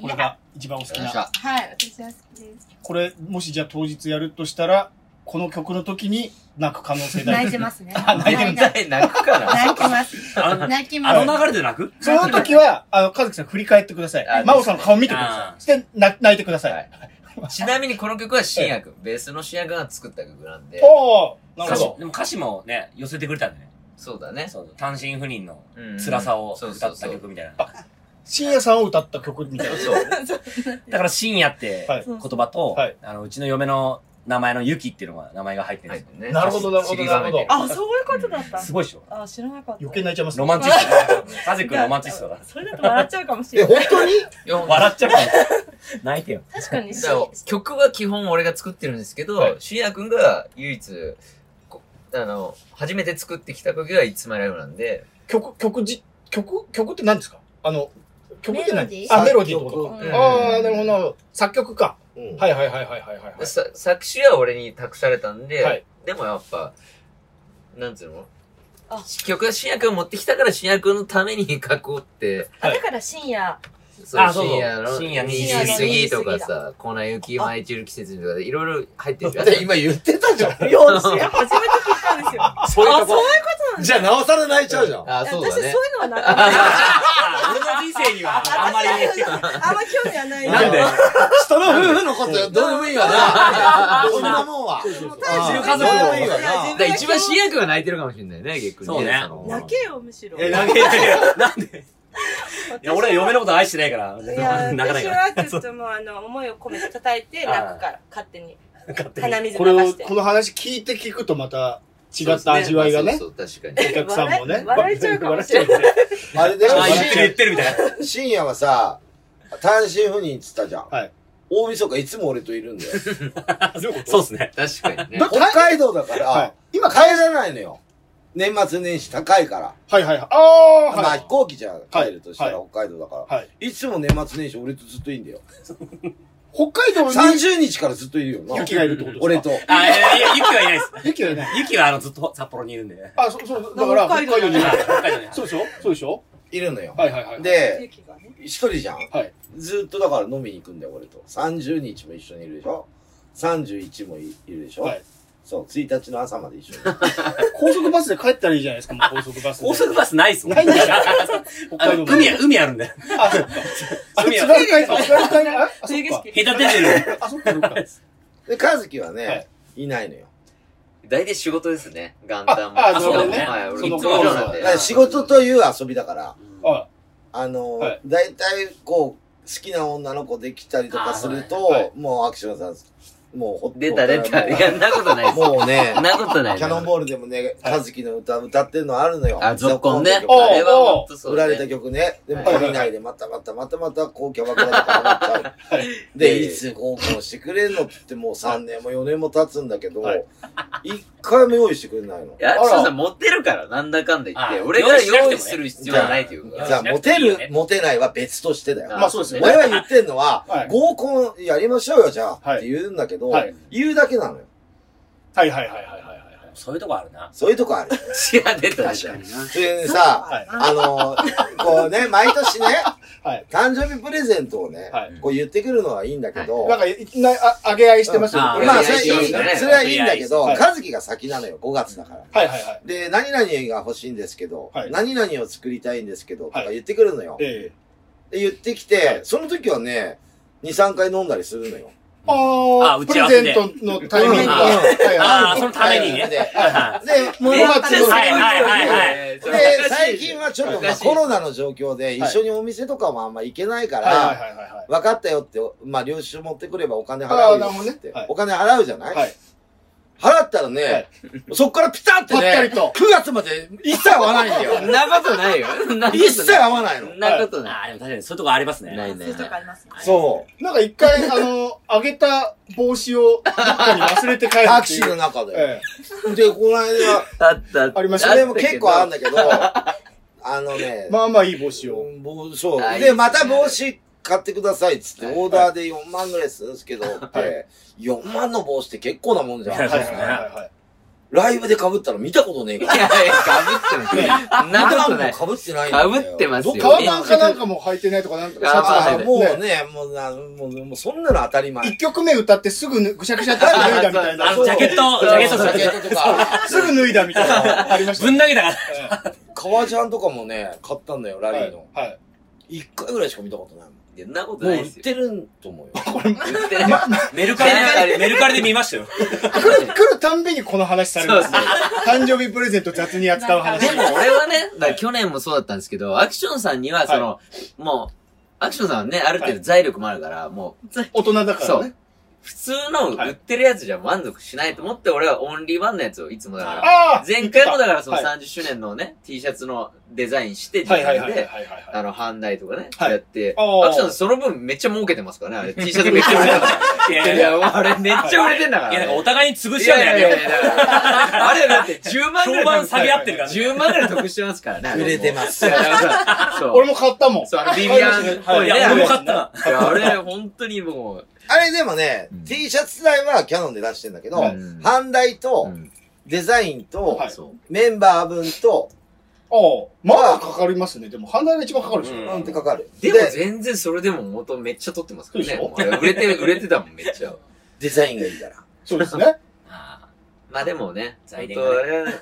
B: これが一番お好きな。
L: はい、私は好きです。
B: これ、もしじゃあ当日やるとしたら、この曲の時に泣く可能性大
F: 泣いてますね。
B: あ泣いてる
F: は
D: 絶対泣くから。
F: 泣き ます。
C: あ
F: 泣きます。
C: あの流れで泣く
B: その時は、あの、かずきさん振り返ってくださ
D: あ
B: い。真央さんの顔見てください。そして、な泣いてくださ
D: はいい。ちなみにこの曲は新薬、ベースの新薬が作った曲なんで、
B: おー、なる
C: 歌
B: ほ
C: 詞
B: ど。
C: でも歌詞もね、寄せてくれたんだね。
D: そうだね。
C: そうそう単身赴任の
D: うん
C: 辛さを
D: そう
C: 歌
D: そう
C: っ
D: そ
C: た
D: う
C: 曲みたいな。
B: 深夜さんを歌った曲みたいな。
D: そう。
C: だから深夜って
B: はい
C: 言葉と、
B: はい
C: あの、うちの嫁の名前のユキっていうのが名前が入ってるん
D: は
C: で
D: い
C: すよ。
D: ね
B: なるほどなるほどなるほど
D: 散りばめて
F: あ、そういうことだった。
C: すごいでしょ
F: あ、知らなかった。
B: 余計泣いちゃいます
C: ロ
B: ね。
C: マンチストだ。カズくんロマンチストだ。
F: それだと笑っちゃうかもし
A: え、
F: れない。
A: 本当に
D: いやほんと
C: 笑っちゃうから。泣いてよ。
L: 確かに
D: だから曲は基本俺が作ってるんですけ
B: は
D: ど
B: い、
D: 新薬君が唯一、こあの、初めて作ってきた曲がいつまライブなんで、
B: 曲、曲じ、曲、曲って何ですかあの、曲って
F: メ
B: 何
F: ロディー
B: あ、メロディーってことか。
D: うん
B: あー、なるほどなるほど。作曲か。
A: うん
B: はいはいはいはいはいはいはい。
D: さ作詞は俺に託されたんで、
B: はい
D: でもやっぱ、なんつうの
F: あ
D: 曲は新薬君を持ってきたから新薬君のために書こうって、
F: あだから深夜、
D: そう
C: あそうそう
D: 深夜の
C: 深夜
D: 2
C: 2
D: 時過ぎとか
F: 深
D: さ、粉雪舞い散る季節とかでいろいろ入ってるじゃん
A: だって今言ってたじゃん。
F: い や、私初めて聞いたんですよ。あ、
C: そういうとこ。
A: じゃあ、なおさら泣いちゃうじゃん。
D: あ、
F: 私そ
D: そうう
F: いう
D: だね。
F: のはなかった。
C: 俺の人生にはあんまり。
F: あんま興味はな い
C: なんで
A: 人の夫婦のことどうでもいいわな。そんなもんは。
F: もう
A: あー
F: ただ自分
A: どうでもいい
F: が
A: わ
F: いや
A: な。
D: だから一番新薬君が泣いてるかもしれないね、逆に。
C: そうね
D: の
F: 泣けよ、むしろ。
C: え、泣けないよ。なんでいや、俺は嫁のこと愛してないから。
F: いや、
C: 泣かない
F: 私
C: から。
F: はちょっともうあの、思いを込めて叩いて泣くから、勝手に。
C: 勝手に
F: 鼻水
B: こ
F: 流
B: れを、
F: して
B: こ。の話聞いて聞くとまた違った味わいがね
D: そ。うですねまあそうそう確かに。
B: お客さんもね。。
F: 笑え笑えちゃうかもしれない
A: あれだよ
C: あ、言ってる言ってるみたいな。
A: 深夜はさ、単身赴任っつったじゃん。
B: はい
A: 大晦日いつも俺といるん だよ。
C: そうですね。
D: 確かにね。
A: 北海道だから、
B: はい
A: 今帰らないのよ。年末年始高いから。
B: はいはいはい。あー、
A: ま
B: は
A: あ
B: い
A: 飛。行機じゃん帰るとしたら
B: は
A: 北海道だから。
B: はい。
A: いつも年末年始俺とずっといいんだよ。
B: 北海道に
A: 30日からずっといるよな。
B: 雪がいるってことですか
A: 俺と。
C: あ、いや、いやユキはいないです。
B: 雪がいない。
C: ユキはあの、ずっと札幌にいるんで。
B: あ、そうそう。だから、
F: 北
B: 北
F: 海
B: 海道に
F: 道
B: い
C: 北
B: ない。
C: 海道に
B: そうでしょそうでしょ
A: いるのよ。
B: はいはいはい。、
A: で、
F: 雪がね
A: 一人じゃん。
B: はい
A: ずっとだから飲みに行くんだよ、俺と。30日も一緒にいるでしょ ?31 もいいるでしょ、
B: はい
A: そう、1日の朝まで一緒に。
B: 高速バスで帰ったらいいじゃないですか、もう高速バスで。
C: 高速バスないっすもん。
B: ないんですよ
C: あ
B: 北海
C: の
B: 道
C: 海、海あるんだよ。
B: あ、そっか。あ、
C: 海
B: 津
C: あ
B: 軽海峡、津軽海峡、あ、そっ
F: 冬景
B: か。
F: 色。
C: 隔ててる。
B: あ、そっか、そっか。
A: で、和樹はね、
B: はい
A: い、ないのよ。
D: 大体仕事ですね。元旦も。
B: ああ
C: そうだね
D: はい、俺
B: そ
D: いつ
B: の
D: もそうなん
B: そう
D: で。
A: だから仕事という遊びだから、
B: あ、
A: あの、
B: はい
A: 大体こう、好きな女の子できたりとかすると、
B: あはいはい
A: もうアクションさん、もうほっ
D: 出た出た。いや、んなことないです。
A: もうね
D: ん、なことない。
A: キャノンボールでもね、和樹の歌歌ってんのあるのよ。
D: あ、ゾッコンね。
B: おう
D: あれはほんとそう
A: 売
D: ね。
A: られた曲ね。でも、
D: はい
A: 借りないで、またまたまたまた、こう、キャバクラとかなっちゃ。
B: はいう
A: で、
D: ええ
A: いつ合コンしてくれんのって言って、もう3年も4年も経つんだけど
B: はい、
A: 一回も用意してくれないの
D: い。や、アクションさん持ってるから、なんだかんだ言って。
C: あ
D: 俺が
C: 用意しなくても
D: 用
C: ね
D: 意する必要はないという
C: や
A: じゃ
D: か。
A: あ、モテる、モテないは別としてだよ。
D: あ
B: まあそうですよ
A: 俺
B: ね。
A: は言ってんのは、
B: はい
A: 合コンやりましょうよ、じゃあ、
B: はい
A: って言うんだけど、
B: はい
A: 言うだけなのよ。
B: はいはいはいはいはいはい。
C: そういうとこあるな。
A: そういうとこある。
D: 血が出たでしょ。
A: それでさ、
B: はい
A: あ のーこうね、毎年ね、
B: はい
A: 誕生日プレゼントをね、
B: はい
A: こう言ってくるのはいいんだけど、
B: なんか、いきなり、あ、上げ合いしてますよ
C: あ
B: ね。
A: まあ、
D: 上げ
A: そ
D: 合
A: れ
D: い
A: い
D: し
A: い
D: ますよね
A: それはいいんだけど、
B: はい
A: 和樹が先なのよ、5月だから。
B: はいはいはい。
A: で、何々が欲しいんですけど、
B: はい
A: 何々を作りたいんですけど、とか
B: はい
A: 言ってくるのよ。
B: ええ。
A: で言ってきて、その時はね、2、3回飲んだりするのよ。
B: あ
C: あ
B: あ、プレゼントのタイミングが。
C: あ
B: はい
C: ああ、
B: は
C: そのために
A: はい
C: ね。
A: で
B: いはい。
A: で、もう
B: めっ
A: 5
B: ちゃ
A: 月の
C: はいはいはいはい
D: えーそれおかし
A: で、
D: い
A: 最近はちょっとまあコロナの状況で一緒にお店とかもあんま行けないか
B: はい
A: ら、
B: はいはいはい。
A: 分かったよって、まあ領収書持ってくればお金
B: あ
A: 払
B: あ、
A: う
B: な
A: よ
B: るほどね
A: って。。
B: はい。
A: お金払うじゃない
B: はい。
A: 払ったら
B: は
A: ね
B: い、
A: そっからピタって
B: ぱった
A: ね
B: り、と
A: 9月まで一切合わないん だ
D: そ
A: よ。
D: んなことないよ。そんなことない
A: 一切合わない
D: そ
A: の
D: ん。なことない。
C: ああ、でも確かにそういうとこありますね。
D: ない
F: そう
D: ね
F: いう。とこありますね。
A: そう。
B: なんか一回、あの、あげた帽子をどっかに忘れて帰るっていう。
A: タクシーの中で。
B: ええ。
A: で、この間、
D: あった
B: ありまし
A: そ
B: た
A: れ
B: ね。
A: も結構あるんだ けど、あのね、
B: まあまあいい帽子を。
A: うん帽子そう
D: あいいです
A: で、
D: ね
A: また帽子買ってくださいっつって、
D: はい
A: オーダーで4万ぐらいするんですけど、って、
B: はい
A: 4万の帽子って結構なもんじゃん。
C: はい
B: はいは
C: そう
B: い
C: ですね
B: はいはい。
A: ライブで被ったの見たことね えから。いや、被ってない。
D: なことない
A: 被ってないんだよ。
D: 被ってますよ
A: どっ
B: 革
A: か
B: パンかなんかも履いてないとか、なんか、シャツ
A: あ
B: が
A: ーもう
B: ね。
A: ね、もうな、もう、もうそんなの当たり前
B: 一。曲目歌ってすぐぬぐしゃぐしゃって脱いだみたいな。
C: あの、ジャケット、ジャケット
A: ジャケットとか、
B: すぐ脱いだみたいな。ありました
C: ぶ
B: ね。
C: ん投げたから。
A: 革ジャンとかもね、買ったんだよ、ラリーの。
B: はいはい。
A: 一回ぐらいしか見たことないもん。も
D: そんなこと
A: う
D: ない
A: 売
D: で
A: っ
D: すよ。
A: てると 思うよ。
D: 売ってない。
C: メルカリで、メルカリで見ましたよ。
B: 来る、来るたんびにこの話されるんですよ。誕生日プレゼント雑に扱う話。
D: でも俺はね、だから去年もそうだったんですけど、アクションさんには、その、もう、アクションさんはね、ある程度財力もあるから、もう、ざ
B: 大人だから
D: そ
B: ね
D: う。。普通の売ってるやつじゃ満足しないと思って、俺はオンリーワンのやつをいつもだから、
B: ああ
D: 前回もだからその
B: はい
D: 30周年のね、T シャツのデザインして、自
B: はいはいは
D: 分
B: いはい
D: で、
B: はいはい。
D: あの、販売とかね、
B: はい
D: やって、
B: あー
D: アクションその分めっちゃ儲けてますからね、あれ T シャツめっちゃ売れてます
C: い
D: いやいや、もうあれめっちゃ売れてんだか
C: い
D: ら、ね。
C: や、なんかお互いに潰
D: い
C: し合うの
D: や
C: やめ
D: い
C: よ
D: やいや、だからあれだって10万
C: う。評
D: ぐらい
C: 判下げ合ってるからね。
D: 10万ぐらい得してますからね。あ れ。
A: 売れてます
D: いやだからそう。
B: 俺も買ったもん。
D: そう、あの、ビビアンっぽい
C: い
D: ね。
C: や、
D: あ
C: 俺
D: れ
C: も買ったな。
D: いやあれ、本当にも
A: あれでもね、T シャツ代はキャノンで出してんだけど、
D: うん
A: 販売
D: う、
A: と、
D: ん
A: デザインと
B: はい、
D: そう。
A: メンバー分と、
B: ああ、まだかかりますね。でも、鼻が一番かかるでしょ。
C: うん
A: なんてかかる。
D: でも全然それでも元めっちゃ取ってますから
B: そうで
D: ね
B: しょ。
D: 俺売れて、売れてたもん、めっちゃ。
A: デザインがいいから。
B: そうですね。
D: あーまあでもね、
C: 財
D: 本
C: 源
D: 当
C: が
D: あれはね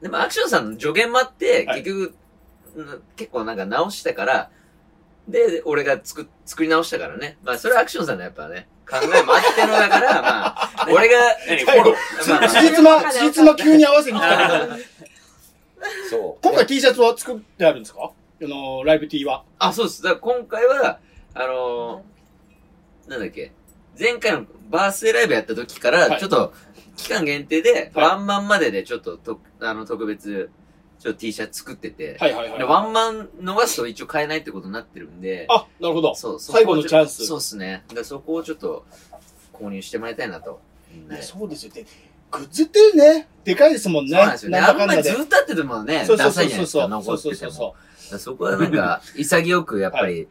D: でもアクションさんの助言もあって、
B: はい
D: 結局、うん結構なんか直したから、で、俺が作、作り直したからね。まあそれはアクションさんのやっぱね、考えもあってのだから、ま あ、俺が、
C: 何フォロー
D: まあまあ
B: つじつま、つじつま急に合わせに来たけど。
A: そう。
B: 今回 T シャツは作ってあるんですかあの、ライブ T は。
D: あ、そうです。だから今回は、あのーなんだっけ、前回のバースデーライブやった時か
B: は
D: ら、
B: い
D: ちょっと、期間限定で、
B: はい
D: ワンマンまででちょっとと、あの、特別、ちょっと T シャツ作ってて、
B: はいはいはい。
D: でワンマン逃すと一応買えないってことになってるんで、
B: あ、なるほど。
D: そう、そこを
B: 最後のチャンス
D: そうですね。だからそこをちょっと、購入してもらいたいなと。
B: い
D: ね
B: やそうですよ。で、グッズってね、でかいですもんね。
D: そうなんですよね。
B: な
D: あ
B: ん
D: ん
B: だかん
D: ま
B: だ
D: り
B: で
D: ず。っとやっててもね、
B: そうそ
D: ダ
B: う
D: サ
B: そ
D: いうじゃない
B: そう
D: です
B: そう。そ
D: か、残
B: う
D: っ
B: そう
D: てて
B: そう
D: も。
B: そ。
D: だからそこはなん か、潔く、やっぱり、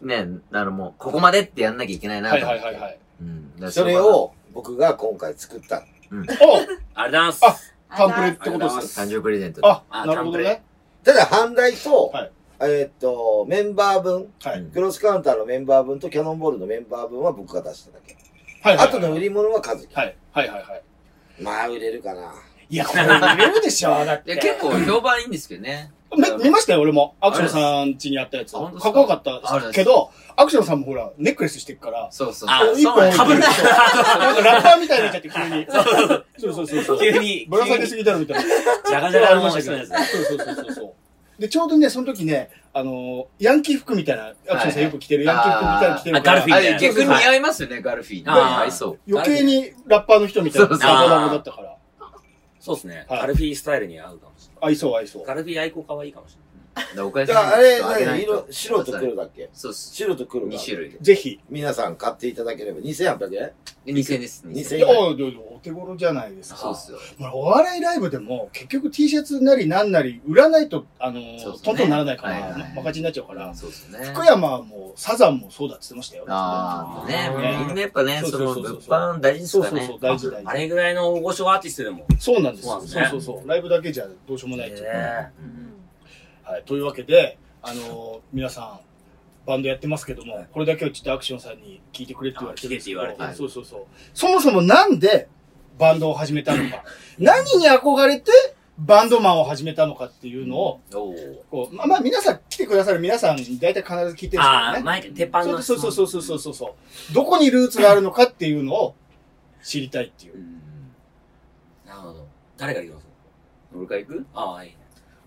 D: ね、あのもう、ここまでってやんなきゃいけないうなと
B: はい
D: 思っ
B: は
D: て。
B: いはいはい。
D: うん。だから
A: それ、を僕が今回作った。
B: お
C: ありがとうございます。
B: タンプレってことです
D: 誕生日プレゼントで。
B: あ、
C: あ
B: なるほどね。
A: ただ、販売と、
B: はい
A: えーっと、メンバー分、
B: はい。
A: クロスカウンターのメンバー分とキャノンボールのメンバー分は僕が出しただけ。
B: はい。
A: あとの売
B: り。
A: り物はカズキ。
B: はい。はいはいはい。
A: まあ、売れるかな。
B: いや、これ売れるでしょ。だっ
D: いや、結構評判いいんですけどね。
B: め見ましたよ、俺も。アクションさん家にあったやつ。
D: あ
B: か
D: 本
B: っ
D: 当ですか
B: こよかったけど、アクションさんもほら、ネックレスしてるから、
D: そうそう
C: あ
D: そう。
B: 一
D: そうなんです
B: 本
C: 被
D: よ
C: る
B: なんかラッパーみたいになっちゃって、急に。そうそうそうそう。
C: 急に、
B: ぶら下
C: 急
B: げ
C: に、
B: すぎだろ、みたいな。
C: じゃがじゃがの人のやつ。
B: そうそうそうそうそう。で、ちょうどね、その時ね、あのー、ヤンキー服みたいな、アクションさんよく着てるヤンキー服みたいなの着てるか
C: あガルフィ
B: ら、
C: ー
D: あれ逆に似合いますよね、ガルフィーに。
C: あー
D: 合いそう。
B: 余計にラッパーの人みたいな
D: そうそう
B: サボダムだったから、
C: そうですね。
B: はい
C: カルフィースタイルに合うかもしれ
B: 合いそう合いそ
C: な
B: う
C: い。。カルフィー愛好可愛いかもしれない。
D: だからお返し
A: じ
D: に
A: ゃあ、あれ、
D: げな
A: 何
D: い
A: 色、白と黒だっけ
D: そうっす。
A: 白と黒が
D: 2。種類。
B: ぜひ。
A: 皆さん買っていただければ2800円
D: 2000円です。
A: 2000
B: い
A: 円
B: や、おお手頃じゃないです
D: そう
B: か。
D: っすよ。
B: ほらお笑いライブでも、結局 T シャツなりなんなり、売らないと、あのー
D: そうそうね
B: トントンならないか
D: はいはい
B: ら、マガジンになっちゃうから、
D: そうっすよね。
B: 福山もサザンもそうだって言ってましたよ。
D: ああ、ね、
B: ね
D: みんなやっぱね、
B: そう
D: そ
B: そう
D: の
B: そう
D: 物
B: そう
D: 販大事です
B: そう
D: か
B: そうそ
D: ね
B: う、。大事大
C: あ
B: 事。
C: れぐらいの大御所アーティストでも。
B: そうなんですよ。
C: そう
B: そ
C: な
B: う
C: んです
B: そう
C: ね
B: そう。ライブだけじゃどうしようもないっていうか。
C: ね
B: はい、というわけで、あのー皆さん、バンドやってますけども、これだけはちょっとアクションさんに聞いてくれって言われてるんですけど
C: あ聞けって言われ
D: て
B: そうそうそう。そもそもなん でバンドを始めたのか、何に憧れてバンドマンを始めたのかっていうのを、
D: おー
B: こう、まあまあ皆さん来てくださる皆さん、大体必ず聞いてるんですよね。
C: ああ、前、鉄板の。
B: そうそうそうそうそうそうそう。どこにルーツがあるのかっていうのを知りたいっていう
C: う。ん。なるほど。誰から行きます
D: 俺から行く
C: ああ、いい。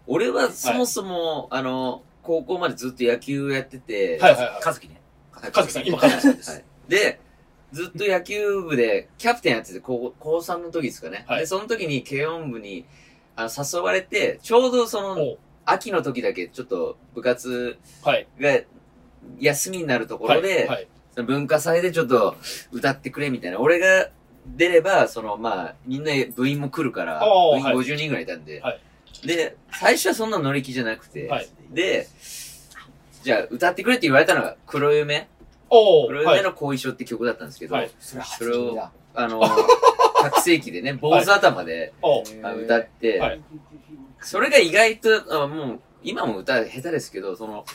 D: 俺はそもそも、あの、高校までずっと野球をやってて、
B: はいはいはい。
C: かずきね。
B: かずきさん、今かずきさんです。
D: はいで、ずっと野球部でキャプテンやってて、高高3の時ですかね。
B: はい
D: で、その時に軽音部にあの誘われて、ちょうどその
B: お、
D: 秋の時だけちょっと部活
B: はい。
D: が休みになるとこ
B: は
D: ろ
B: い。
D: で、
B: はい。
D: その文化祭でちょっと歌ってくれみたいな。俺が出れば、そのまあ、みんな部員も来るから、
B: おー
D: 部員
B: はい
D: 50人ぐらいいたんで、
B: はい
D: で、最初はそんな乗り気じゃなくて、
B: はい
D: で、じゃあ歌ってくれって言われたのが黒夢、
B: おー
D: 黒
B: は
D: 夢
B: い。
D: の後遺症って曲だったんですけど、
B: はい
D: それを、あの、覚醒器 でね、坊主頭で、あ歌って、それが意外と、あもう、今も歌下手ですけど、その、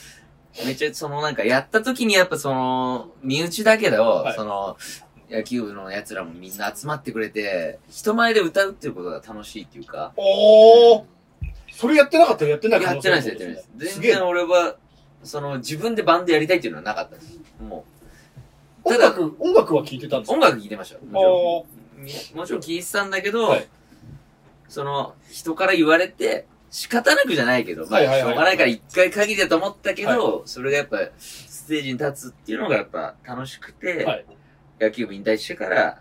D: めっちゃ、そのなんか、やった時にやっぱその、身内だけど、
M: はい
D: その、野球部の奴らもみんな集まってくれて、人前で歌うっていうことが楽しいっていうか、
B: おーそれやってなかったらやってない
D: やってないです、やってないです。全然俺は、その、自分でバンドやりたいっていうのはなかったです。もう。ただ、音
B: 楽、音楽は聴いてたんです
D: か音楽聴いてましたよ。もちろん
B: お
D: もちろん聞いてたんだけど、その、人から言われて、仕方なくじゃないけど、ま
B: は
D: あ、
B: い
D: し
B: はいはい
D: ょうがないから一回限りだと思ったけど、
B: は
D: それがやっぱ、ステージに立つっていうのがやっぱ楽しくて、
B: はい
D: 野球部引退してから、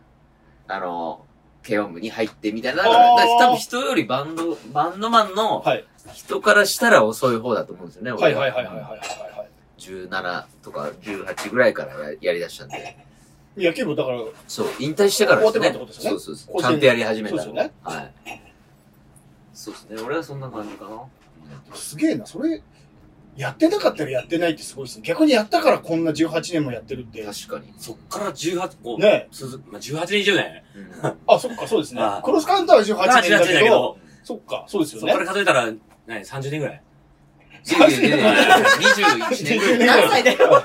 D: あの、軽音部に入ってみたいな。だ
B: あー
D: から多分人よりバンド、バンドマンの人からしたら遅い方だと思うんですよね、
B: はい
D: 俺
B: はいはいはいはい
D: 17とか18ぐらいからややり出したんで。
B: い。野球部だから、
D: そう、引退してからで
B: 終わっ
D: すね。
B: てからってことですよね
D: そうそうそう。
B: 甲
D: ち
B: 子園
D: ゃんとやり始めたの。
B: そうですよね
D: はい。そうですね。俺はそんな感じかな。
B: すげえな、それ、やってなかったらやってないってすごいですね。逆にやったからこんな18年もやってるって。確
D: かに。
B: そっ
C: から18個。
B: ね
C: 続くまあ、18、20年。
B: あ、そっか、そうですね
C: あ。
B: クロスカウンターは18年だ
C: 18年だ
B: け
C: け
B: ど
C: ど、
B: そっか、そうですよ
C: そ
B: ね。
C: こから数えたら、何、30年ぐらい。
D: 30年ぐらい何歳だ
B: よ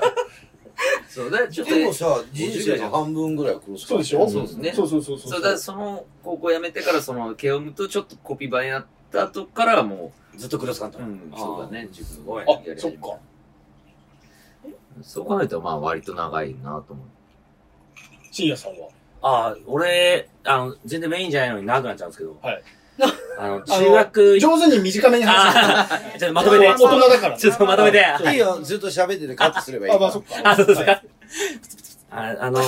D: そうだ、ちょっと。
A: でもさ、人生の半分ぐらいはクロスカ
D: そう
A: ウンター
D: でしょそうですね。
A: そうそうそうそう
D: だからその高校辞めてから、その、ケオムとちょっとコピー版やった後からはもう。
C: ずっとクロスカント
D: うん、そうだね。自分
C: ごい
D: あ、そっ
B: か。
D: そう考えたら、まあ割と長いなと思う。
B: 深夜さんは
C: ああ、俺、あの、全然メインじゃないのに長くなっちゃうんですけど。
B: はい。
C: あの、
B: あの
C: 中学、
B: 上手に短めに話して
C: あーちょっとまとめて。
B: 大人だから
C: ちょっとまとめて。
A: いいよ、ずっと喋っててカットすればいい。
C: あまあそっ かあそうですか
A: はい。
C: ああの、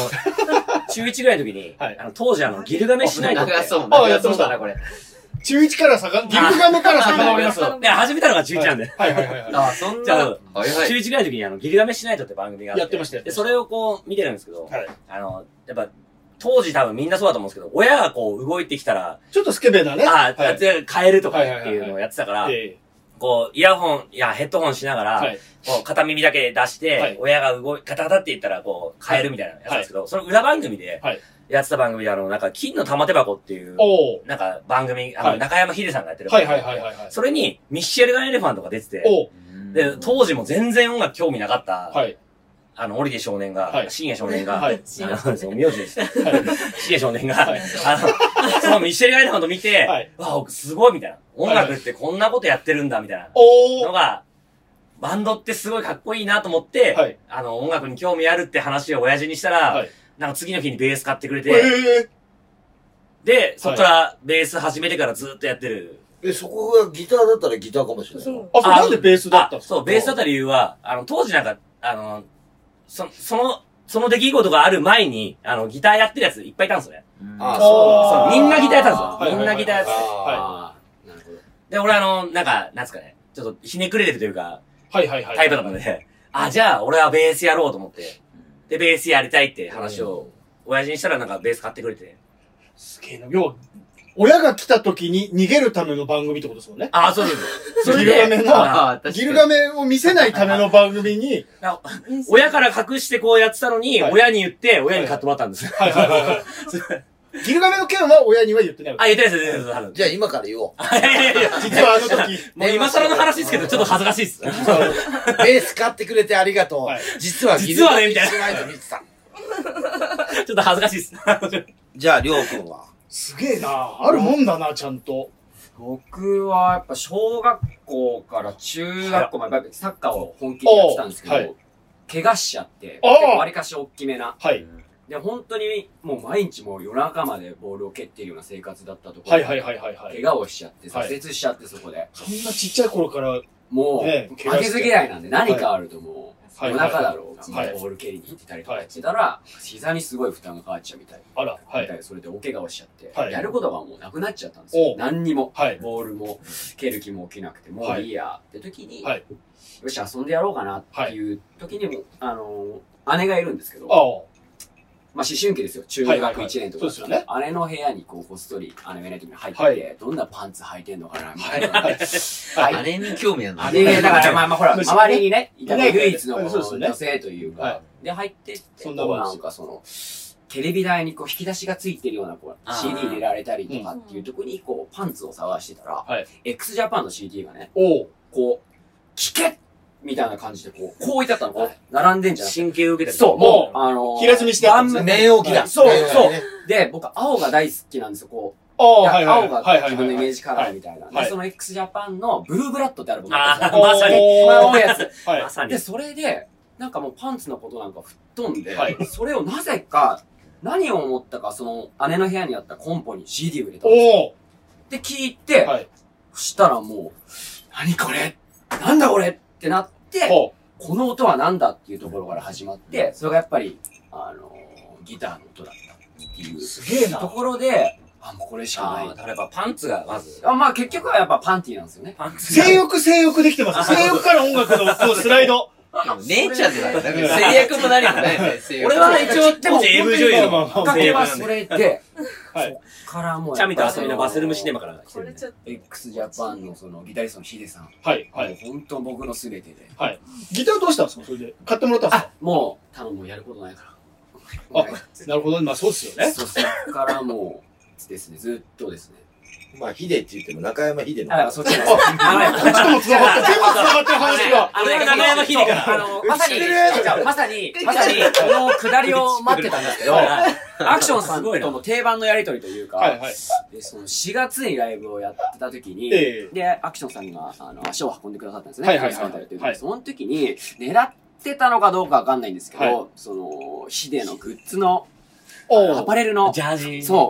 C: 中1ぐらいの時に、あの当時あの、ギルガメシナイトって。
D: 長そう長そうだなあやってました
C: ね、
D: これ。
B: 中1からさか、ギルガメから遡ります
C: あいや、始めたのが中1なんで。
B: はいはいはい。
D: あ、そん
C: じ ゃあ、
D: はいはい
C: 中1ぐらいの時にあの、ギルガメシナイトって番組があって。
B: やってましたよ
C: で、それをこう、見てるんですけど、あの、やっぱ、当時多分みんなそうだと思うんですけど、親がこう、動いてきたら、
B: ちょっとスケベだね。
C: ああ、
B: はい
C: で変えるとかっていうのをやってたから、こう、イヤホン、いや、ヘッドホンしながら、
B: はい
C: こう、片耳だけ出して、親が動い、ガタガタって言ったら、こう、変えるみたいなやつなんですけど、その裏番組で、やってた番組で、あの、なんか、金の玉手箱っていう、
B: お
C: なんか、番組、あの、
B: はい
C: 中山秀さんがやってる
B: はいはいはいはいはい
C: それに、ミッシェルガン・エレファントが出てて、で、当時も全然音楽興味なかった、あの、オリデ少年が、深夜少年が、
B: はい
C: あのそう名字です。深夜少年が、あの、そのミッシェル・ガイランド見て、わあ、すごいみたいな。音楽ってこんなことやってるんだ、みたいな。のが、バンドってすごいかっこいいなと思って、あの、音楽に興味あるって話を親父にしたら、なんか次の日にベース買ってくれて、で、そっからベース始めてからずっとやってる。
A: え、そこがギターだったらギターかもしれない。
C: あ、そうなんで
B: ベース
C: だったそう、ベースだった理由は、あの、当時なんか、あの、そその、その出来事がある前に、あの、ギターやってるやついっぱいいたんですよね。
A: あー
C: そうそうみんなギターやったん
A: はいはい
C: ですよ。みん
A: は
C: ないギターやってて。で、俺あの、なんか、なんすかね、ちょっとひねくれてるというか、
B: はいはいはい。
C: タイプだったので、あ、じゃあ俺はベースやろうと思って、で、ベースやりたいって話を、親父にしたらなんかベース買ってくれて。
B: すげえな。要は、親が来た時に逃げるための番組ってことですもんね。
C: あ、そうです。 それ
B: ギ
C: で
B: ルガメ
C: あー確か
B: の、
C: に
B: ギルガメを見せないための番組に、
C: 親から隠してこうやってたのに、親に言って、親に買ってもらったんです。はいはいはい。
B: ギルガメの件は親には言ってない
C: あ、言ってないです、言ってないです。
A: じゃあ今から言おう。
C: いやいやいや、
B: 実はあの時。
C: もう今更の話ですけど、ちょっと恥ずかしいです。
A: ベース買ってくれてありがとう。実はギル
C: 実は
A: ガ
C: ね、
A: メ
C: みた
A: シナイト見
C: い
A: てた。
C: な。ちょっと恥ずかしい です。
A: じゃあ、りょうくんは
B: すげえな。あるもんだな、ちゃんと。
I: 僕はやっぱ小学校から中学校までやっぱりサッカーを本気でやってたんですけど、
B: おうはい
I: 怪我しちゃって、
B: あー
I: わりかし大きめな。で、本当にもう毎日もう夜中までボールを蹴っているような生活だったところ、
B: はいはいはいはいはい
I: 怪我をしちゃって、
B: はい
I: 挫折しちゃってそこで。
B: そんなちっちゃい頃から、
I: もう、
B: ね
I: 負けず嫌いなんで何かあるともう、
B: はい
I: 夜中だろうが、
B: はい
I: ボール蹴りに行ってたりとかしてたら、膝にすごい負担がかかっちゃうみたい。。
B: あら、はい
I: それで大怪我をしちゃって、
B: はい
I: やることがもうなくなっちゃったんですよ
B: お。
I: 何にも、ボールも蹴る気も起きなくて、も
B: は
I: う
B: い
I: いいやって時に、
B: はい
I: よし、遊んでやろうかなっていう時にも、あのー、姉がいるんですけど、まあ、思春期ですよ。中学
B: はいはい
I: 1年とかだっ
B: そ
I: たん
B: う
I: で、
B: です
I: 姉の部屋にこう、こっそり姉がいない時に入って、
B: はい
I: どんなパンツ履いてんのかな、みたいな。
D: はい。あれに興味あるの
I: 姉がだから、まあま あ、ほら、周りにね、い
B: い
I: た
B: ない
I: 唯一のこ
B: そうですよ
I: の
B: ね
I: 女性というか、で、入ってって、
B: そんな
I: こ
B: も
I: うんな
B: です
I: んかその、テレビ台にこう引き出しがついてるようなこう
C: あー
I: CD 入れられたりとかっていうとこにこうパンツを探してたら、x ジャパンの CD がね、こう、聞けみたいな感じでこう、こう置いてあったのこう並んでんじゃん。神経受けてそう、もう、あのー、
B: 平積みしてあったんですね
I: 盤面
B: 念置きだ
I: そう、
B: はい
I: そう
B: はいはい。
I: で、僕、青が大好きなんですよ、こう。
B: あーはいはいはい
I: 青が自分のイメージカラーみたいな。
B: はいはい
I: で、その x ジャパンのブルーブラッドってアルバム
C: あ
I: が
C: ーまさに
I: 青いやつ。
C: はいまさに
I: で、それで、なんかもうパンツのことなんか吹っ飛んで、
C: はい
I: それをなぜか、何を思ったか、その、姉の部屋にあったコンポに CD を入れたんですよ。で、聞いて、そしたらもう、何これなんだこれってなって、この音は何だっていうところから始まって、それがやっぱり、あのーギターの音だったっていう。す
C: げえな
I: ところで、あ、もうこれしかない。だからやっぱパンツがまず。あ、まあ結局はやっぱパンティーなんですよね。
B: 性欲、性欲できてます。性欲から音楽のこうスライド。
D: ネイチャーズだよ。だから制約も何もないよね。制約
I: 俺は一応、でも、
C: 本当に
I: はそれで、
C: はい。
I: からもう
C: チャミとアサミのバスルームシネマから来てるね。
I: x ジャパンのそのギタリストのヒデさん。
B: はい、
I: はい。本当僕の全てで。
B: はい。ギターどうしたんですかそれで。買ってもらったんですか
I: もう、多分もうやることないから。
B: あ、なるほど。まあそうですよね。
I: そうそっからもう、ですね、ずっとですね。
A: まあ、ヒデって言っても中山ヒデの。
I: あ、そっち の方
A: あこっちとも繋がってる全部繋がってる話が
I: あのね
A: 中山秀から
I: あの、まさ
A: 知っ
I: に
A: てるやつだ、
I: まさに、まさに、この下りを待ってたんですけど、
C: はいはい
I: アクションさんとの定番のやりとりというか、
C: はいはい
I: でその4月にライブをやってた時に、
C: え
I: で、アクションさんがあの足を運んでくださったんですね。
C: はいはいはい
I: クリスマスライブとうこと
C: は
I: で
C: い
I: その時に、狙ってたのかどうかわかんないんですけど、
C: はい
I: その、ヒデのグッズの、
B: お
I: アパレルの、ジャージそう、
B: お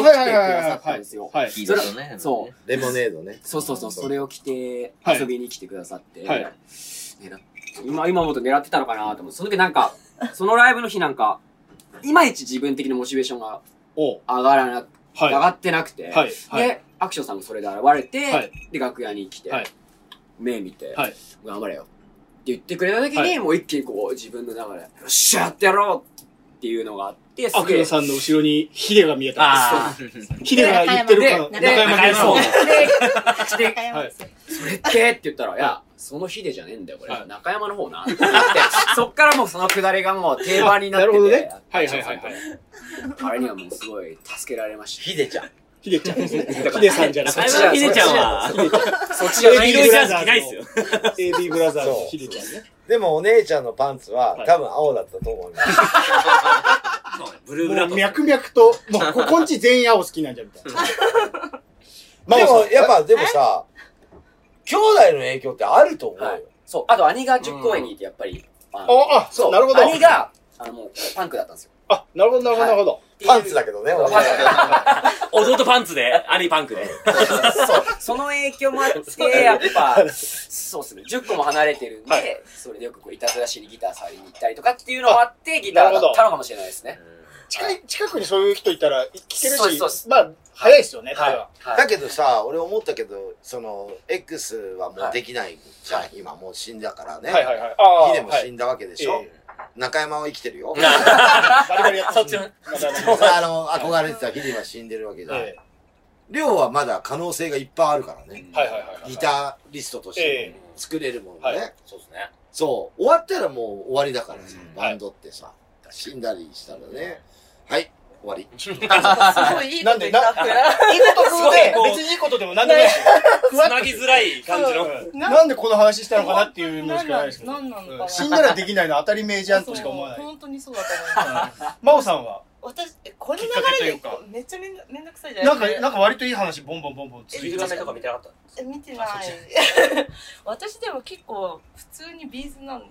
B: ー
I: 着てきて
B: はいは
I: く
B: いはいはい
I: ださったんですよ。
B: はい
I: それ
B: いいですよね
I: そう。
A: レモネードね。
I: そうそうそう、それを着て、
B: はい
I: 遊びに来てくださって、
B: はい
I: 狙っ今、今思うと狙ってたのかなと思って、その時なんか、そのライブの日なんか、いまいち自分的なモチベーションが上がらな、
B: はい
I: 上がってなくて、
B: はいはい
I: で、アクションさんもそれで現れて、
B: はい
I: で、楽屋に来て、
B: はい
I: 目見て、
B: はい
I: 頑張れよって言ってくれた時に、
B: はい
I: もう一気にこう、自分の中で、よっしゃ、やってやろうっていうのがあって、す
B: アク
I: げえ
B: ロさんの後ろにヒデが見えたんです
I: あー
B: ヒデが言ってるから、
I: でで
B: 中山
I: そう
B: 秀さん。
I: で、それってって言ったら、いや、その日でじゃねえんだよ、これ。中山の方な。 ってそっからもうそのくだりがもう定番になってて。
B: なるほどねはいはいはいはい
I: あれにはもうすごい助けられました。
A: ヒデちゃん。
B: ヒデちゃん。ヒデさんじゃなくて。
I: 中山秀ちゃんは
B: そっちじゃない。
A: AB ブラザーズ
B: ないですよ。AB ブラザーズのヒデちゃんね。
A: でもお姉ちゃんのパンツは、多分青だったと思います。
C: ブル
B: ーブラ脈々と、も う、ここんち全員青好きなんじゃ、みたいな。まあ
A: でも
B: そ、う
A: やっぱ、でもさ、兄弟の影響ってあると思うよ。
I: そう。あと兄が10公演にいて、やっぱり。あ
A: ああそうなるほど
I: 兄が、あの、もうパンクだったんですよ。
B: あ、なるほど、なるほど、なるほど。
A: パンツだけどね、俺
C: 弟パンツで、兄パンクで。
I: そう。その影響もあって、やっぱ、そうっすね。10個も離れてるんで、それでよくこう、いたずらしにギター触りに行ったりとかっていうのもあって、ギターだったのかもしれないですね。
B: 近い、近くにそういう人いたら、聞ける
I: そうですそうで
B: し、まあ、早いですよね、多分
A: だけどさ、俺思ったけど、その、X はもうできないじゃん。今もう死んだからね。
B: はいはいはいあー
A: ヒデも死んだわけでし
B: は
A: ょ
B: いえ。
A: 中山は生きてるよ。
B: バリバリやって
A: そっちの、あの、憧れてたヒデは死んでるわけじゃん。りょうはまだ可能性がいっぱいあるからね。
B: はいはいはいはい
A: ギタリストとしても作れるもんね。
C: そうですね。
A: そう。終わったらもう終わりだからさ、バンドってさ、死んだりしたらね。はい、終わり。
B: すごいいいこと言ったなんでないいことすごいこう別にいいことでも何でもないし
C: つなぎづらい感じの。
B: うん なんでこの話したのかなっていうのしかないですけど。
F: 何なのかな
B: 死んだらできないの当たり前じゃんとしか思わない。
F: 本当にそうだと思います
B: 真央さんは、
F: 私えこの流れでめっちゃめんどめんどくさいじゃな
B: ないん
F: です
B: か、なんか割といい話、ボンボンボンボン続いて
F: ビーズ
B: とか見てなかった
F: え見てない 私でも結構普通にビーズなん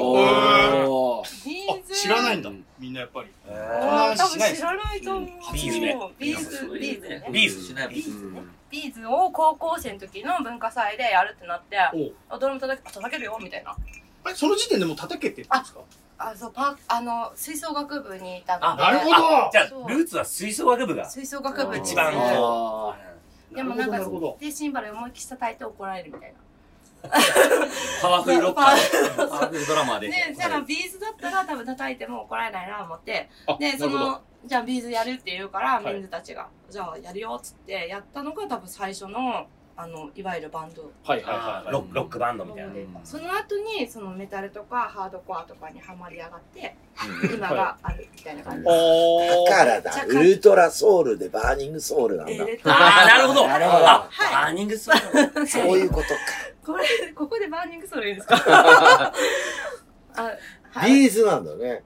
B: お
F: ビーズ
B: 知らないんだ、みんなやっぱり。こんな
F: あー多
B: 話しな
F: 分
B: い
F: 知らないと思う
B: ビーズね
F: ビーズビーズね
C: ビーズしない
F: ビーズねビーズを高校生の時の文化祭でやるってなってあドラム叩け叩けるよみたいな
B: あれその時点でもう叩けてるんですか
F: あそうパーあの吹奏楽部にいたの
C: あ
F: で
C: あじゃ
F: そう
C: あ、ルーツは吹奏楽部が。
F: 吹奏楽部
C: 一番。
F: あでもなん
C: な
F: か
C: るほど
F: でシンバル思いっきり叩いて怒られるみたいな
C: パワフルロッカー。パワフルドラマーで。
F: でじゃあビーズだったら多分叩いても怒られないなと思って
C: あ
F: で
C: な
F: そ
C: るほど
F: のじゃあビーズやるって言うから
C: はい
F: メンズたちが、じゃあやるよっつってやったのが多分最初のあのいわゆるバンド
C: はいはいはい。ロックロックバンドみたいな。
F: その後にそのメタルとかハードコアとかにはまり上がって今があるみたいな感じです、
A: だからだ、ウルトラソウルでバーニングソウルなん だ。
F: あーなるほど
A: なるほど。
F: あ
C: バーニングソウ
F: ル
A: そういうことか。
F: これここでバーニングソウルいいですか あ
A: ビーズなんだね。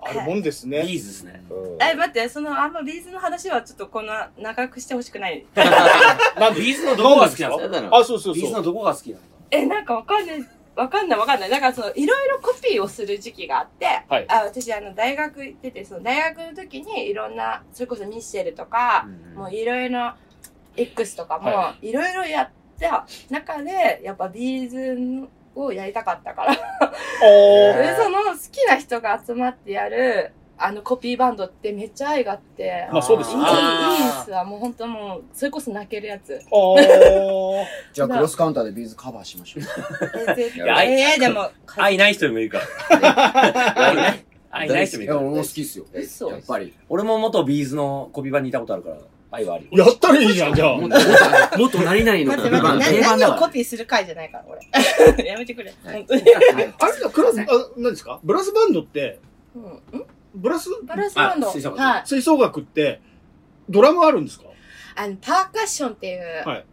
B: あるもんですね。
C: ビーズですね。
F: え待ってそのあんまビーズの話はちょっとこんな長くしてほしくない
C: なんでビーズのどこが好きなんですか
B: あ、そうそうそう。
C: ビーズのどこが好きなんですか
F: えなんかわかんないわかんないわかんないなんかそのいろいろコピーをする時期があって、
C: はい
F: あ私あの大学行っててその大学の時にいろんなそれこそミッシェルとか、もういろいろ X とか
N: は
F: もいろいろやった中でやっぱビーズをやりたかったから
B: お
F: でその好きな人が集まってやるあのコピーバンドってめっちゃ愛があって
B: まあそうです
F: いい
B: よ
F: い
B: ね
F: いっすわもう本当もうそれこそ泣け るやつ
D: じゃあクロスカウンターでビーズカバーしましょう。
F: いやえーでも
C: 愛ない人もいるから。愛ない。愛ない人もいるから。
D: いや俺も好きっすよ。
F: 嘘。
D: やっぱり。。
C: 俺も元ビーズのコピー版にいたことあるから、愛はある
B: よ。やったらいいじゃん、じゃあ。
C: もっと何々のコピー版、
F: な
C: 定番
F: 何
C: だ
F: を
C: か
F: コピーする回じゃないから、俺。やめてくれ。 本当に。
B: あれだ、クラス、あ、何ですかブラスバンドって、
F: うんん
B: ブラス
F: ブラスバンド
B: あ吹奏楽
F: はい
B: 吹奏楽って、ドラムあるんですか
F: あの、パーカッションっていう、
B: はい。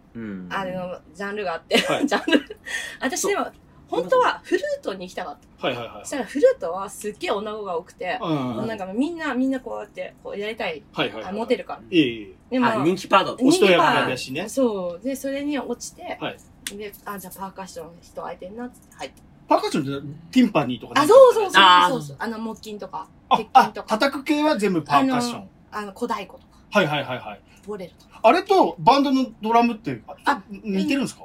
F: あの、ジャンルがあって、
B: はい
F: ジャンル。私でも、本当はフルートに行きたかった。
B: はいはいは
F: そしたらフルートはすっげえ女子が多くて、
B: うんうんうん
F: もうなんかみんな、みんなこうやって、こうやりたい。
B: はいはいはい
F: あモテるから。
B: い。いえいえいえ。
F: でもあ人気
C: パート
F: 人気パー
B: だしね。
F: そう。で、それに落ちて、
B: はい。
F: で、あ、じゃあパーカッション人相手になっつって入って。
B: パーカッションってティンパニーとか
F: あ、そうそうそう
B: あ
F: そうそう。あの、木琴とか、
B: あ、あ、叩く系は全部パーカッション。
F: あの、小太鼓とか、
B: はいはいはいはい。
F: ボレロとか。
B: あれとバンドのドラムって、あ似てるんですか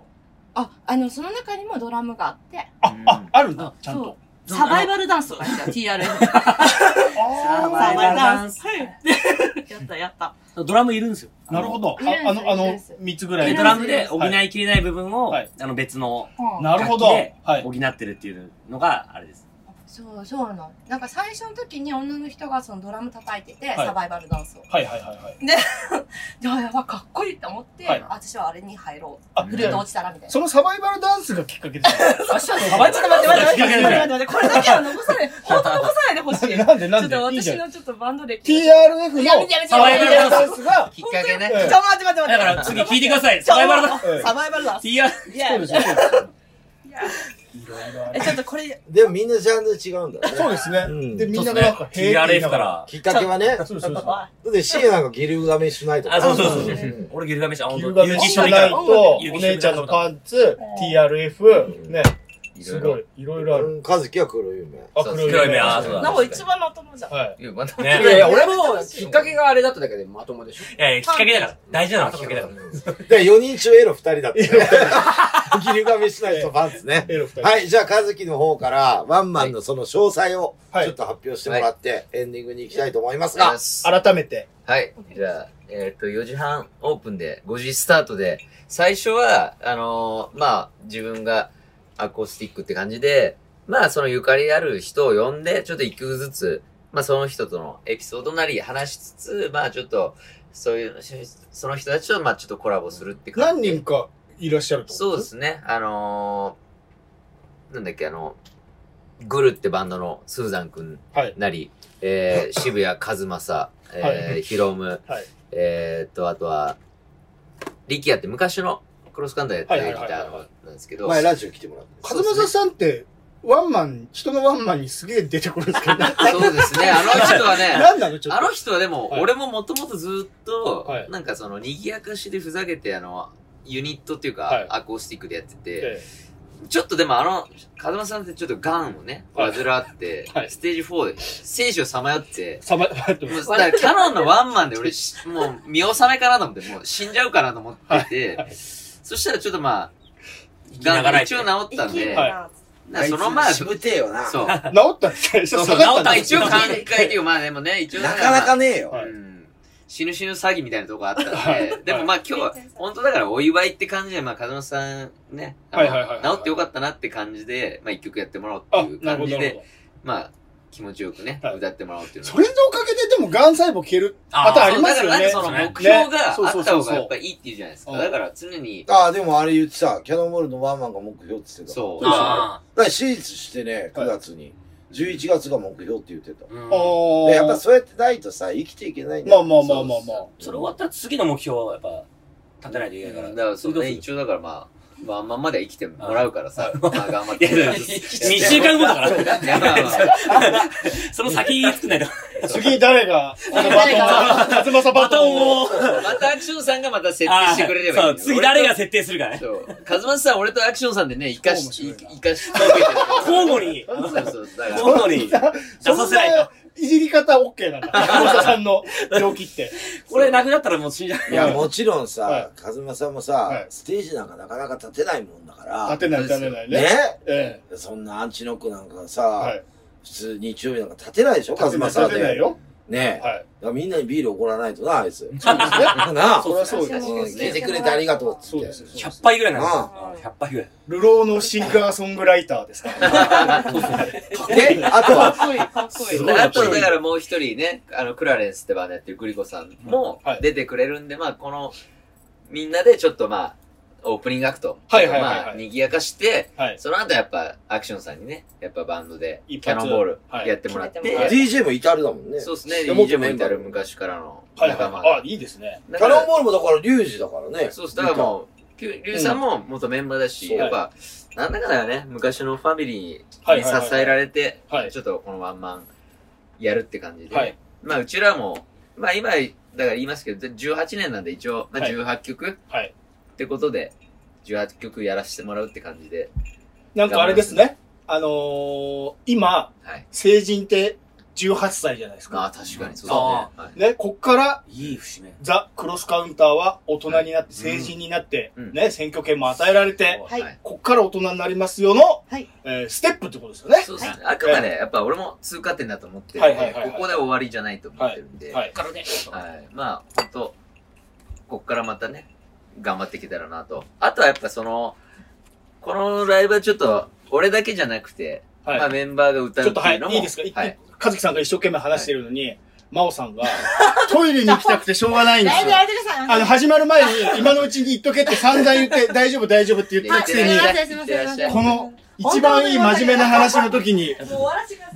F: あ、あの、その中にもドラムがあって、
B: あ、あるんだ、ちゃんと。
F: そうサバイバルダンスとかやったよ、TRF。サ
B: バイバルダン
F: ス。やったやった。
C: ら。ドラムいるんですよ。
B: なるほど。
F: いるんです
B: ああの、あ
F: いるん
B: の
F: です、
B: 3つぐ
C: ド
B: らい。
C: ラムで補いきれない部分を、あの別の
F: うん
B: なるほど
C: 楽器で補ってるっていうのが、あれです。
F: そう、そうなの。なんか最初の時に女の人がそのドラム叩いてて、
C: はい
F: サバイバルダンスを。
B: はいはいはいはい。
F: で、いや、やばい、かっこいいって思って、
B: はい
F: 私はあれに入ろ
B: あ
F: う。フルート落ちたらみたいな。
B: そのサバイバルダンスがきっかけです。
F: ちょっと待って待って待って待って待って待って、これだけは残 さない、本当残さないで ほしい。
B: なんでなんで
F: ちょっと
B: いいじゃ
F: 私
B: ん
F: のちょっとバンドで。
B: TRF の
F: やめてやめて
B: サバイバルダンス が、
F: きっかけね。
B: うん
F: ちょっと待って待って待って。
C: だから次聞いてくださいサバイバルダンス
F: サバイバルダンス。
C: いや、
F: いや
A: そうですそうです
F: え、ちょっとこれ、
A: でもみんなジャンル違うんだね。
B: そうですね。で、みんながなんか、
C: TRF から
A: きっかけはね。
B: そうそう
A: そう。で、シエなんかギルガメッシュナイト
C: あ、そうそうそう。
A: ん
C: うん俺ギルガメッシュ、あ、ほん
B: ギ
C: と
B: ルガメッシュナイト、お姉ちゃんのパンツ、TRF、ね。すごい、いろいろある。
A: カズキは黒い夢。
B: あ、
A: そう
B: 黒い
A: 黒い
B: 夢。
A: 夢あ
B: そう
A: そう
B: だ
A: だ
F: なんか一番まともじゃん。
B: はいい
D: や、ま
C: た
D: いやいや、俺もきっかけがあれだっただけでまともでしょ。
C: いやいや、きっかけだから。大事なのはきっかけだから。
A: で、4人中エロ2人だったよ。 ギルガメッシュナイトパンツね。はい、じゃあ、カズキの方から、ワンマンのその詳細を、ちょっと発表してもらって、エンディングに行きたいと思いますが、
B: 改めて。
D: はい。じゃあ、えーっと、4時半オープンで、5時スタートで、最初は、あのーまあ、自分がアコースティックって感じで、まあ、そのゆかりある人を呼んで、ちょっと一曲ずつ、まあ、その人とのエピソードなり話しつつ、まあ、ちょっと、そういう、しその人たちと、まあ、ちょっとコラボするって感
B: 何人かいらっしゃると。
D: そうですね。あのーなんだっけ、あの、グルってバンドのスーザンくんなり、え ー渋谷和正、えー
B: はい
D: ヒロム、
B: はい
D: えーっと、あとは、力也って昔のクロスカンダーやって
B: はい
D: る
B: はい
D: ギ
B: はい
D: タ
B: はい
D: ーなんですけど、
A: 前ラジオ来てもらって。
B: カズマサさんって、ワンマン、人のワンマンにすげえ出てくるんですけどね。
D: そうですね。あの人はね、
B: 何なのちょっと
D: あの人はでも、
B: はい
D: 俺ももともとずっと、
B: はい
D: なんかその、賑やかしでふざけて、あの、ユニットっていうか、
B: はい
D: アコースティックでやってて、
B: え
D: ちょっとでもあの、風間さんってちょっと癌をね、
B: は
D: 患
B: い
D: って、ステージ4で、生死をさまよって、
B: さま、 待って
D: もうだからキャノンのワンマンで俺し、もう見納めかなと思って、もう死んじゃうかなと思ってて、そしたらちょっとまあ、
C: きなが
D: 癌
C: ら生
D: が
C: きて
D: 一応治ったんで、
B: は
D: なんか そのまあ、
A: しぶてえよな。
D: そう。
A: な
B: 治ったんですか
D: そう
B: 下がったんです
D: 一応考えてよ、まあでもね、一応。
A: かなかねえよ。
D: うん死ぬ死ぬ詐欺みたいなとこあったん
A: はい
D: で、でもまあ今日は、本当だからお祝いって感じで、まあ風間さんね、あの
B: はいはいはいはい
D: 治ってよかったなって感じで、まあ一曲やってもらおうっていう感じ
B: あなるほどなる
D: で、まあ、気持ちよくね、歌ってもらおうっていうの
B: それのおかげででも、癌細胞消えるパターンありますよね。
D: そうだからなんかその目標があった方がやっぱいいっていうじゃないですか。だから常に。
A: ああ、でもあれ言ってた。キャノンボールのワンマンが目標って言ってた。。
D: そう
A: だから手術してね、9月に。11月が目標って言ってた。でやっぱそうやってないとさ、生きていけないん
B: だまあまあまあまあまあ。
C: それ終わったら次の目標はやっぱ、立てないといけないから。
D: だからそうね、一応だからまあ、まあ、まんまで生きてもらうからさ、まあ、頑張って。
C: 2週間後だからその先作んないと。
B: 次誰が、このバトンを、
C: 松バトンを。
D: またアクションさんがまた設定してくれればいい。
C: 次誰が設定するかね。
D: そう。カズマスさん、俺とアクションさんでね、生かし、生かし、
C: 交互に。
D: そうそう、だ
C: 交互に。出させないと。
B: いじり方 OK なんだ。大田さんの病気って。
C: これなくなったらもう死んじゃう。
A: いや、もちろんさ、カズマさんもさ、ステージなんかなかなか立てないもんだから。
B: 立てない立てないね。
A: ねええ。そんなアンチノックなんかさ、普通日曜日なんか立てないでしょ、カズマさん
B: 立てないよ。
A: ねえ。はい。だからみんなにビールおごらないとな、あいつ。そうですね。 なあ。
B: そりゃそうです。
A: 聞いてくれてありがとうって。そうです。
C: 100杯ぐらいなんですよ。100杯ぐらい。
B: 流浪のシンガーソングライターですからね。
A: えあと
D: は、あと、だからもう一人ね、あの、クラレンスってバンドやってるグリコさんも出てくれるんで、まあ、この、みんなでちょっとまあ、オープニングアクト。
B: はいはいはい。まあ、
D: 賑やかして、その後やっぱ、アクションさんにね、やっぱバンドで、キャノンボールやってもらって。
A: DJ もイタルだもんね。
D: そうですね。DJ もイタル昔からの
B: 仲間。あ、いいですね。
A: キャノンボールもだから、リュウジだからね。
D: そうです。だからもう、リュウジさんも元メンバーだし、やっぱ、なんだかだよね、昔のファミリーに支えられて、ちょっとこのワンマンやるって感じで。まあ、うちらも、まあ今、だから言いますけど、18年なんで一応、まあ18曲。はい。ってことで、18曲やらせてもらうって感じで。
B: なんかあれですね。あのー、今、はい、成人って18歳じゃないですか。
D: あ確かにそう
B: ですね。ね、こっから、
C: いい節目。
B: ザ・クロスカウンターは大人になって、成人になって、ね、選挙権も与えられて、はい、こっから大人になりますよの、はいえー、ステップってことですよね。、
D: そうですね。あくまで、やっぱ俺も通過点だと思ってるんで、ここで終わりじゃないと思ってるんで。
C: はい。からね。
D: はい。まあ、ほんと、こっからまたね、頑張っていけたらなと。あとはやっぱその、このライブはちょっと、俺だけじゃなくて、はい、まあメンバーが歌うっていうのも。ちょっとはい
B: いいですか、はい、かずきさんが一生懸命話してるのに、はい真央さんが、トイレに行きたくてしょうがないんですよ。あの、始まる前に、今のうちに言っとけって散々言って、大丈夫、大丈夫って言ったくせに、この、一番いい真面目な話の時に、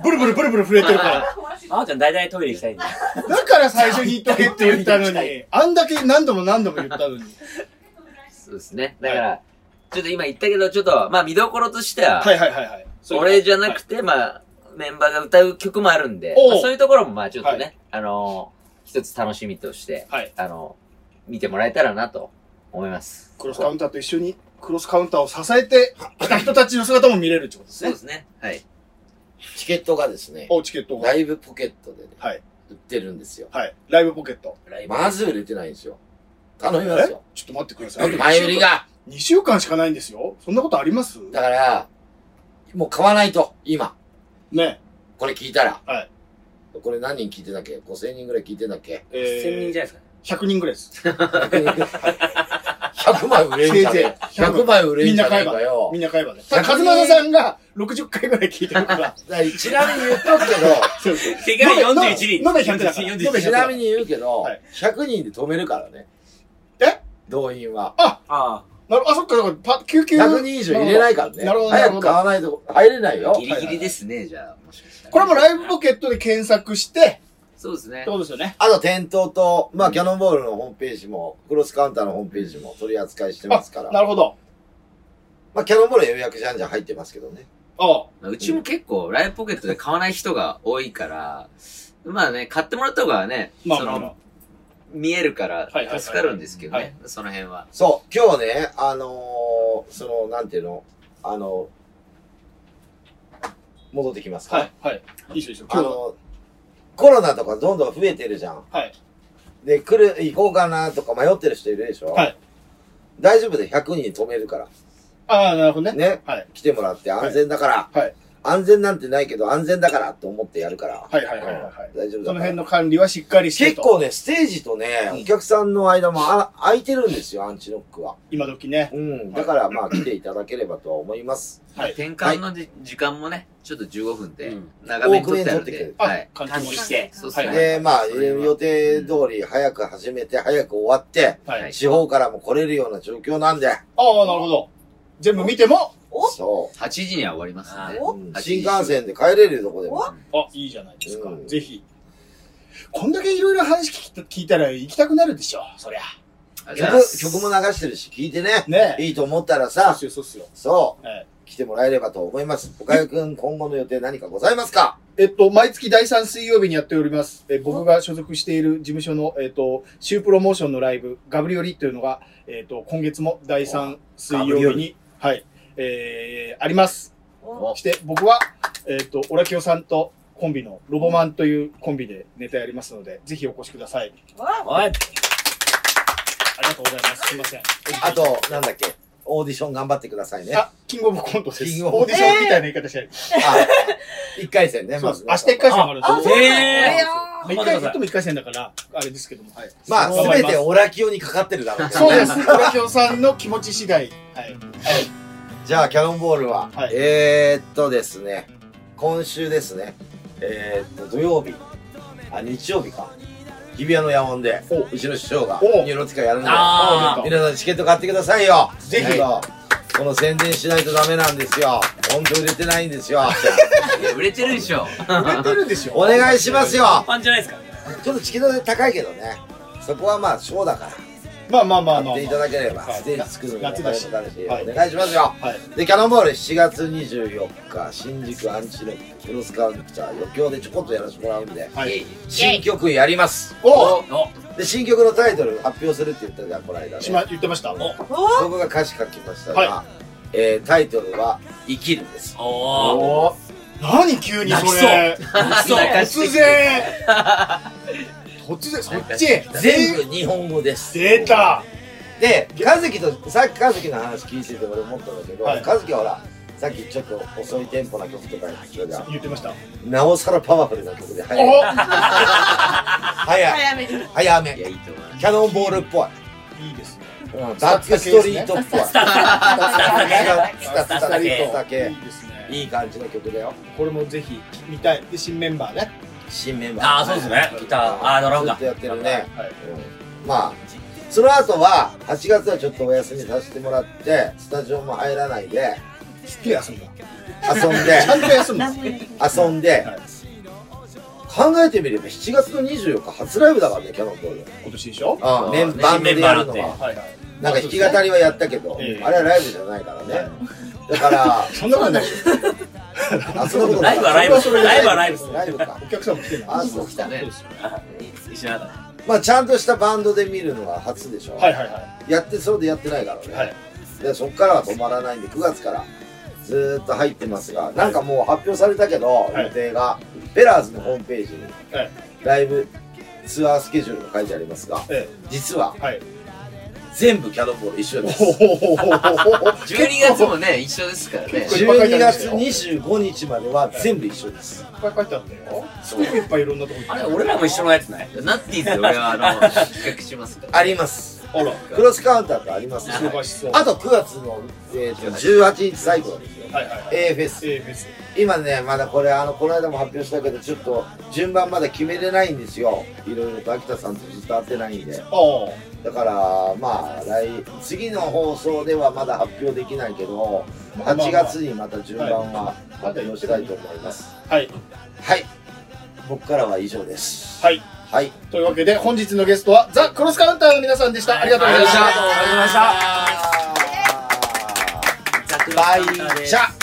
B: ブルブルブルブル震えてるから。
C: 真央ちゃん大体トイレ行きたいんだ。
B: だから最初に言っとけって言ったのに、あんだけ何度も何度も言ったのに。
D: そうですね。だから、ちょっと今言ったけど、ちょっと、まあ見どころとして は、
B: はいはいはいはい。
D: 俺じゃなくて、まあ、メンバーが歌う曲もあるんで、そういうところもまあちょっとね、あの一つ楽しみとして、あの見てもらえたらなと思います。
B: クロスカウンターと一緒に、クロスカウンターを支えてきた人たちの姿も見れるってことですね。
D: そうですね。はい。
A: チケットがですね、
B: おチケット
A: ライブポケットでね、はい、売ってるんですよ。
B: はい。ライブポケット。
A: まず売れてないんですよ。頼みますよ。
B: ちょっと待ってください。
A: 前売りが。
B: 2週間しかないんですよ。そんなことあります
A: だから、もう買わないと、今。
B: ね。
A: これ聞いたら。
B: はい。
A: これ何人聞いてたっけ ?5000 人ぐらい聞いてたっけ
C: えー、1000人じゃないですか。
B: 100人ぐらいです。
A: 100枚売れんじゃねえ。100枚売れんじゃねえかよ。
B: みんな買えばね。ただ、カズマさんが60回ぐらい聞いてるから。
A: ちなみに言っ とくけど、。
C: 結果41人。
B: まだ100だから
A: ちなみに言うけど、100人で止めるからね。
B: え
A: 動員は。
B: ああ。なるあ、そっか、だから、パ、救急。
A: 100人以上入れないからね。
B: なるほど。
A: 早く買わないと入れないよ。
D: ギリギリですね、じゃあ。もしかしたら。
B: これもライブポケットで検索して、
D: そうですね。
B: ってことですよね。
A: あと、店頭と、まあ、キャノンボールのホームページも、クロスカウンターのホームページも取り扱いしてますから。
B: なるほど。
A: まあ、キャノンボール予約じゃんじゃん入ってますけどね。
B: あ
D: あ。うちも結構、ライブポケットで買わない人が多いから、まあね、買ってもらった方がね、その、見えるから助かるんですけどね、その辺は。
A: そう、今日ね、あのー、その、なんていうの、あのー、戻ってきますか。
B: はい、はい。いいしょ、いいしょ。
A: あのー、コロナとかどんどん増えてるじゃん。
B: はい。
A: で、来る、行こうかなとか迷ってる人いるでしょ
B: はい。
A: 大丈夫で100人止めるから。
B: ああ、なるほどね。
A: ね。
B: はい。
A: 来てもらって安全だから。
B: はい、はい
A: 安全なんてないけど、安全だからと思ってやるから。
B: はいはいはいはい、はい
A: 大丈夫だ
B: その辺の管理はしっかりして
A: 結構ね、ステージとね、お客さんの間もあ空いてるんですよ、アンチノックは。
B: 今時ね。
A: うん。だからまあ来ていただければとは思います。
O: 転換のじ時間もね、ちょっと15分で、長めに取ってあるん
A: 多くね取って
O: で
A: く、れ
O: はい。
A: あ
O: 短期して。そうです
A: で、
O: ね。
A: まあ、予定通り早く始めて、早く終わって、地方からも来れるような状況なんで、
B: ああ、なるほど。全部見ても、
A: そう。
O: 8時には終わりますんで。
A: うん新幹線で帰れるとこでも。
B: あ、いいじゃないですか。ぜひ。こんだけいろいろ話聞いた聞いたら行きたくなるでしょ、そりゃ。
A: 曲、曲も流してるし、聞いてね。いいと思ったらさ、そうそう、来てもらえればと思います。岡井くん、今後の予定何かございますか
B: えっと、毎月第3水曜日にやっております。え僕が所属している事務所の、えっと、シュープロモーションのライブ、ガブリオリというのが、えっと、今月も第3水
P: ガブリ
B: 曜
P: オ
B: 日
P: リ
B: に、はい、えー、あります。そして、僕は、えっと、オラキオさんとコンビのロボマンというコンビでネタやりますので、ぜひお越しください。
J: はい
B: ありがとうございます。すいません。
A: あと、なんだっけ、オーディション頑張ってくださいね。
B: あ、キングオブコントです。
A: キングオブ
B: オーディションみたいな言い方しない。
A: 一回戦ね、
B: そう
A: ま
B: です
A: ず。
B: 明日一回戦もあるんですよ。
A: え
B: まあ一回言っても一回戦だから、あれですけども。はい
A: まあ、すべてオラキオにかかってるだろうけど
B: そ
A: ね
B: うです。オラキオさんの気持ち次第。はい。
A: じゃあ、キャノンボールは、えー、っとですね、今週ですね、えー、っと、土曜日、あ、日曜日か。日比谷の野音で、うちの師匠が、ニューロティカやるんで
J: あー、
A: 皆さんチケット買ってくださいよ。
J: ぜひ
A: あのこの宣伝しないとダメなんですよ。本当売れてないんですよ。
O: 売れてるでし ょ。
A: 売れて
B: るでし
A: お願いしますよ。
C: パンじゃないですか。
A: ちょっとチケットで高いけどね。そこはまあ、ショーだから。
B: まあまあまあ
A: 買
B: まあ。
A: っていただければ、ステージ作るのも
B: 夏だし。
A: お金もかかるし
B: はい
A: お願いしますよ。
B: はい。
A: で、キャノンボール7月24日、新宿アンチロック、クロスカウンター、余興でちょこっとやらせてもらうんで、新曲やります。
B: お
A: で、新曲のタイトル発表するって言ったじゃん、この間ね。
B: しま、言ってました。お
A: 僕が歌詞書きましたが、えータイトルは、生きるです。
B: おー何急にそれ。
A: 泣きそう
B: 突然。突然、そっち。
A: 全部日本語です。
B: 出た
A: で、和樹と、さっき和樹の話聞いてて俺思ったんだけど、
B: はい
A: 和樹はほら、さっきちょっと遅いテンポな曲とかに聞くじゃん
B: 言ってました。
A: なおさらパワフルな曲で早
B: お
A: い。早い。
B: めに。
A: 早め。キャノンボールっぽい。
B: いいですね。
A: うんバックストリートっぽい。
B: スタ
A: スタ
B: ッスタ
A: ッ
B: リー
A: リー
B: ト
A: トだけ
B: いいですね。
A: いい感じの曲だよ。
B: これもぜひ見たい。で、新メンバーね。
A: 新メンバー。
C: ああ、そうですね。ギター、ああ、ドラム
A: ず
C: だ
A: っ。とやってるね。うんまあ、その後は、8月はちょっとお休みさせてもらって、スタジオも入らないで、
B: すっげえ休んだ。
A: 遊んで、
B: ちゃんと休むんです
A: 遊んで、考えてみれば7月の24日初ライブだからね、キャノンボール。
B: 今年でしょ
A: ああメン
B: ね
A: バンドでやるの
B: メンバー
A: は。
B: になって
A: なんか弾き語りはやったけど、あれ
B: ええ
A: はライブじゃないからね。だ から、
B: そんなことないです
A: あそんなことな
C: ラ
A: い
C: イブはライブ。ライブはライブです。
A: ライブか。
B: お客さんも来てない。
A: あ、そう来た
C: ね
A: ね。
C: 一緒だった。
A: まあ、ちゃんとしたバンドで見るのは初でしょ。
B: はいはいは
A: やってそうでやってないからね。で、そっからは止まらないんで、9月からずーっと入ってますが、なんかもう発表されたけど、予定が、ベラーズのホームページに、
B: い。はい。
A: ライブツアースケジュールが書いてありますが、
B: え
A: 実は、
B: はい
A: 全部キャノンボール一緒 です。
O: 12月もね、一緒ですからね。
A: 12月25日までは全部一緒です。
B: いっぱい書いてあったよ。すごくいっぱいいろんなとこ行って
C: あれ、俺らも一緒のやつない
O: ナッティーズで俺はあの、企画しますから。
A: あります。
B: あら。
A: クロスカウンターとありますね。
B: 忙しそう。
A: あと9月の、えーと18日最後ですよ。
B: はいはい。
A: A フェス。今ね、まだこれ、あの、この間も発表したけど、ちょっと順番まだ決めれないんですよ。いろいろと秋田さんとずっと会ってないんで。
B: おー
A: だから、まあ、来、次の放送ではまだ発表できないけど、
B: まあまあ
A: 8月にまた順番は発表したいと思います。
B: はい。
A: はい。僕からは以上です。
B: はい。
A: はい。
B: というわけで、本日のゲストは、ザ・クロスカウンターの皆さんでした。ありがとうございました。
A: ありがとうございました。バイチャ